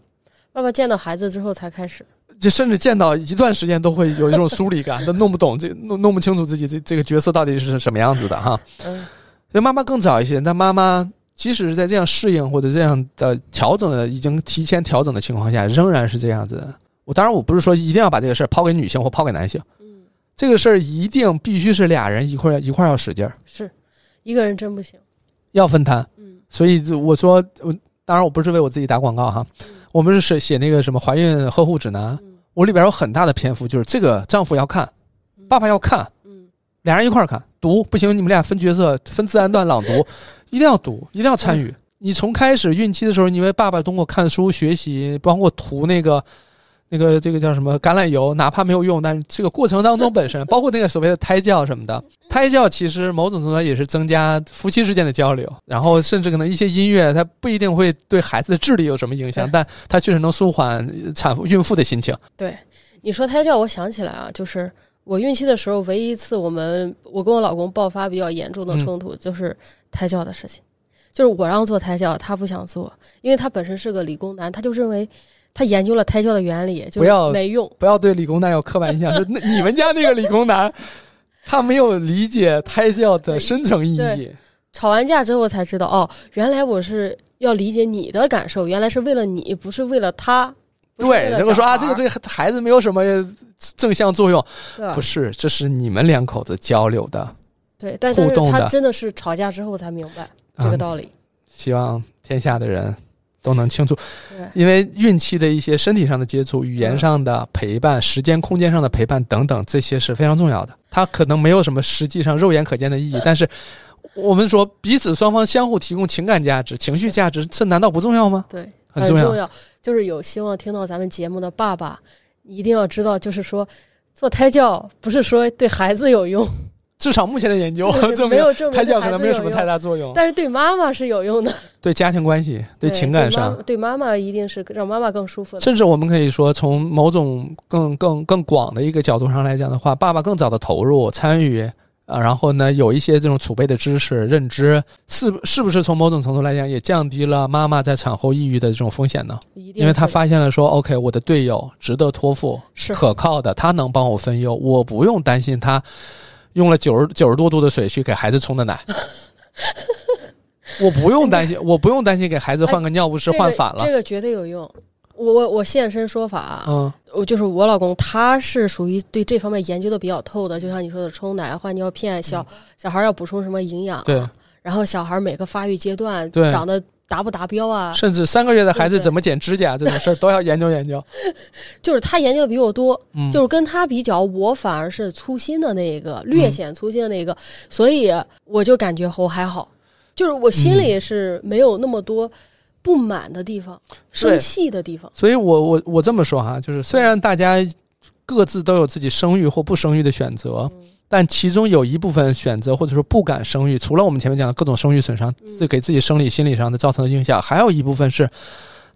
Speaker 2: 爸爸见到孩子之后才开始。
Speaker 1: 就甚至见到一段时间都会有一种疏离感，都弄不懂这弄弄不清楚自己这这个角色到底是什么样子的哈。
Speaker 2: 嗯，
Speaker 1: 那妈妈更早一些，但妈妈即使是在这样适应或者这样的呃调整的已经提前调整的情况下，仍然是这样子。我当然我不是说一定要把这个事儿抛给女性或抛给男性，
Speaker 2: 嗯，
Speaker 1: 这个事儿一定必须是俩人一块儿一块儿要使劲儿，
Speaker 2: 是一个人真不行。
Speaker 1: 要分摊。
Speaker 2: 嗯
Speaker 1: 所以我说，我当然我不是为我自己打广告哈，我们是写那个什么怀孕呵护指南，
Speaker 2: 嗯
Speaker 1: 我里边有很大的篇幅，就是这个丈夫要看，
Speaker 2: 嗯
Speaker 1: 爸爸要看，
Speaker 2: 嗯
Speaker 1: 俩人一块儿看，读不行，你们俩分角色， 分自然段朗读，一定要读，一定要参与。你从开始孕期的时候，因为爸爸通过看书学习，包括涂那个。那个这个叫什么橄榄油，哪怕没有用，但是这个过程当中本身， 包括那个所谓的胎教什么的，胎教其实某种程度上也是增加夫妻之间的交流，然后甚至可能一些音乐，它不一定会对孩子的智力有什么影响，
Speaker 2: 对
Speaker 1: 但它确实能舒缓产妇孕妇的心情。
Speaker 2: 对，你说胎教，我想起来啊，就是我孕期的时候，唯一一次我们我跟我老公爆发比较严
Speaker 1: 嗯
Speaker 2: 重的冲突，就是胎教的事情。就是我让做胎教，他不想做，因为他本身是个理工男，他就认为他研究了胎教的原理，就
Speaker 1: 不要
Speaker 2: 是没用。
Speaker 1: 不要对理工男有刻板印象， 就那你们家那个理工男，他没有理解胎教的深层意义
Speaker 2: 对。吵完架之后才知道，哦，原来我是要理解你的感受，原来是为了你，不是为了他。不是为
Speaker 1: 对，
Speaker 2: 了
Speaker 1: 如果说
Speaker 2: 小
Speaker 1: 啊，
Speaker 2: 孩
Speaker 1: 这
Speaker 2: 儿
Speaker 1: 个对孩子没有什么正向作用，
Speaker 2: 对吧
Speaker 1: 不是，这是你们两口子交流的。
Speaker 2: 对，但
Speaker 1: 互
Speaker 2: 但
Speaker 1: 动
Speaker 2: 是他
Speaker 1: 的
Speaker 2: 真的是吵架之后才明白这
Speaker 1: 啊
Speaker 2: 个，道理。
Speaker 1: 希望天下的人都能清楚，
Speaker 2: 对，
Speaker 1: 因为孕期的一些身体上的接触、语言上的陪伴、时间、空间上的陪伴等等，这些是非常重要的。它可能没有什么实际上肉眼可见的意义，但是我们说彼此双方相互提供情感价值、情绪价值，这难道不重要吗？
Speaker 2: 对，
Speaker 1: 很
Speaker 2: 很
Speaker 1: 重要
Speaker 2: 就是有希望听到咱们节目的爸爸，一定要知道，就是说做胎教不是说对孩子有用，
Speaker 1: 至少目前的研究证
Speaker 2: 没
Speaker 1: 明，
Speaker 2: 有证明
Speaker 1: 胎教可
Speaker 2: 对孩
Speaker 1: 能
Speaker 2: 子
Speaker 1: 没有什么太
Speaker 2: 用，
Speaker 1: 大作用，
Speaker 2: 但是对妈妈是有用的，
Speaker 1: 对家庭关系、对情感上，
Speaker 2: 对妈，对妈妈一定是让妈妈更舒服的。
Speaker 1: 甚至我们可以说，从某种更更更广的一个角度上来讲的话，爸爸更早的投入参与。啊，然后呢，有一些这种储备的知识、认知，是是不是从某种程度来讲，也降低了妈妈在产后抑郁的这种风险呢？
Speaker 2: 一定
Speaker 1: 因为她
Speaker 2: 是
Speaker 1: 发现了说，OK，我的队友值得托付，
Speaker 2: 是
Speaker 1: 可靠的，他能帮我分忧，我不用担心他用了九十九十多度的水去给孩子冲的 奶，我不用担心，我不用担心给孩子换个尿不湿换反了
Speaker 2: 哎这个，这，个绝对有用。我我我现身说法啊，
Speaker 1: 嗯
Speaker 2: 我就是我老公，他是属于对这方面研究的比较透的，就像你说的冲奶、换尿片，小小孩要补充什么营养啊，
Speaker 1: 嗯对，
Speaker 2: 然后小孩每个发育阶段
Speaker 1: 对
Speaker 2: 长得达不达标啊，
Speaker 1: 甚至三个月的孩子
Speaker 2: 对对
Speaker 1: 怎么剪指甲这种事儿都要研究研究，
Speaker 2: 就是他研究的比我多，
Speaker 1: 嗯，
Speaker 2: 就是跟他比较，我反而是粗心的那一个，
Speaker 1: 嗯
Speaker 2: 略显粗心的那一个，所以我就感觉我还好，就是我心里是没有那么多不满的地方、生
Speaker 1: 对
Speaker 2: 气的地方。
Speaker 1: 所以我我我这么说哈，就是虽然大家各自都有自己生育或不生育的选择，
Speaker 2: 嗯
Speaker 1: 但其中有一部分选择或者说不敢生育，除了我们前面讲的各种生育损伤，自给自己生理心理上的造成的影响，还有一部分是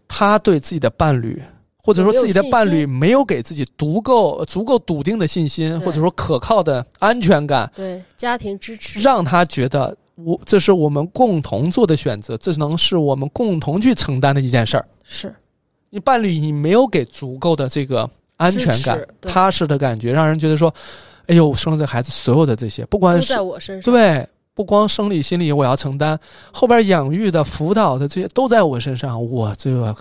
Speaker 1: 他对自己的伴侣。
Speaker 2: 嗯
Speaker 1: 或者说自己的伴侣没有给自己足够足够笃定的信心，
Speaker 2: 对
Speaker 1: 或者说可靠的安全感，
Speaker 2: 对家庭支持，
Speaker 1: 让他觉得我这是我们共同做的选择，这能是我们共同去承担的一件事儿。
Speaker 2: 是
Speaker 1: 你伴侣你没有给足够的这个安全感
Speaker 2: 支持、对
Speaker 1: 踏实的感觉，让人觉得说，哎呦，生了这孩子，所有的这些，不
Speaker 2: 都
Speaker 1: 光是
Speaker 2: 在我身上。
Speaker 1: 对，不光生理、心理我要承担，后边养育的、辅导的这些都在我身上，我这个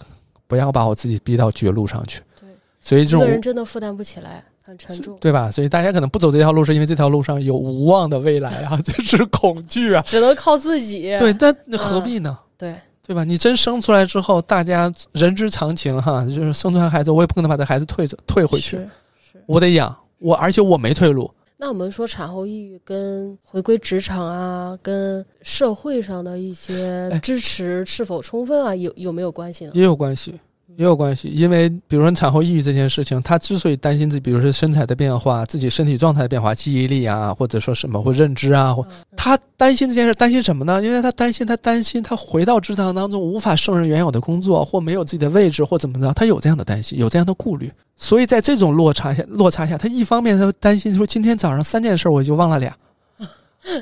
Speaker 1: 不要把我自己逼到绝路上去。
Speaker 2: 对，
Speaker 1: 所以
Speaker 2: 一
Speaker 1: 这
Speaker 2: 个人
Speaker 1: 种。
Speaker 2: 真的负担不起来，很沉重，
Speaker 1: 对吧？所以大家可能不走这条路，是因为这条路上有无望的未来啊， 就是恐惧啊。
Speaker 2: 只能靠自己。
Speaker 1: 对，但那何必呢？
Speaker 2: 对
Speaker 1: 对吧？你真生出来之后，大家人之常情哈，就是生出来孩子，我也不可能把这孩子退着退回去，
Speaker 2: 是是。
Speaker 1: 我得养我，而且我没退路。
Speaker 2: 那我们说产后抑郁跟回归职场啊，跟社会上的一些
Speaker 1: 哎
Speaker 2: 支持是否充分啊，有有没有关系呢？
Speaker 1: 也有关系，也有关系。因为比如说你产后抑郁这件事情，他之所以担心自己，比如说身材的变化、自己身体状态的变化、记忆力啊，或者说什么或认知啊，或
Speaker 2: 嗯
Speaker 1: 他担心这件事，担心什么呢？因为他担心，他担心他回到职场当中无法胜任原有的工作，或没有自己的位置，或怎么着，他有这样的担心，有这样的顾虑。所以在这种落差下，落差下，他一方面他担心说今天早上三件事我就忘了俩，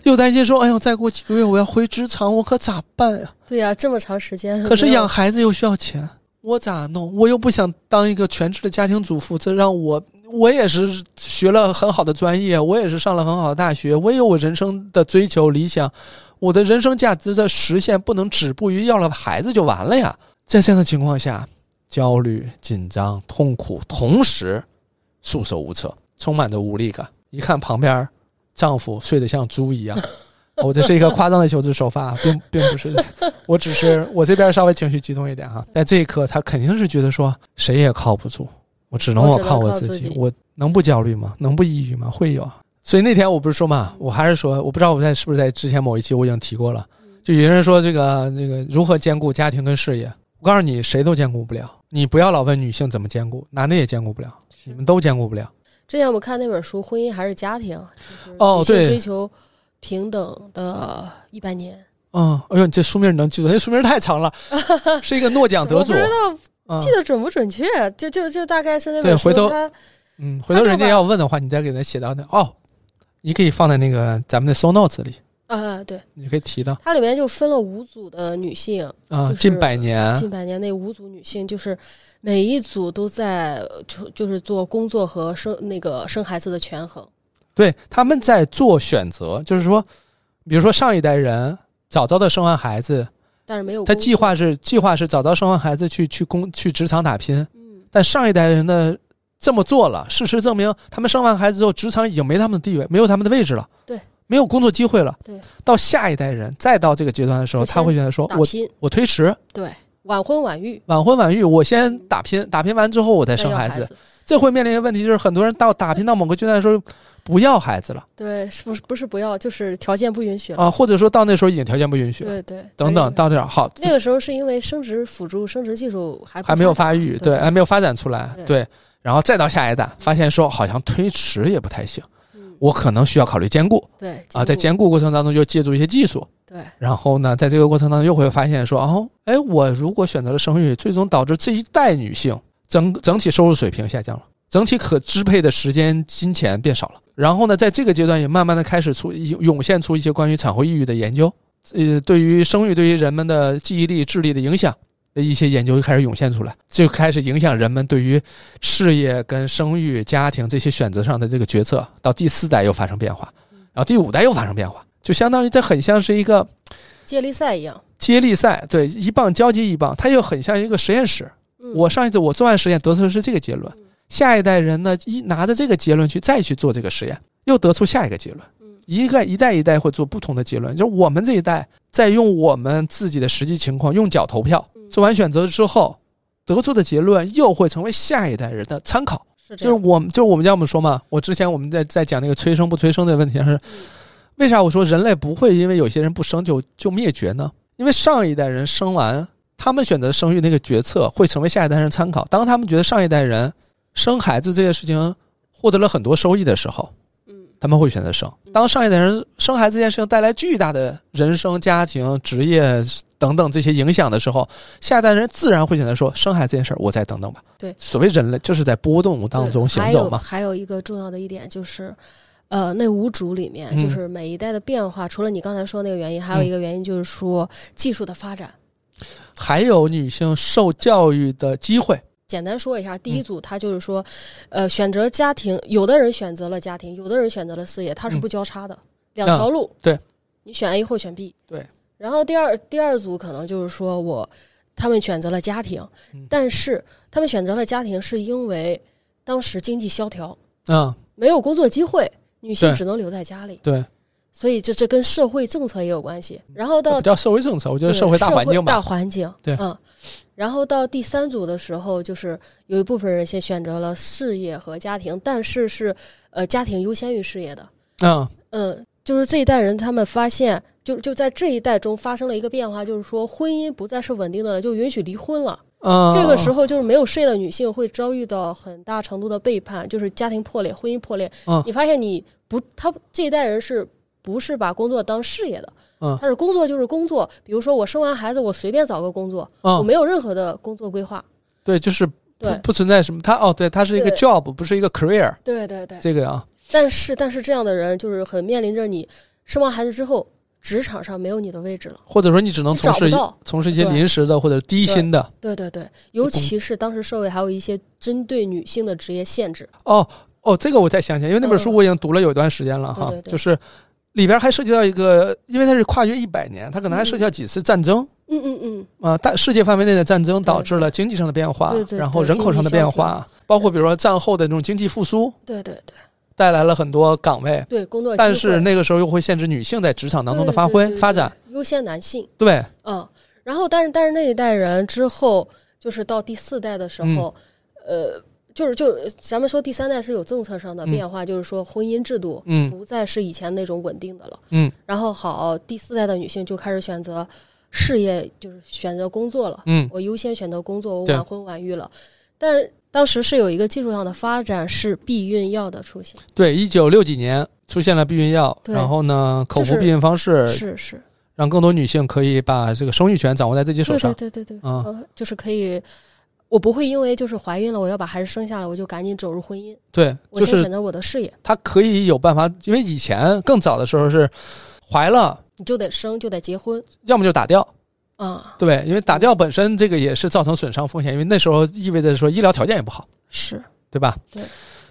Speaker 1: 又担心说哎呦再过几个月我要回职场，我可咋办呀、啊
Speaker 2: 对呀、这么长时间，
Speaker 1: 可是
Speaker 2: 没有
Speaker 1: 养孩子又需要钱，我咋弄？我又不想当一个全职的家庭主妇，这让我我也是学了很好的专业，我也是上了很好的大学，我也有我人生的追求理想，我的人生价值的实现不能止步于要了孩子就完了呀。在这样的情况下，焦虑、紧张、痛苦，同时束手无策，充满着无力感。一看旁边丈夫睡得像猪一样。 我这是一个夸张的求职手法，啊 并并不是，我只是我这边稍微情绪激动一点哈。在这一刻，他肯定是觉得说谁也靠不住，我只能
Speaker 2: 我
Speaker 1: 我
Speaker 2: 只能
Speaker 1: 靠我
Speaker 2: 靠
Speaker 1: 自
Speaker 2: 自
Speaker 1: 己
Speaker 2: 己，
Speaker 1: 我能不焦虑吗？能不抑郁吗？会有啊。所以那天我不是说嘛，我还是说，我不知道我在是不是在之前某一期我已经提过了，
Speaker 2: 嗯
Speaker 1: 就有人说这个这个如何兼顾家庭跟事业，我告诉你，谁都兼顾不了。你不要老问女性怎么兼顾，男的也兼顾不了，你们都兼顾不了。
Speaker 2: 之前我们看那本书《婚姻还是家庭》，就是
Speaker 1: 哦
Speaker 2: 女性
Speaker 1: 对
Speaker 2: 追求平等的一百年。
Speaker 1: 嗯，哎呦，你这书名你能记住？这书名太长 了，是一个诺奖得
Speaker 2: 我
Speaker 1: 主
Speaker 2: 不。知道
Speaker 1: 嗯
Speaker 2: 记得准不准确，就就就大概是那
Speaker 1: 对
Speaker 2: 本书
Speaker 1: 回头
Speaker 2: 它
Speaker 1: 嗯，回头人家要问的话，你再给他写到那哦，你可以放在那个咱们的 show notes 里，
Speaker 2: 啊，对，
Speaker 1: 你可以提到
Speaker 2: 它里面就分了五组的女性，
Speaker 1: 啊，
Speaker 2: 就是
Speaker 1: 近百年，
Speaker 2: 近百年那五组女性，就是每一组都在呃就就是做工作和生那个生孩子的权衡。
Speaker 1: 对他们在做选择，就是说，比如说上一代人早早的生完孩子，
Speaker 2: 但是没有
Speaker 1: 他
Speaker 2: 工
Speaker 1: 计划是计划是早早生完孩子去去工去职场打拼，
Speaker 2: 嗯，
Speaker 1: 但上一代人的这么做了，事实证明，他们生完孩子之后，职场已经没他们的地位，没有他们的位置了，
Speaker 2: 对，
Speaker 1: 没有工作机会了，
Speaker 2: 对，
Speaker 1: 到下一代人再到这个阶段的时候，
Speaker 2: 就先
Speaker 1: 他会觉得说，
Speaker 2: 打
Speaker 1: 我
Speaker 2: 拼，
Speaker 1: 我推迟，
Speaker 2: 对，晚婚晚育，
Speaker 1: 晚婚晚育，我先打拼，打拼完之后我再
Speaker 2: 嗯再
Speaker 1: 生
Speaker 2: 要
Speaker 1: 孩
Speaker 2: 孩
Speaker 1: 子，，这会面临的问题就是很多人到打拼到某个阶段的时候不要孩子了
Speaker 2: 对，是不是不是不要，就是条件不允许了。
Speaker 1: 啊，或者说到那时候已经条件不允许了，
Speaker 2: 对对，
Speaker 1: 等等
Speaker 2: 对。
Speaker 1: 到这儿好
Speaker 2: 那个时候是因为生殖辅助、生殖技术还不
Speaker 1: 还没有
Speaker 2: 发
Speaker 1: 发育，
Speaker 2: 对
Speaker 1: 对，还没有发展出来，
Speaker 2: 对
Speaker 1: 对，然后再到下一代，发现说好像推迟也不太行，
Speaker 2: 达，嗯
Speaker 1: 我可能需要考虑兼顾
Speaker 2: 对
Speaker 1: 啊，在
Speaker 2: 兼
Speaker 1: 兼顾过程当中就借助一些技术，
Speaker 2: 顾对
Speaker 1: 然后呢，在这个过程当中又会发现说哦，哎，我如果选择了生育，最终导致这一代女性整整体收入水平下降了，整体可支配的时间、金钱变少了。然后呢，在这个阶段也慢慢的开始出涌涌现出一些关于产后抑郁的研究，呃，对于生育对于人们的记忆力、智力的影响的一些研究就开始涌现出来，就开始影响人们对于事业跟生育、家庭这些选择上的这个决策。到第四代又发生变化，然后第五代又发生变化，就相当于这很像是一个。
Speaker 2: 接力赛一样。
Speaker 1: 接力赛，对，一棒交接一棒，它又很像一个实验室。
Speaker 2: 嗯、
Speaker 1: 我上一次我做完实验得出的是这个结论，下一代人呢一拿着这个结论去再去做这个实验，又得出下一个结论
Speaker 2: 嗯。
Speaker 1: 一个一代一代会做不同的结论，就是我们这一代在用我们自己的实际情况用脚投票，
Speaker 2: 嗯
Speaker 1: 做完选择之后得出的结论又会成为下一代人的参考。
Speaker 2: 是这
Speaker 1: 就是
Speaker 2: 样，
Speaker 1: 我们，就是我们要么说嘛，我之前我们在在讲那个催生不催生的问题上是
Speaker 2: 嗯，
Speaker 1: 为啥我说人类不会因为有些人不生就就灭绝呢？因为上一代人生完，他们选择生育那个决策会成为下一代人参考。当他们觉得上一代人生孩子这件事情获得了很多收益的时候，
Speaker 2: 嗯，
Speaker 1: 他们会选择生。当上一代人生孩子这件事情带来巨大的人生、家庭、职业等等这些影响的时候，下一代人自然会选择说，生孩子这件事儿我再等等吧。
Speaker 2: 对
Speaker 1: 所谓人类就是在波动当
Speaker 2: 对
Speaker 1: 中行走嘛。
Speaker 2: 还有还有一个重要的一点就是，呃，那五组里面
Speaker 1: 嗯
Speaker 2: 就是每一代的变化，除了你刚才说那个原因，还有一个原因就是说技术的发展。
Speaker 1: 还有女性受教育的机会。
Speaker 2: 简单说一下，
Speaker 1: 嗯
Speaker 2: 第一组它就是说，呃，选择家庭，有的人选择了家庭，有的人选择了事业，它是
Speaker 1: 嗯啊
Speaker 2: 不交叉的，两条路。
Speaker 1: 对，
Speaker 2: 你选 A 或选 B。
Speaker 1: 对。
Speaker 2: 然后第二第二组可能就是说我，他们选择了家庭，
Speaker 1: 嗯
Speaker 2: 但是他们选择了家庭是因为当时经济萧条，
Speaker 1: 嗯，
Speaker 2: 没有工作机会，女性
Speaker 1: 对
Speaker 2: 只能留在家里。
Speaker 1: 对，
Speaker 2: 所以这这跟社会政策也有关系。然后
Speaker 1: 不
Speaker 2: 到
Speaker 1: 叫社会政策，我觉
Speaker 2: 对
Speaker 1: 得社会大环境
Speaker 2: 大
Speaker 1: 吧。
Speaker 2: 环境，
Speaker 1: 对
Speaker 2: 嗯。然后到第三组的时候，就是有一部分人先选择了事业和家庭，但是是呃家庭优先于事业的，
Speaker 1: 嗯
Speaker 2: 嗯，就是这一代人他们发现，就就在这一代中发生了一个变化，就是说婚姻不再是稳定的了，就允许离婚了。
Speaker 1: 嗯，
Speaker 2: 这个时
Speaker 1: 候
Speaker 2: 候就是没有事业的女性会遭遇到很大程度的背叛，就是家庭破裂、婚姻破裂。
Speaker 1: 嗯
Speaker 2: 你发现你不，他这一代人是不是把工作当事业的？
Speaker 1: 嗯
Speaker 2: 他是工作就是工作，比如说我生完孩子，我随便找个工作，我
Speaker 1: 嗯，
Speaker 2: 没有任何的工作规划。
Speaker 1: 对，就是不
Speaker 2: 对，
Speaker 1: 不存在什么，它哦，对，它是一个
Speaker 2: 对
Speaker 1: job，不是一个 career，
Speaker 2: 对对对。
Speaker 1: 这个啊，
Speaker 2: 但是但是这样的人就是很面临着你生完孩子之后。职场上没有你的位置了，
Speaker 1: 或者说你只能
Speaker 2: 你
Speaker 1: 从
Speaker 2: 找
Speaker 1: 事
Speaker 2: 不
Speaker 1: 一
Speaker 2: 到。
Speaker 1: 从事一些
Speaker 2: 对
Speaker 1: 临时的或者低薪的
Speaker 2: 对对对，尤其是当时社会还有一些针对女性的职业限制。
Speaker 1: 哦哦，这个我才想起来，因为那本书
Speaker 2: 嗯
Speaker 1: 我已经读了有一段时间了哈，
Speaker 2: 对对对
Speaker 1: 就是里边还涉及到一个，因为它是跨越一百年，它可能还涉及到几次战争。
Speaker 2: 嗯嗯嗯，
Speaker 1: 啊，大世界范围内的战争导
Speaker 2: 对
Speaker 1: 致了经济上的变化，
Speaker 2: 对对
Speaker 1: 然后
Speaker 2: 对
Speaker 1: 人口
Speaker 2: 经济
Speaker 1: 上的
Speaker 2: 萧
Speaker 1: 变
Speaker 2: 条
Speaker 1: 化，包括比如说战后的那种经济复苏，
Speaker 2: 对对对
Speaker 1: 带来了很多岗位，
Speaker 2: 对，工作
Speaker 1: 但
Speaker 2: 机
Speaker 1: 是
Speaker 2: 会
Speaker 1: 那个时候又会限制女性在职场当中的
Speaker 2: 对
Speaker 1: 发
Speaker 2: 对
Speaker 1: 挥
Speaker 2: 对
Speaker 1: 发
Speaker 2: 对
Speaker 1: 展。
Speaker 2: 优先男性。
Speaker 1: 对，
Speaker 2: 嗯，然后但是但是那一代人之后，就是到第四代的时候，呃，就是就咱们说第三代是有政策上的
Speaker 1: 嗯
Speaker 2: 变化，就是说婚姻制度
Speaker 1: 嗯
Speaker 2: 不再是以前那种稳定的了。
Speaker 1: 嗯
Speaker 2: 然后好，第四代的女性就开始选择事业，就是选择工作了。
Speaker 1: 嗯
Speaker 2: 我优先选择工作，我
Speaker 1: 对
Speaker 2: 晚婚晚育了。但当时是有一个技术上的发展，是避孕药的出现，
Speaker 1: 对，一九六几年出现了避孕药，
Speaker 2: 对
Speaker 1: 然后呢，口
Speaker 2: 就
Speaker 1: 服
Speaker 2: 是
Speaker 1: 避孕方式
Speaker 2: 是是，
Speaker 1: 让更多女性可以把这个生育权掌握在自己手
Speaker 2: 对
Speaker 1: 上
Speaker 2: 对。对对对，
Speaker 1: 嗯
Speaker 2: 呃就是可以，我不会因为就是怀孕了，我要把孩子生下来，我就赶紧走入婚姻，
Speaker 1: 对，
Speaker 2: 我
Speaker 1: 就
Speaker 2: 先
Speaker 1: 是
Speaker 2: 选择我的事业，
Speaker 1: 她可以有办法，因为以前更早的时候是怀了，
Speaker 2: 你就得生，就得结婚
Speaker 1: 要么就打掉。
Speaker 2: 啊、
Speaker 1: 对，因为打掉本身这个也是造成损伤风险，因为那时候意味着说医疗条件也不好，
Speaker 2: 是
Speaker 1: 对吧？
Speaker 2: 对。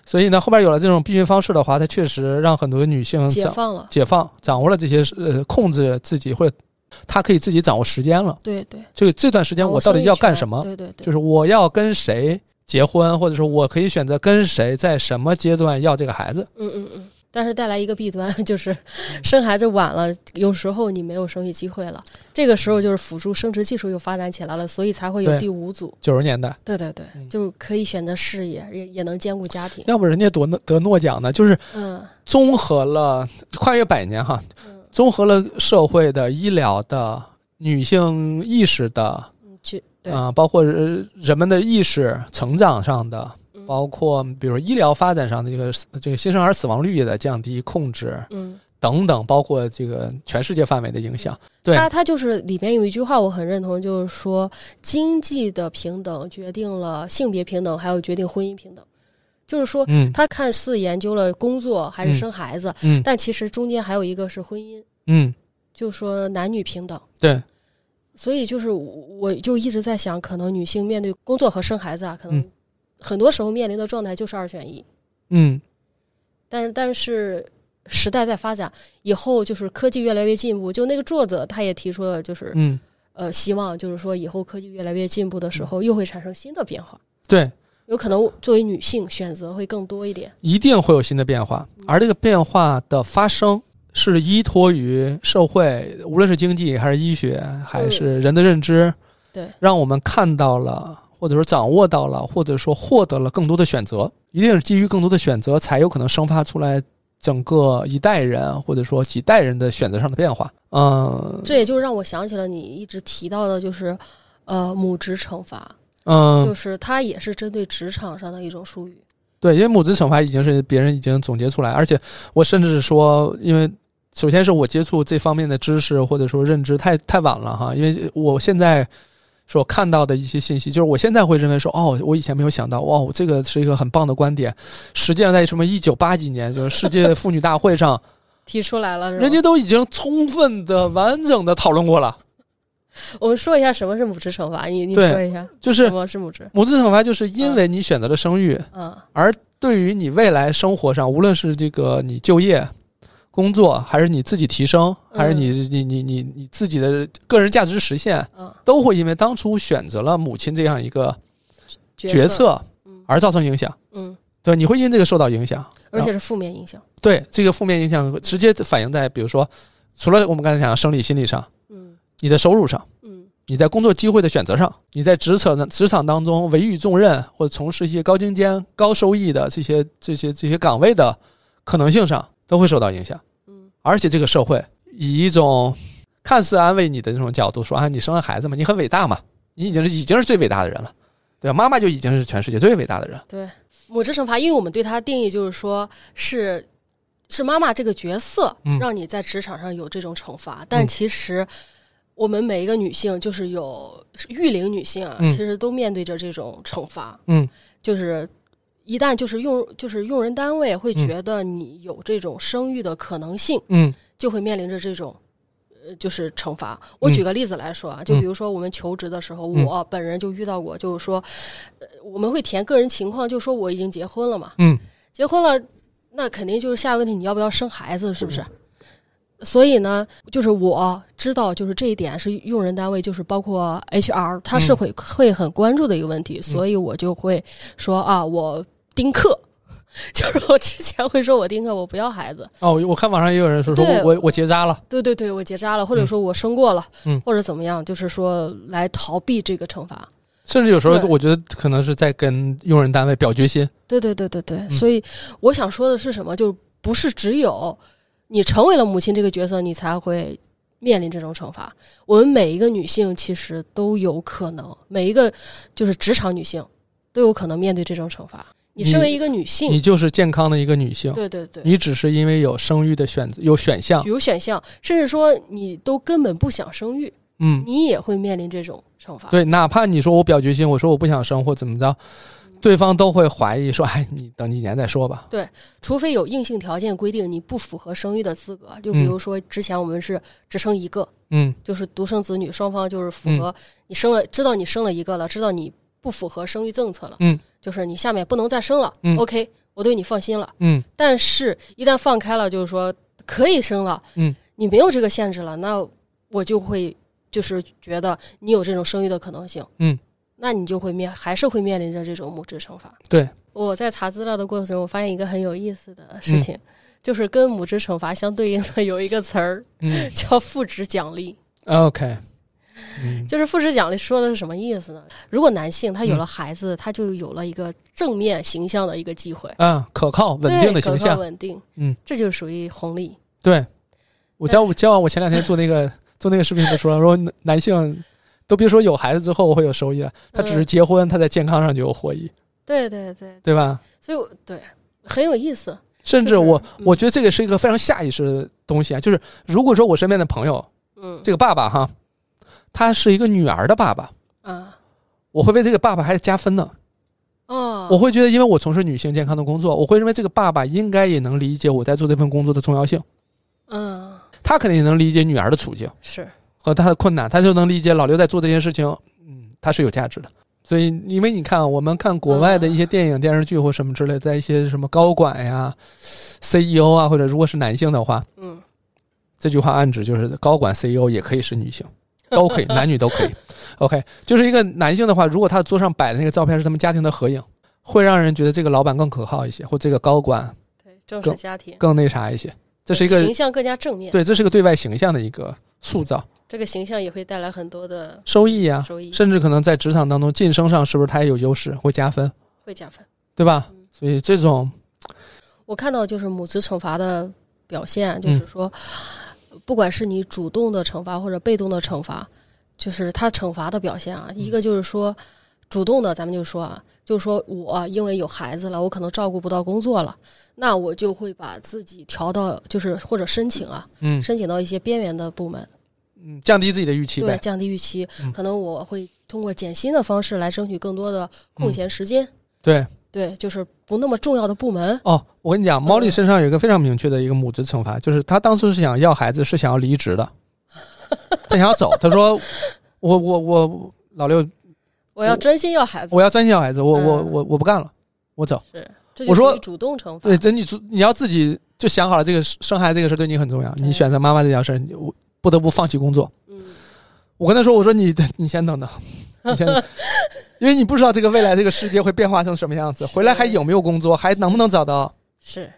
Speaker 1: 所以呢，后边有了这种避孕方式的话，它确实让很多女性
Speaker 2: 解
Speaker 1: 掌
Speaker 2: 放了，
Speaker 1: 解放，掌握了这些呃控制自己或者她可以自己掌握时间了。
Speaker 2: 对对。
Speaker 1: 这个这段
Speaker 2: 哦
Speaker 1: 时间我到底要干什么？
Speaker 2: 对对对，
Speaker 1: 就是我要跟谁结婚，或者说我可以选择跟谁在什么阶段要这个孩子。
Speaker 2: 嗯嗯嗯。但是带来一个弊端就是，
Speaker 1: 嗯
Speaker 2: 生孩子晚了，有时候你没有生育机会了。这个时候就是辅助生殖技术又发展起来了，所以才会有
Speaker 1: 对
Speaker 2: 第五组。
Speaker 1: 九十年代，
Speaker 2: 对对对，
Speaker 1: 嗯
Speaker 2: 就是可以选择事业，也也能兼顾 家庭。
Speaker 1: 要不人家夺诺得诺奖呢，就是
Speaker 2: 嗯
Speaker 1: 综合了跨越百年哈，
Speaker 2: 嗯
Speaker 1: 综合了社会的、医疗的、女性意识的啊、
Speaker 2: 嗯，去对，
Speaker 1: 呃包括人人们的意识成长上的，
Speaker 2: 嗯
Speaker 1: 包括比如说医疗发展上的这个这个新生儿死亡率的降低控制
Speaker 2: 嗯，
Speaker 1: 等等，包括这个全世界范围的影响。对
Speaker 2: 他他就是里面有一句话我很认同，就是说经济的平等决定了性别平等，还有决定婚姻平等。就是说，
Speaker 1: 嗯
Speaker 2: 他看似研究了工作还
Speaker 1: 嗯
Speaker 2: 是生孩子，
Speaker 1: 嗯
Speaker 2: 但其实中间还有一个是婚姻，
Speaker 1: 嗯，
Speaker 2: 就说男女平等。
Speaker 1: 对，
Speaker 2: 所以就是我我就一直在想，可能女性面对工作和生孩子啊，可能
Speaker 1: 嗯
Speaker 2: 很多时候面临的状态就是二选一。
Speaker 1: 嗯
Speaker 2: 但是但是时代在发展，以后就是科技越来越进步。就那个作者他也提出了，就是、
Speaker 1: 嗯，
Speaker 2: 呃，希望就是说以后科技越来越进步的时候，又会产生新的变化。
Speaker 1: 对，
Speaker 2: 有可能作为女性选择会更多一点。
Speaker 1: 一定会有新的变化，而这个变化的发生是依托于社会，无论是经济还是医学，还是人的认知，
Speaker 2: 嗯对，
Speaker 1: 让我们看到了，或者说掌握到了，或者说获得了更多的选择，一定是基于更多的选择，才有可能生发出来整个一代人或者说几代人的选择上的变化。嗯
Speaker 2: 这也就让我想起了你一直提到的，就是呃母职惩罚，就
Speaker 1: 嗯，
Speaker 2: 是它也是针对职场上的一种术语。
Speaker 1: 对，因为母子惩罚已经是别人已经总结出来，而且我甚至说，因为首先是我接触这方面的知识或者说认知太太晚了哈，因为我现在所看到的一些信息，就是我现在会认为说，哦，我以前没有想到，哇，这个是一个很棒的观点。实际上，在什么一九八几年，就是世界妇女大会上，
Speaker 2: 提出来了，是吧
Speaker 1: 人家都已经充分的、完整的讨论过了。
Speaker 2: 我们说一下什么是母职惩罚，你你
Speaker 1: 对
Speaker 2: 说一下
Speaker 1: 就是
Speaker 2: 什么是母职？
Speaker 1: 母子惩罚，就是因为你选择了生育，
Speaker 2: 嗯
Speaker 1: 而对于你未来生活上，无论是这个你就业、工作，还是你自己提升，
Speaker 2: 嗯
Speaker 1: 还是你你你你你自己的个人价值实现，
Speaker 2: 嗯，
Speaker 1: 都会因为当初选择了母亲这样一个
Speaker 2: 角
Speaker 1: 决策
Speaker 2: 嗯
Speaker 1: 而造成影响。
Speaker 2: 嗯，
Speaker 1: 对，你会因这个受到影响，
Speaker 2: 而且是负面影响，
Speaker 1: 对这个负面影响直接反映在，比如说，除了我们刚才讲的生理、心理上，
Speaker 2: 嗯
Speaker 1: 你的收入上。
Speaker 2: 嗯
Speaker 1: 你在工作机会的选择上，你在职场职场当中委以重任或者从事一些高精尖、高收益的这些这些这些岗位的可能性上，都会受到影响。
Speaker 2: 嗯
Speaker 1: 而且这个社会以一种看似安慰你的那种角度说啊，你生了孩子嘛，你很伟大嘛，你已经是已经是最伟大的人了，对吧？妈妈就已经是全世界最伟大的人，
Speaker 2: 对，母职惩罚，因为我们对它的定义就是说是是妈妈这个角色
Speaker 1: 嗯
Speaker 2: 让你在职场上有这种惩罚，但
Speaker 1: 嗯
Speaker 2: 其实。我们每一个女性，就是有是育龄女性啊，
Speaker 1: 嗯
Speaker 2: 其实都面对着这种惩罚。
Speaker 1: 嗯，
Speaker 2: 就是一旦就是用就是用人单位会
Speaker 1: 嗯
Speaker 2: 觉得你有这种生育的可能性，
Speaker 1: 嗯
Speaker 2: 就会面临着这种呃就是惩罚。我举个例子来说啊，就比如说我们求职的时候，
Speaker 1: 嗯
Speaker 2: 我本人就遇到过，就是说，呃我们会填个人情况，就说我已经结婚了嘛，
Speaker 1: 嗯
Speaker 2: 结婚了，那肯定就是下一个问题，你要不要生孩子，是不是？
Speaker 1: 嗯
Speaker 2: 所以呢，就是我知道，就是这一点是用人单位，就是包括 HR，他是
Speaker 1: 嗯
Speaker 2: 会、会很关注的一个问题，所以我就会说啊，我丁克， 就是我之前会说我丁克，我不要孩子，
Speaker 1: 哦，我我看网上也有人说说
Speaker 2: 对
Speaker 1: 我我我结扎了，
Speaker 2: 对对对，我结扎了，或者说我生过了，
Speaker 1: 嗯
Speaker 2: 或者怎么样，就是说来逃避这个惩罚。
Speaker 1: 甚至有时候
Speaker 2: 对
Speaker 1: 我觉得可能是在跟用人单位表决心。
Speaker 2: 对对对对对，
Speaker 1: 嗯
Speaker 2: 所以我想说的是什么？就是不是只有你成为了母亲这个角色，你才会面临这种惩罚。我们每一个女性其实都有可能，每一个就是职场女性都有可能面对这种惩罚。你身为一个女
Speaker 1: 你
Speaker 2: 性，
Speaker 1: 就是健康的一个女性，
Speaker 2: 对对对，
Speaker 1: 你只是因为有生育的选择有选项，
Speaker 2: 有选项，甚至说你都根本不想生育，
Speaker 1: 嗯，
Speaker 2: 你也会面临这种惩罚。
Speaker 1: 对，哪怕你说我表决心，我说我不想生或怎么着，对方都会怀疑说，哎，你等几年再说吧。
Speaker 2: 除非有硬性条件规定你不符合生育的资格，就比如说之前我们是只生一个，
Speaker 1: 嗯
Speaker 2: 就是独生子女双方就是符合你生了，知道你生了一个了，知道你不符合生育政策了，
Speaker 1: 嗯，
Speaker 2: 就是你下面不能再生了、
Speaker 1: 嗯
Speaker 2: o k 我对你放心了。
Speaker 1: 嗯
Speaker 2: 但是，一旦放开了，就是说可以生了，
Speaker 1: 嗯，
Speaker 2: 你没有这个限制了，那我就会就是觉得你有这种生育的可能性，
Speaker 1: 嗯，
Speaker 2: 那你就会面还是会面临着这种母职惩罚。
Speaker 1: 对，
Speaker 2: 我在查资料的过程中，我发现一个很有意思的事
Speaker 1: 嗯
Speaker 2: 情，就是跟母职惩罚相对应的有一个词儿
Speaker 1: 嗯
Speaker 2: 叫父职奖励。
Speaker 1: ，OK，嗯
Speaker 2: 就是复职奖励说的是什么意思呢？如果男性他有了孩子，他就有了一个正面形象的一个机会，
Speaker 1: 啊，可靠稳定的
Speaker 2: 对
Speaker 1: 形
Speaker 2: 可靠
Speaker 1: 象，
Speaker 2: 稳定，
Speaker 1: 嗯，
Speaker 2: 这就属于红利。
Speaker 1: 对。我教我教完我前两天做那个做那个视频不说，说男性都别说有孩子之后会有收益了，他只是
Speaker 2: 嗯
Speaker 1: 结婚，他在健康上就有获益，
Speaker 2: 对对对，
Speaker 1: 对吧？
Speaker 2: 所以我对很有意思。
Speaker 1: 甚至
Speaker 2: 就是
Speaker 1: 我，
Speaker 2: 嗯
Speaker 1: 我觉得这个是一个非常下意识的东西啊。就是如果说我身边的朋友，
Speaker 2: 嗯，
Speaker 1: 这个爸爸哈，他是一个女儿的爸爸，
Speaker 2: 啊
Speaker 1: 我会为这个爸爸还加分呢。
Speaker 2: 哦，
Speaker 1: 我会觉得，因为我从事女性健康的工作，我会认为这个爸爸应该也能理解我在做这份工作的重要性，
Speaker 2: 嗯
Speaker 1: 他肯定也能理解女儿的处境
Speaker 2: 是
Speaker 1: 和她的困难，他就能理解老刘在做这件事情，嗯，他是有价值的。所以，因为你看啊，我们看国外的一些电影、电视剧或什么之类的，在一些什么高管呀、CEO 啊，或者如果是男性的话，
Speaker 2: 嗯
Speaker 1: 这句话暗指就是高管 CEO 也可以是女性，都可以，男女都可以。OK，就是一个男性的话，如果他桌上摆的那个照片是他们家庭的合影，会让人觉得这个老板更可靠一些，或这个高管
Speaker 2: 对正
Speaker 1: 更
Speaker 2: 式家庭，
Speaker 1: 更那啥一些。这是一个
Speaker 2: 形象更加正面，
Speaker 1: 对，这是个对外形象的一个塑造，
Speaker 2: 这个形象也会带来很多的
Speaker 1: 收益呀、
Speaker 2: 收益，
Speaker 1: 甚至可能在职场当中晋升上是不是他也有优势，会加分，
Speaker 2: 会加分。
Speaker 1: 对吧
Speaker 2: 嗯？
Speaker 1: 所以这种
Speaker 2: 我看到就是母职惩罚的表现，
Speaker 1: 嗯
Speaker 2: 就是说，不管是你主动的惩罚或者被动的惩罚，就是他惩罚的表现啊。一
Speaker 1: 嗯
Speaker 2: 个就是说，主动的，咱们就说啊，就是说我因为有孩子了，我可能照顾不到工作了，那我就会把自己调到就是或者申请啊，
Speaker 1: 嗯
Speaker 2: 申请到一些边缘的部门，
Speaker 1: 嗯降低自己的预期
Speaker 2: 对，
Speaker 1: 呗，
Speaker 2: 降低预期
Speaker 1: 嗯，
Speaker 2: 可能我会通过减薪的方式来争取更多的
Speaker 1: 嗯
Speaker 2: 空闲时间。
Speaker 1: 对。
Speaker 2: 对，就是不那么重要的部门，
Speaker 1: 哦，我跟你讲，猫丽身上有一个非常明确的一个母职惩罚，就是她当初是想要孩子，是想要离职的，她想要走。她说：“ 我我我老六，
Speaker 2: 我要专心要孩子。
Speaker 1: 我要专心要孩子，我我
Speaker 2: 嗯
Speaker 1: 我我不干了，我走。
Speaker 2: 是，这
Speaker 1: 我
Speaker 2: 就属于
Speaker 1: 说
Speaker 2: 主动惩”罚。
Speaker 1: 对，真你主你要自己就想好了，这个生孩子这个事对你很重要，你
Speaker 2: 对
Speaker 1: 选择妈妈这件事，你我不得不放弃工作。
Speaker 2: 嗯，
Speaker 1: 我跟她说：“我说你 你先等等，你先等。”因为你不知道这个未来这个世界会变化成什么样子，回来还有没有工作，还能不能找到
Speaker 2: 是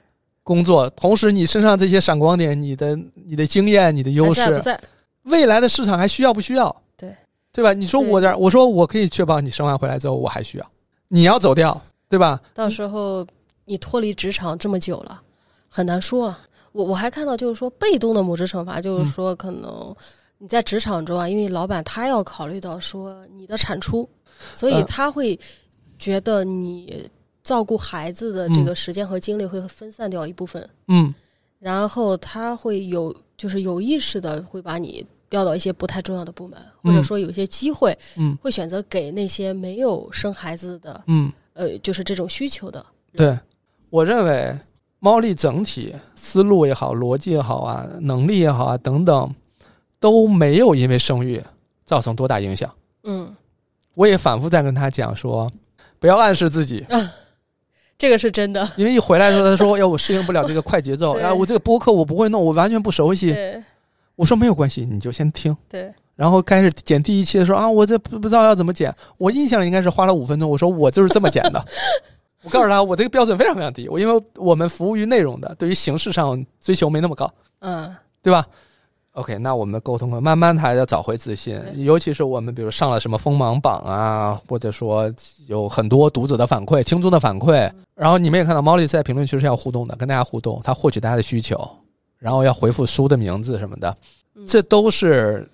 Speaker 1: 工作，同时你身上这些闪光点，你的你的经验、你的优
Speaker 2: 还在不
Speaker 1: 势，
Speaker 2: 在？
Speaker 1: 未来的市场还需要不需要？
Speaker 2: 对，
Speaker 1: 对吧？你说
Speaker 2: 对
Speaker 1: 我这儿，我说我可以确保你生完回来之后我还需要，你要走掉，对吧？
Speaker 2: 到时候你脱离职场这么久了，很难说啊。我我还看到就是说被动的母职惩罚，
Speaker 1: 嗯
Speaker 2: 就是说可能你在职场中啊，因为老板他要考虑到说你的产出，所以
Speaker 1: 呃
Speaker 2: 他会觉得你照顾孩子的这个时间和精力会分散掉一部分，
Speaker 1: 嗯，
Speaker 2: 然后他会有就是有意识的会把你调到一些不太重要的部门，或者
Speaker 1: 嗯
Speaker 2: 说有一些机会，
Speaker 1: 嗯
Speaker 2: 会选择给那些没有生孩子的，
Speaker 1: 嗯，
Speaker 2: 呃，就是这种需求的，
Speaker 1: 对，我认为啊猫力整体思路也好，逻辑也好啊，能力也好啊等等，都没有因为生育造成多大影响。
Speaker 2: 嗯，
Speaker 1: 我也反复在跟他讲说，不要暗示自己，
Speaker 2: 这个是真的。
Speaker 1: 因为一回来的时候，他说：“哎，我适应不了这个快节奏，
Speaker 2: 对
Speaker 1: 哎，我这个播客我不会弄，我完全不熟悉。
Speaker 2: 对”
Speaker 1: 我说：“没有关系，你就先听。
Speaker 2: 对，”
Speaker 1: 然后开始剪第一期的时候啊，我这不不知道要怎么剪，我印象里应该是花了五分钟。我说我就是这么剪 的。我告诉他，我这个标准非常非常低，我因为我们服务于内容的，对于形式上追求没那么高，
Speaker 2: 嗯，
Speaker 1: 对吧？OK，那我们沟通了，慢慢他要找回自信，
Speaker 2: 对
Speaker 1: 尤其是我们比如上了什么锋芒榜啊，或者说有很多读者的反馈、听众的反馈，
Speaker 2: 嗯
Speaker 1: 然后你们也看到猫丽在评论区是要互动的，跟大家互动，他获取大家的需求，然后要回复书的名字什么的，
Speaker 2: 嗯
Speaker 1: 这都是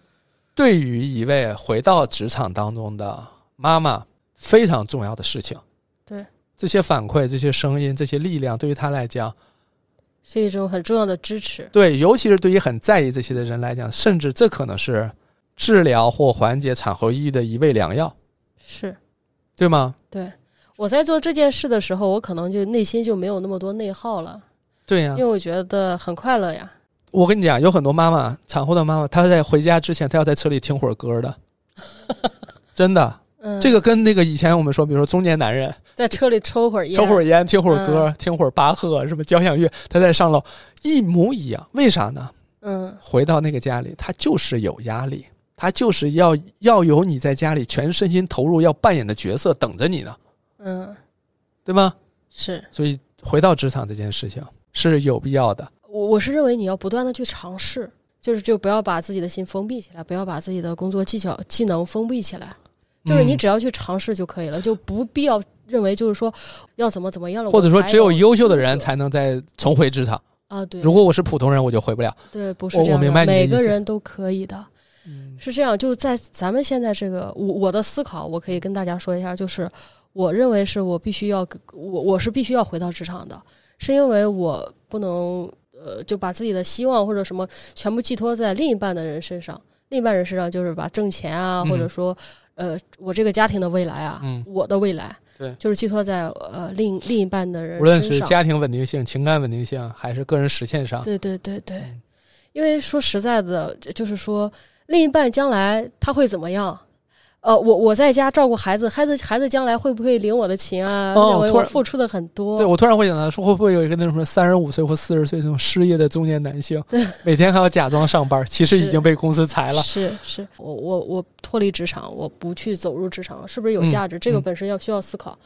Speaker 1: 对于一位回到职场当中的妈妈非常重要的事情。
Speaker 2: 对，
Speaker 1: 这些反馈、这些声音、这些力量，对于他来讲，
Speaker 2: 是一种很重要的支持。
Speaker 1: 对，尤其是对于很在意这些的人来讲，甚至这可能是治疗或缓解产后抑郁的一味良药，
Speaker 2: 是
Speaker 1: 对吗？
Speaker 2: 我在做这件事的时候，我可能就内心就没有那么多内耗了，
Speaker 1: 对呀、
Speaker 2: 因为我觉得很快乐呀。
Speaker 1: 我跟你讲，有很多妈妈，产后的妈妈，她在回家之前，她要在车里听会儿歌的，真的。
Speaker 2: 嗯，
Speaker 1: 这个跟那个以前我们说，比如说中年男人
Speaker 2: 在车里抽会儿烟，
Speaker 1: 抽会儿烟，听会儿歌，听会儿巴赫什么交响乐，他在上楼一模一样。为啥呢？
Speaker 2: 嗯，
Speaker 1: 回到那个家里，他就是有压力，他就是要要有你在家里全身心投入要扮演的角色等着你呢，
Speaker 2: 嗯，
Speaker 1: 对吗？
Speaker 2: 是
Speaker 1: 所以回到职场这件事情是有必要的。
Speaker 2: 我我是认为你要不断的去尝试，就是就不要把自己的心封闭起来，不要把自己的工作技巧技能封闭起来，就是你
Speaker 1: 嗯
Speaker 2: 只要去尝试就可以了，就不必要认为就是说要怎么怎么样了，
Speaker 1: 或者说
Speaker 2: 我才
Speaker 1: 只有优秀的人
Speaker 2: 资格
Speaker 1: 才能再重回职场。
Speaker 2: 啊，对，
Speaker 1: 如果我是普通人，我就回不了。
Speaker 2: 对，不是
Speaker 1: 我
Speaker 2: 这
Speaker 1: 我
Speaker 2: 样
Speaker 1: 明白你的
Speaker 2: 每
Speaker 1: 意
Speaker 2: 个
Speaker 1: 思
Speaker 2: 人都可以的。
Speaker 1: 嗯
Speaker 2: 是这样，就在咱们现在这个，我我的思考，我可以跟大家说一下，就是我认为是我必须要，我我是必须要回到职场的，是因为我不能呃就把自己的希望或者什么全部寄托在另一半的人身上，另一半人身上就是把挣钱啊，
Speaker 1: 嗯
Speaker 2: 或者说呃我这个家庭的未来啊，
Speaker 1: 嗯
Speaker 2: 我的未来，
Speaker 1: 对
Speaker 2: 就是寄托在呃另另一半的人
Speaker 1: 无论
Speaker 2: 身
Speaker 1: 是
Speaker 2: 上。
Speaker 1: 家庭稳定性、情感稳定性，还是个人实现上，
Speaker 2: 对对对对，
Speaker 1: 嗯
Speaker 2: 因为说实在的，就就是说另一半将来他会怎么样？呃，我我在家照顾孩子，孩子孩子将来会不会领我的情啊？
Speaker 1: 哦
Speaker 2: 认为
Speaker 1: 突
Speaker 2: 我
Speaker 1: 然
Speaker 2: 付出的很多，
Speaker 1: 对我突然会想到，说会不会有一个那种什么三十五岁或四十岁那种失业的中年男 性，每天还要假装上班，其实
Speaker 2: 是
Speaker 1: 已经被公司裁了。
Speaker 2: 是是，我我我脱离职场，我不去走入职场，是不是有
Speaker 1: 嗯
Speaker 2: 价值？这个
Speaker 1: 嗯
Speaker 2: 本身要需要思考。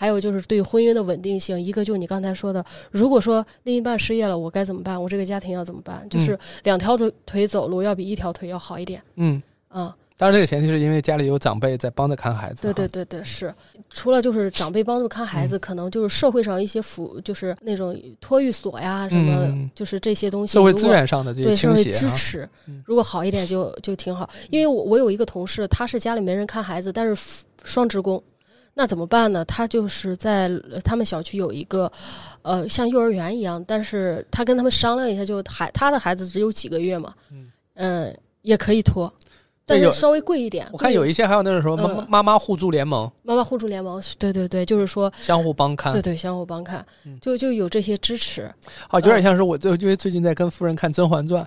Speaker 2: 还有就是对婚姻的稳定性，一个就你刚才说的，如果说另一半失业了，我该怎么办？我这个家庭要怎么办？就是两条腿腿走路要比一条腿要好一点
Speaker 1: 嗯，
Speaker 2: 啊。
Speaker 1: 当然这个前提是因为家里有长辈在帮着看孩子。啊
Speaker 2: 对对，对对，是。除了就是长辈帮助看孩子，
Speaker 1: 嗯
Speaker 2: 可能就是社会上一些辅，就是那种托育所呀什么，
Speaker 1: 嗯
Speaker 2: 就是这些东西。
Speaker 1: 社会资源上的这
Speaker 2: 对
Speaker 1: 些
Speaker 2: 社
Speaker 1: 倾
Speaker 2: 会
Speaker 1: 斜
Speaker 2: 支
Speaker 1: 啊，
Speaker 2: 持
Speaker 1: 嗯，
Speaker 2: 如果好一点就就挺好。因为我我有一个同事，他是家里没人看孩子，但是 f- 双职工。那怎么办呢？他就是在呃他们小区有一个，呃，像幼儿园一样，但是他跟他们商量一下，就孩他的孩子只有几个月嘛，
Speaker 1: 嗯
Speaker 2: 嗯，也可以托，但
Speaker 1: 对
Speaker 2: 是
Speaker 1: 有
Speaker 2: 稍微贵一点。
Speaker 1: 我看有一些还有那种什么妈
Speaker 2: 嗯
Speaker 1: 妈妈互助联盟，
Speaker 2: 妈妈互助联盟，对对对，就是说
Speaker 1: 相互帮看
Speaker 2: 对。对，相互帮看
Speaker 1: 啊嗯，
Speaker 2: 就就有这些支持。
Speaker 1: 啊，有
Speaker 2: 嗯
Speaker 1: 点像是我，就因为最近在跟夫人看《甄嬛传》，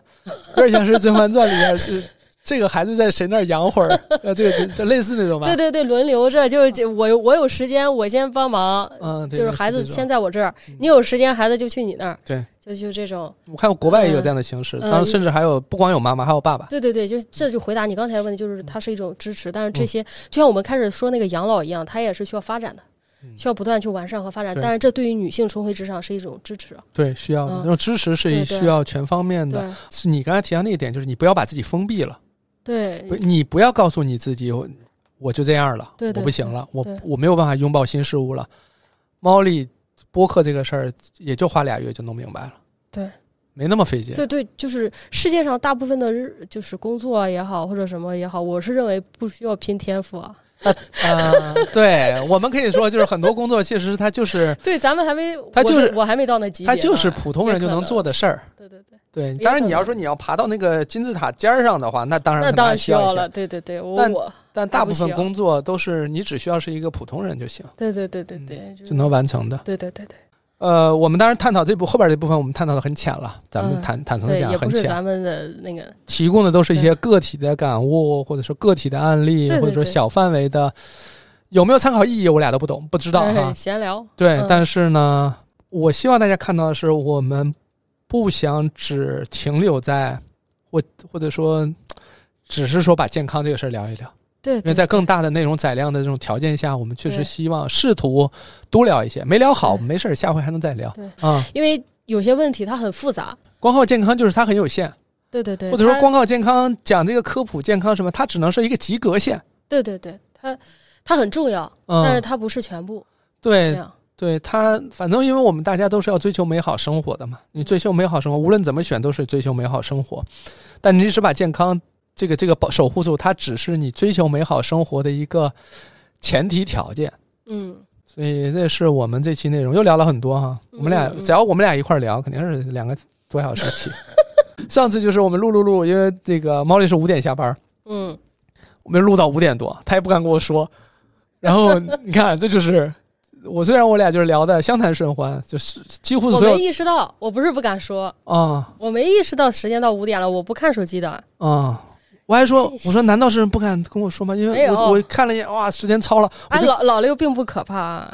Speaker 1: 有点像是《甄嬛传》里边 是这个孩子在谁那儿养会儿，呃，这个就类似那种吧
Speaker 2: 对。对对，轮流着，就是这我有我有时间我先帮忙，
Speaker 1: 嗯，对，
Speaker 2: 就
Speaker 1: 类
Speaker 2: 是
Speaker 1: 似
Speaker 2: 孩子
Speaker 1: 这种
Speaker 2: 先。在我这儿
Speaker 1: 嗯，
Speaker 2: 你有时间孩子就去你那儿，
Speaker 1: 对，
Speaker 2: 就就这种。
Speaker 1: 我看国外也有这样的形式，
Speaker 2: 嗯
Speaker 1: 当然甚至还有不光有妈妈，还有爸爸。
Speaker 2: 对对对，就这就回答你刚才的问题，就是它是一种支持，但是这些就像我们开始说那个养老一样，它也是需要发展的
Speaker 1: 嗯。
Speaker 2: 需要不断去完善和发展，
Speaker 1: 对
Speaker 2: 但是这对于女性重回职场是一种支持。
Speaker 1: 对，需要的
Speaker 2: 嗯
Speaker 1: 那种支持是
Speaker 2: 对对
Speaker 1: 需要全方面的。
Speaker 2: 对
Speaker 1: 是你刚才提到那一点，就是你不要把自己封闭了，不
Speaker 2: 对
Speaker 1: 你不要告诉你自己，我我就这样了，
Speaker 2: 对对
Speaker 1: 我不行了，我
Speaker 2: 对
Speaker 1: 我没有办法拥抱新事物了。猫力播客这个事儿，也就花俩月就弄明白了。
Speaker 2: 对，
Speaker 1: 没那么费劲。
Speaker 2: 对对，就是世界上大部分的日，就是工作也好或者什么也好，我是认为不需要拼天赋啊。
Speaker 1: 啊，对，我们可以说，就是很多工作其实它就是
Speaker 2: 对，咱们还没，
Speaker 1: 他
Speaker 2: 我
Speaker 1: 就是
Speaker 2: 我还没到那级别
Speaker 1: 它
Speaker 2: 呢，
Speaker 1: 就是普通人就
Speaker 2: 啊也可
Speaker 1: 能
Speaker 2: 能
Speaker 1: 做的事儿。
Speaker 2: 对对对，
Speaker 1: 对，
Speaker 2: 可
Speaker 1: 当然
Speaker 2: 能
Speaker 1: 你要说你要爬到那个金字塔尖儿上的话，那当然
Speaker 2: 那
Speaker 1: 可能
Speaker 2: 当
Speaker 1: 还
Speaker 2: 然
Speaker 1: 需
Speaker 2: 需
Speaker 1: 要一
Speaker 2: 要
Speaker 1: 些
Speaker 2: 了，。对对对，我
Speaker 1: 但
Speaker 2: 我
Speaker 1: 但大
Speaker 2: 还不
Speaker 1: 部分
Speaker 2: 需要
Speaker 1: 工作都是你只需要是一个普通人就行，
Speaker 2: 对对对对对，
Speaker 1: 嗯
Speaker 2: 就
Speaker 1: 就能完成的。
Speaker 2: 对对对对，
Speaker 1: 呃，我们当然探讨这部后边这部分，我们探讨的很浅了，咱们
Speaker 2: 嗯
Speaker 1: 坦坦诚的
Speaker 2: 对，
Speaker 1: 讲
Speaker 2: 也
Speaker 1: 很
Speaker 2: 不是
Speaker 1: 浅，
Speaker 2: 咱们的那个，
Speaker 1: 提供的都是一些个体的感悟，或者说个体的案例，
Speaker 2: 对对
Speaker 1: 或者说
Speaker 2: 对
Speaker 1: 小范围的，有没有参考意义，我俩都不懂，不 知道哈、
Speaker 2: 对，闲聊，
Speaker 1: 对，
Speaker 2: 嗯
Speaker 1: 但是呢，我希望大家看到的是，我们不想只停留在，或或者说，只是说把健康这个事儿聊一聊，
Speaker 2: 对，
Speaker 1: 因为
Speaker 2: 对
Speaker 1: 在更大的内容载量的这种条件下，我们确实
Speaker 2: 对
Speaker 1: 希望试图多聊一些，没聊好
Speaker 2: 对
Speaker 1: 没事儿，下回还能再聊
Speaker 2: 对
Speaker 1: 啊、
Speaker 2: 因为有些问题它很复杂，
Speaker 1: 光靠健康就是它很有限，
Speaker 2: 对对对，
Speaker 1: 或者说
Speaker 2: 它
Speaker 1: 光靠健康讲这个科普健康什么，它只能是一个及格线。
Speaker 2: 对对对，它它很重要，但是
Speaker 1: 嗯，哎
Speaker 2: 它不是全部。这
Speaker 1: 对
Speaker 2: 样
Speaker 1: 对，它反正因为我们大家都是要追求美好生活的嘛，你追求美好生活，无论怎么选都是追求美好生活，但你只把健康这个这个保守护住，它只是你追求美好生活的一个前提条件。
Speaker 2: 嗯，
Speaker 1: 所以这是我们这期内容，又聊了很多哈。
Speaker 2: 嗯
Speaker 1: 我们俩
Speaker 2: 嗯嗯
Speaker 1: 只要我们俩一块儿聊，肯定是两个多小时起。 上次就是我们录录录，因为这个猫丽是五点下班，
Speaker 2: 嗯，
Speaker 1: 我们录到五点多，她也不敢跟我说。然后你看，这就是我虽然我俩就是聊的相谈甚欢，就是几乎
Speaker 2: 我
Speaker 1: 所有
Speaker 2: 没意识到，我不是不敢说，
Speaker 1: 啊
Speaker 2: 我没意识到时间到五点了，我不看手机的。
Speaker 1: 啊。我还说，我说难道是不敢跟我说吗？因
Speaker 2: 哎没
Speaker 1: 为
Speaker 2: 有
Speaker 1: 我我看了一眼，哇，时间超了，我
Speaker 2: 哎，
Speaker 1: 就、
Speaker 2: 老老了又并不可怕啊，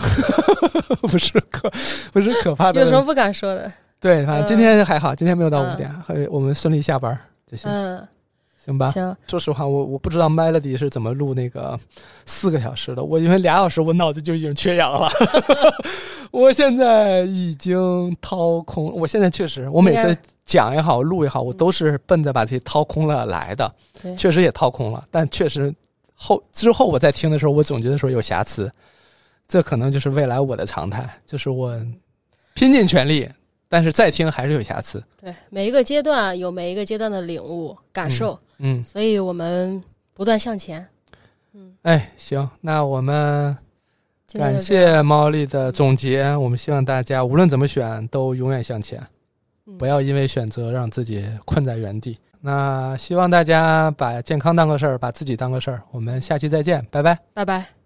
Speaker 1: 不是可不是可怕的
Speaker 2: 有
Speaker 1: 问
Speaker 2: 什
Speaker 1: 题
Speaker 2: 么，不敢说的？
Speaker 1: 对，反正今
Speaker 2: 嗯
Speaker 1: 天还好，今天没有到五
Speaker 2: 嗯
Speaker 1: 点，还我们顺利下班就行，
Speaker 2: 嗯，
Speaker 1: 行吧？
Speaker 2: 行，
Speaker 1: 说实话，我我不知道 Melody 是怎么录那个四个小时的，我因为俩小时我脑子就已经缺氧了， 我现在已经掏空，我现在确实，我每
Speaker 2: 应该嗯
Speaker 1: 次讲也好，录也好，我都是奔着把自己掏空了来的，
Speaker 2: 对
Speaker 1: 确实也掏空了，但确实后之后我在听的时候，我总觉得说有瑕疵，这可能就是未来我的常态，就是我拼尽全力，但是再听还是有瑕疵，
Speaker 2: 对，每一个阶段有每一个阶段的领悟感受，
Speaker 1: 嗯，
Speaker 2: 所以我们不断向前。
Speaker 1: 哎，行，那我们。
Speaker 2: 今天
Speaker 1: 感
Speaker 2: 就这样，
Speaker 1: 谢猫力的总结，我们希望大家无论怎么选，都永远向前，
Speaker 2: 嗯
Speaker 1: 不要因为选择让自己困在原地。那希望大家把健康当个事儿，把自己当个事儿。我们下期再见，拜拜。
Speaker 2: 拜拜。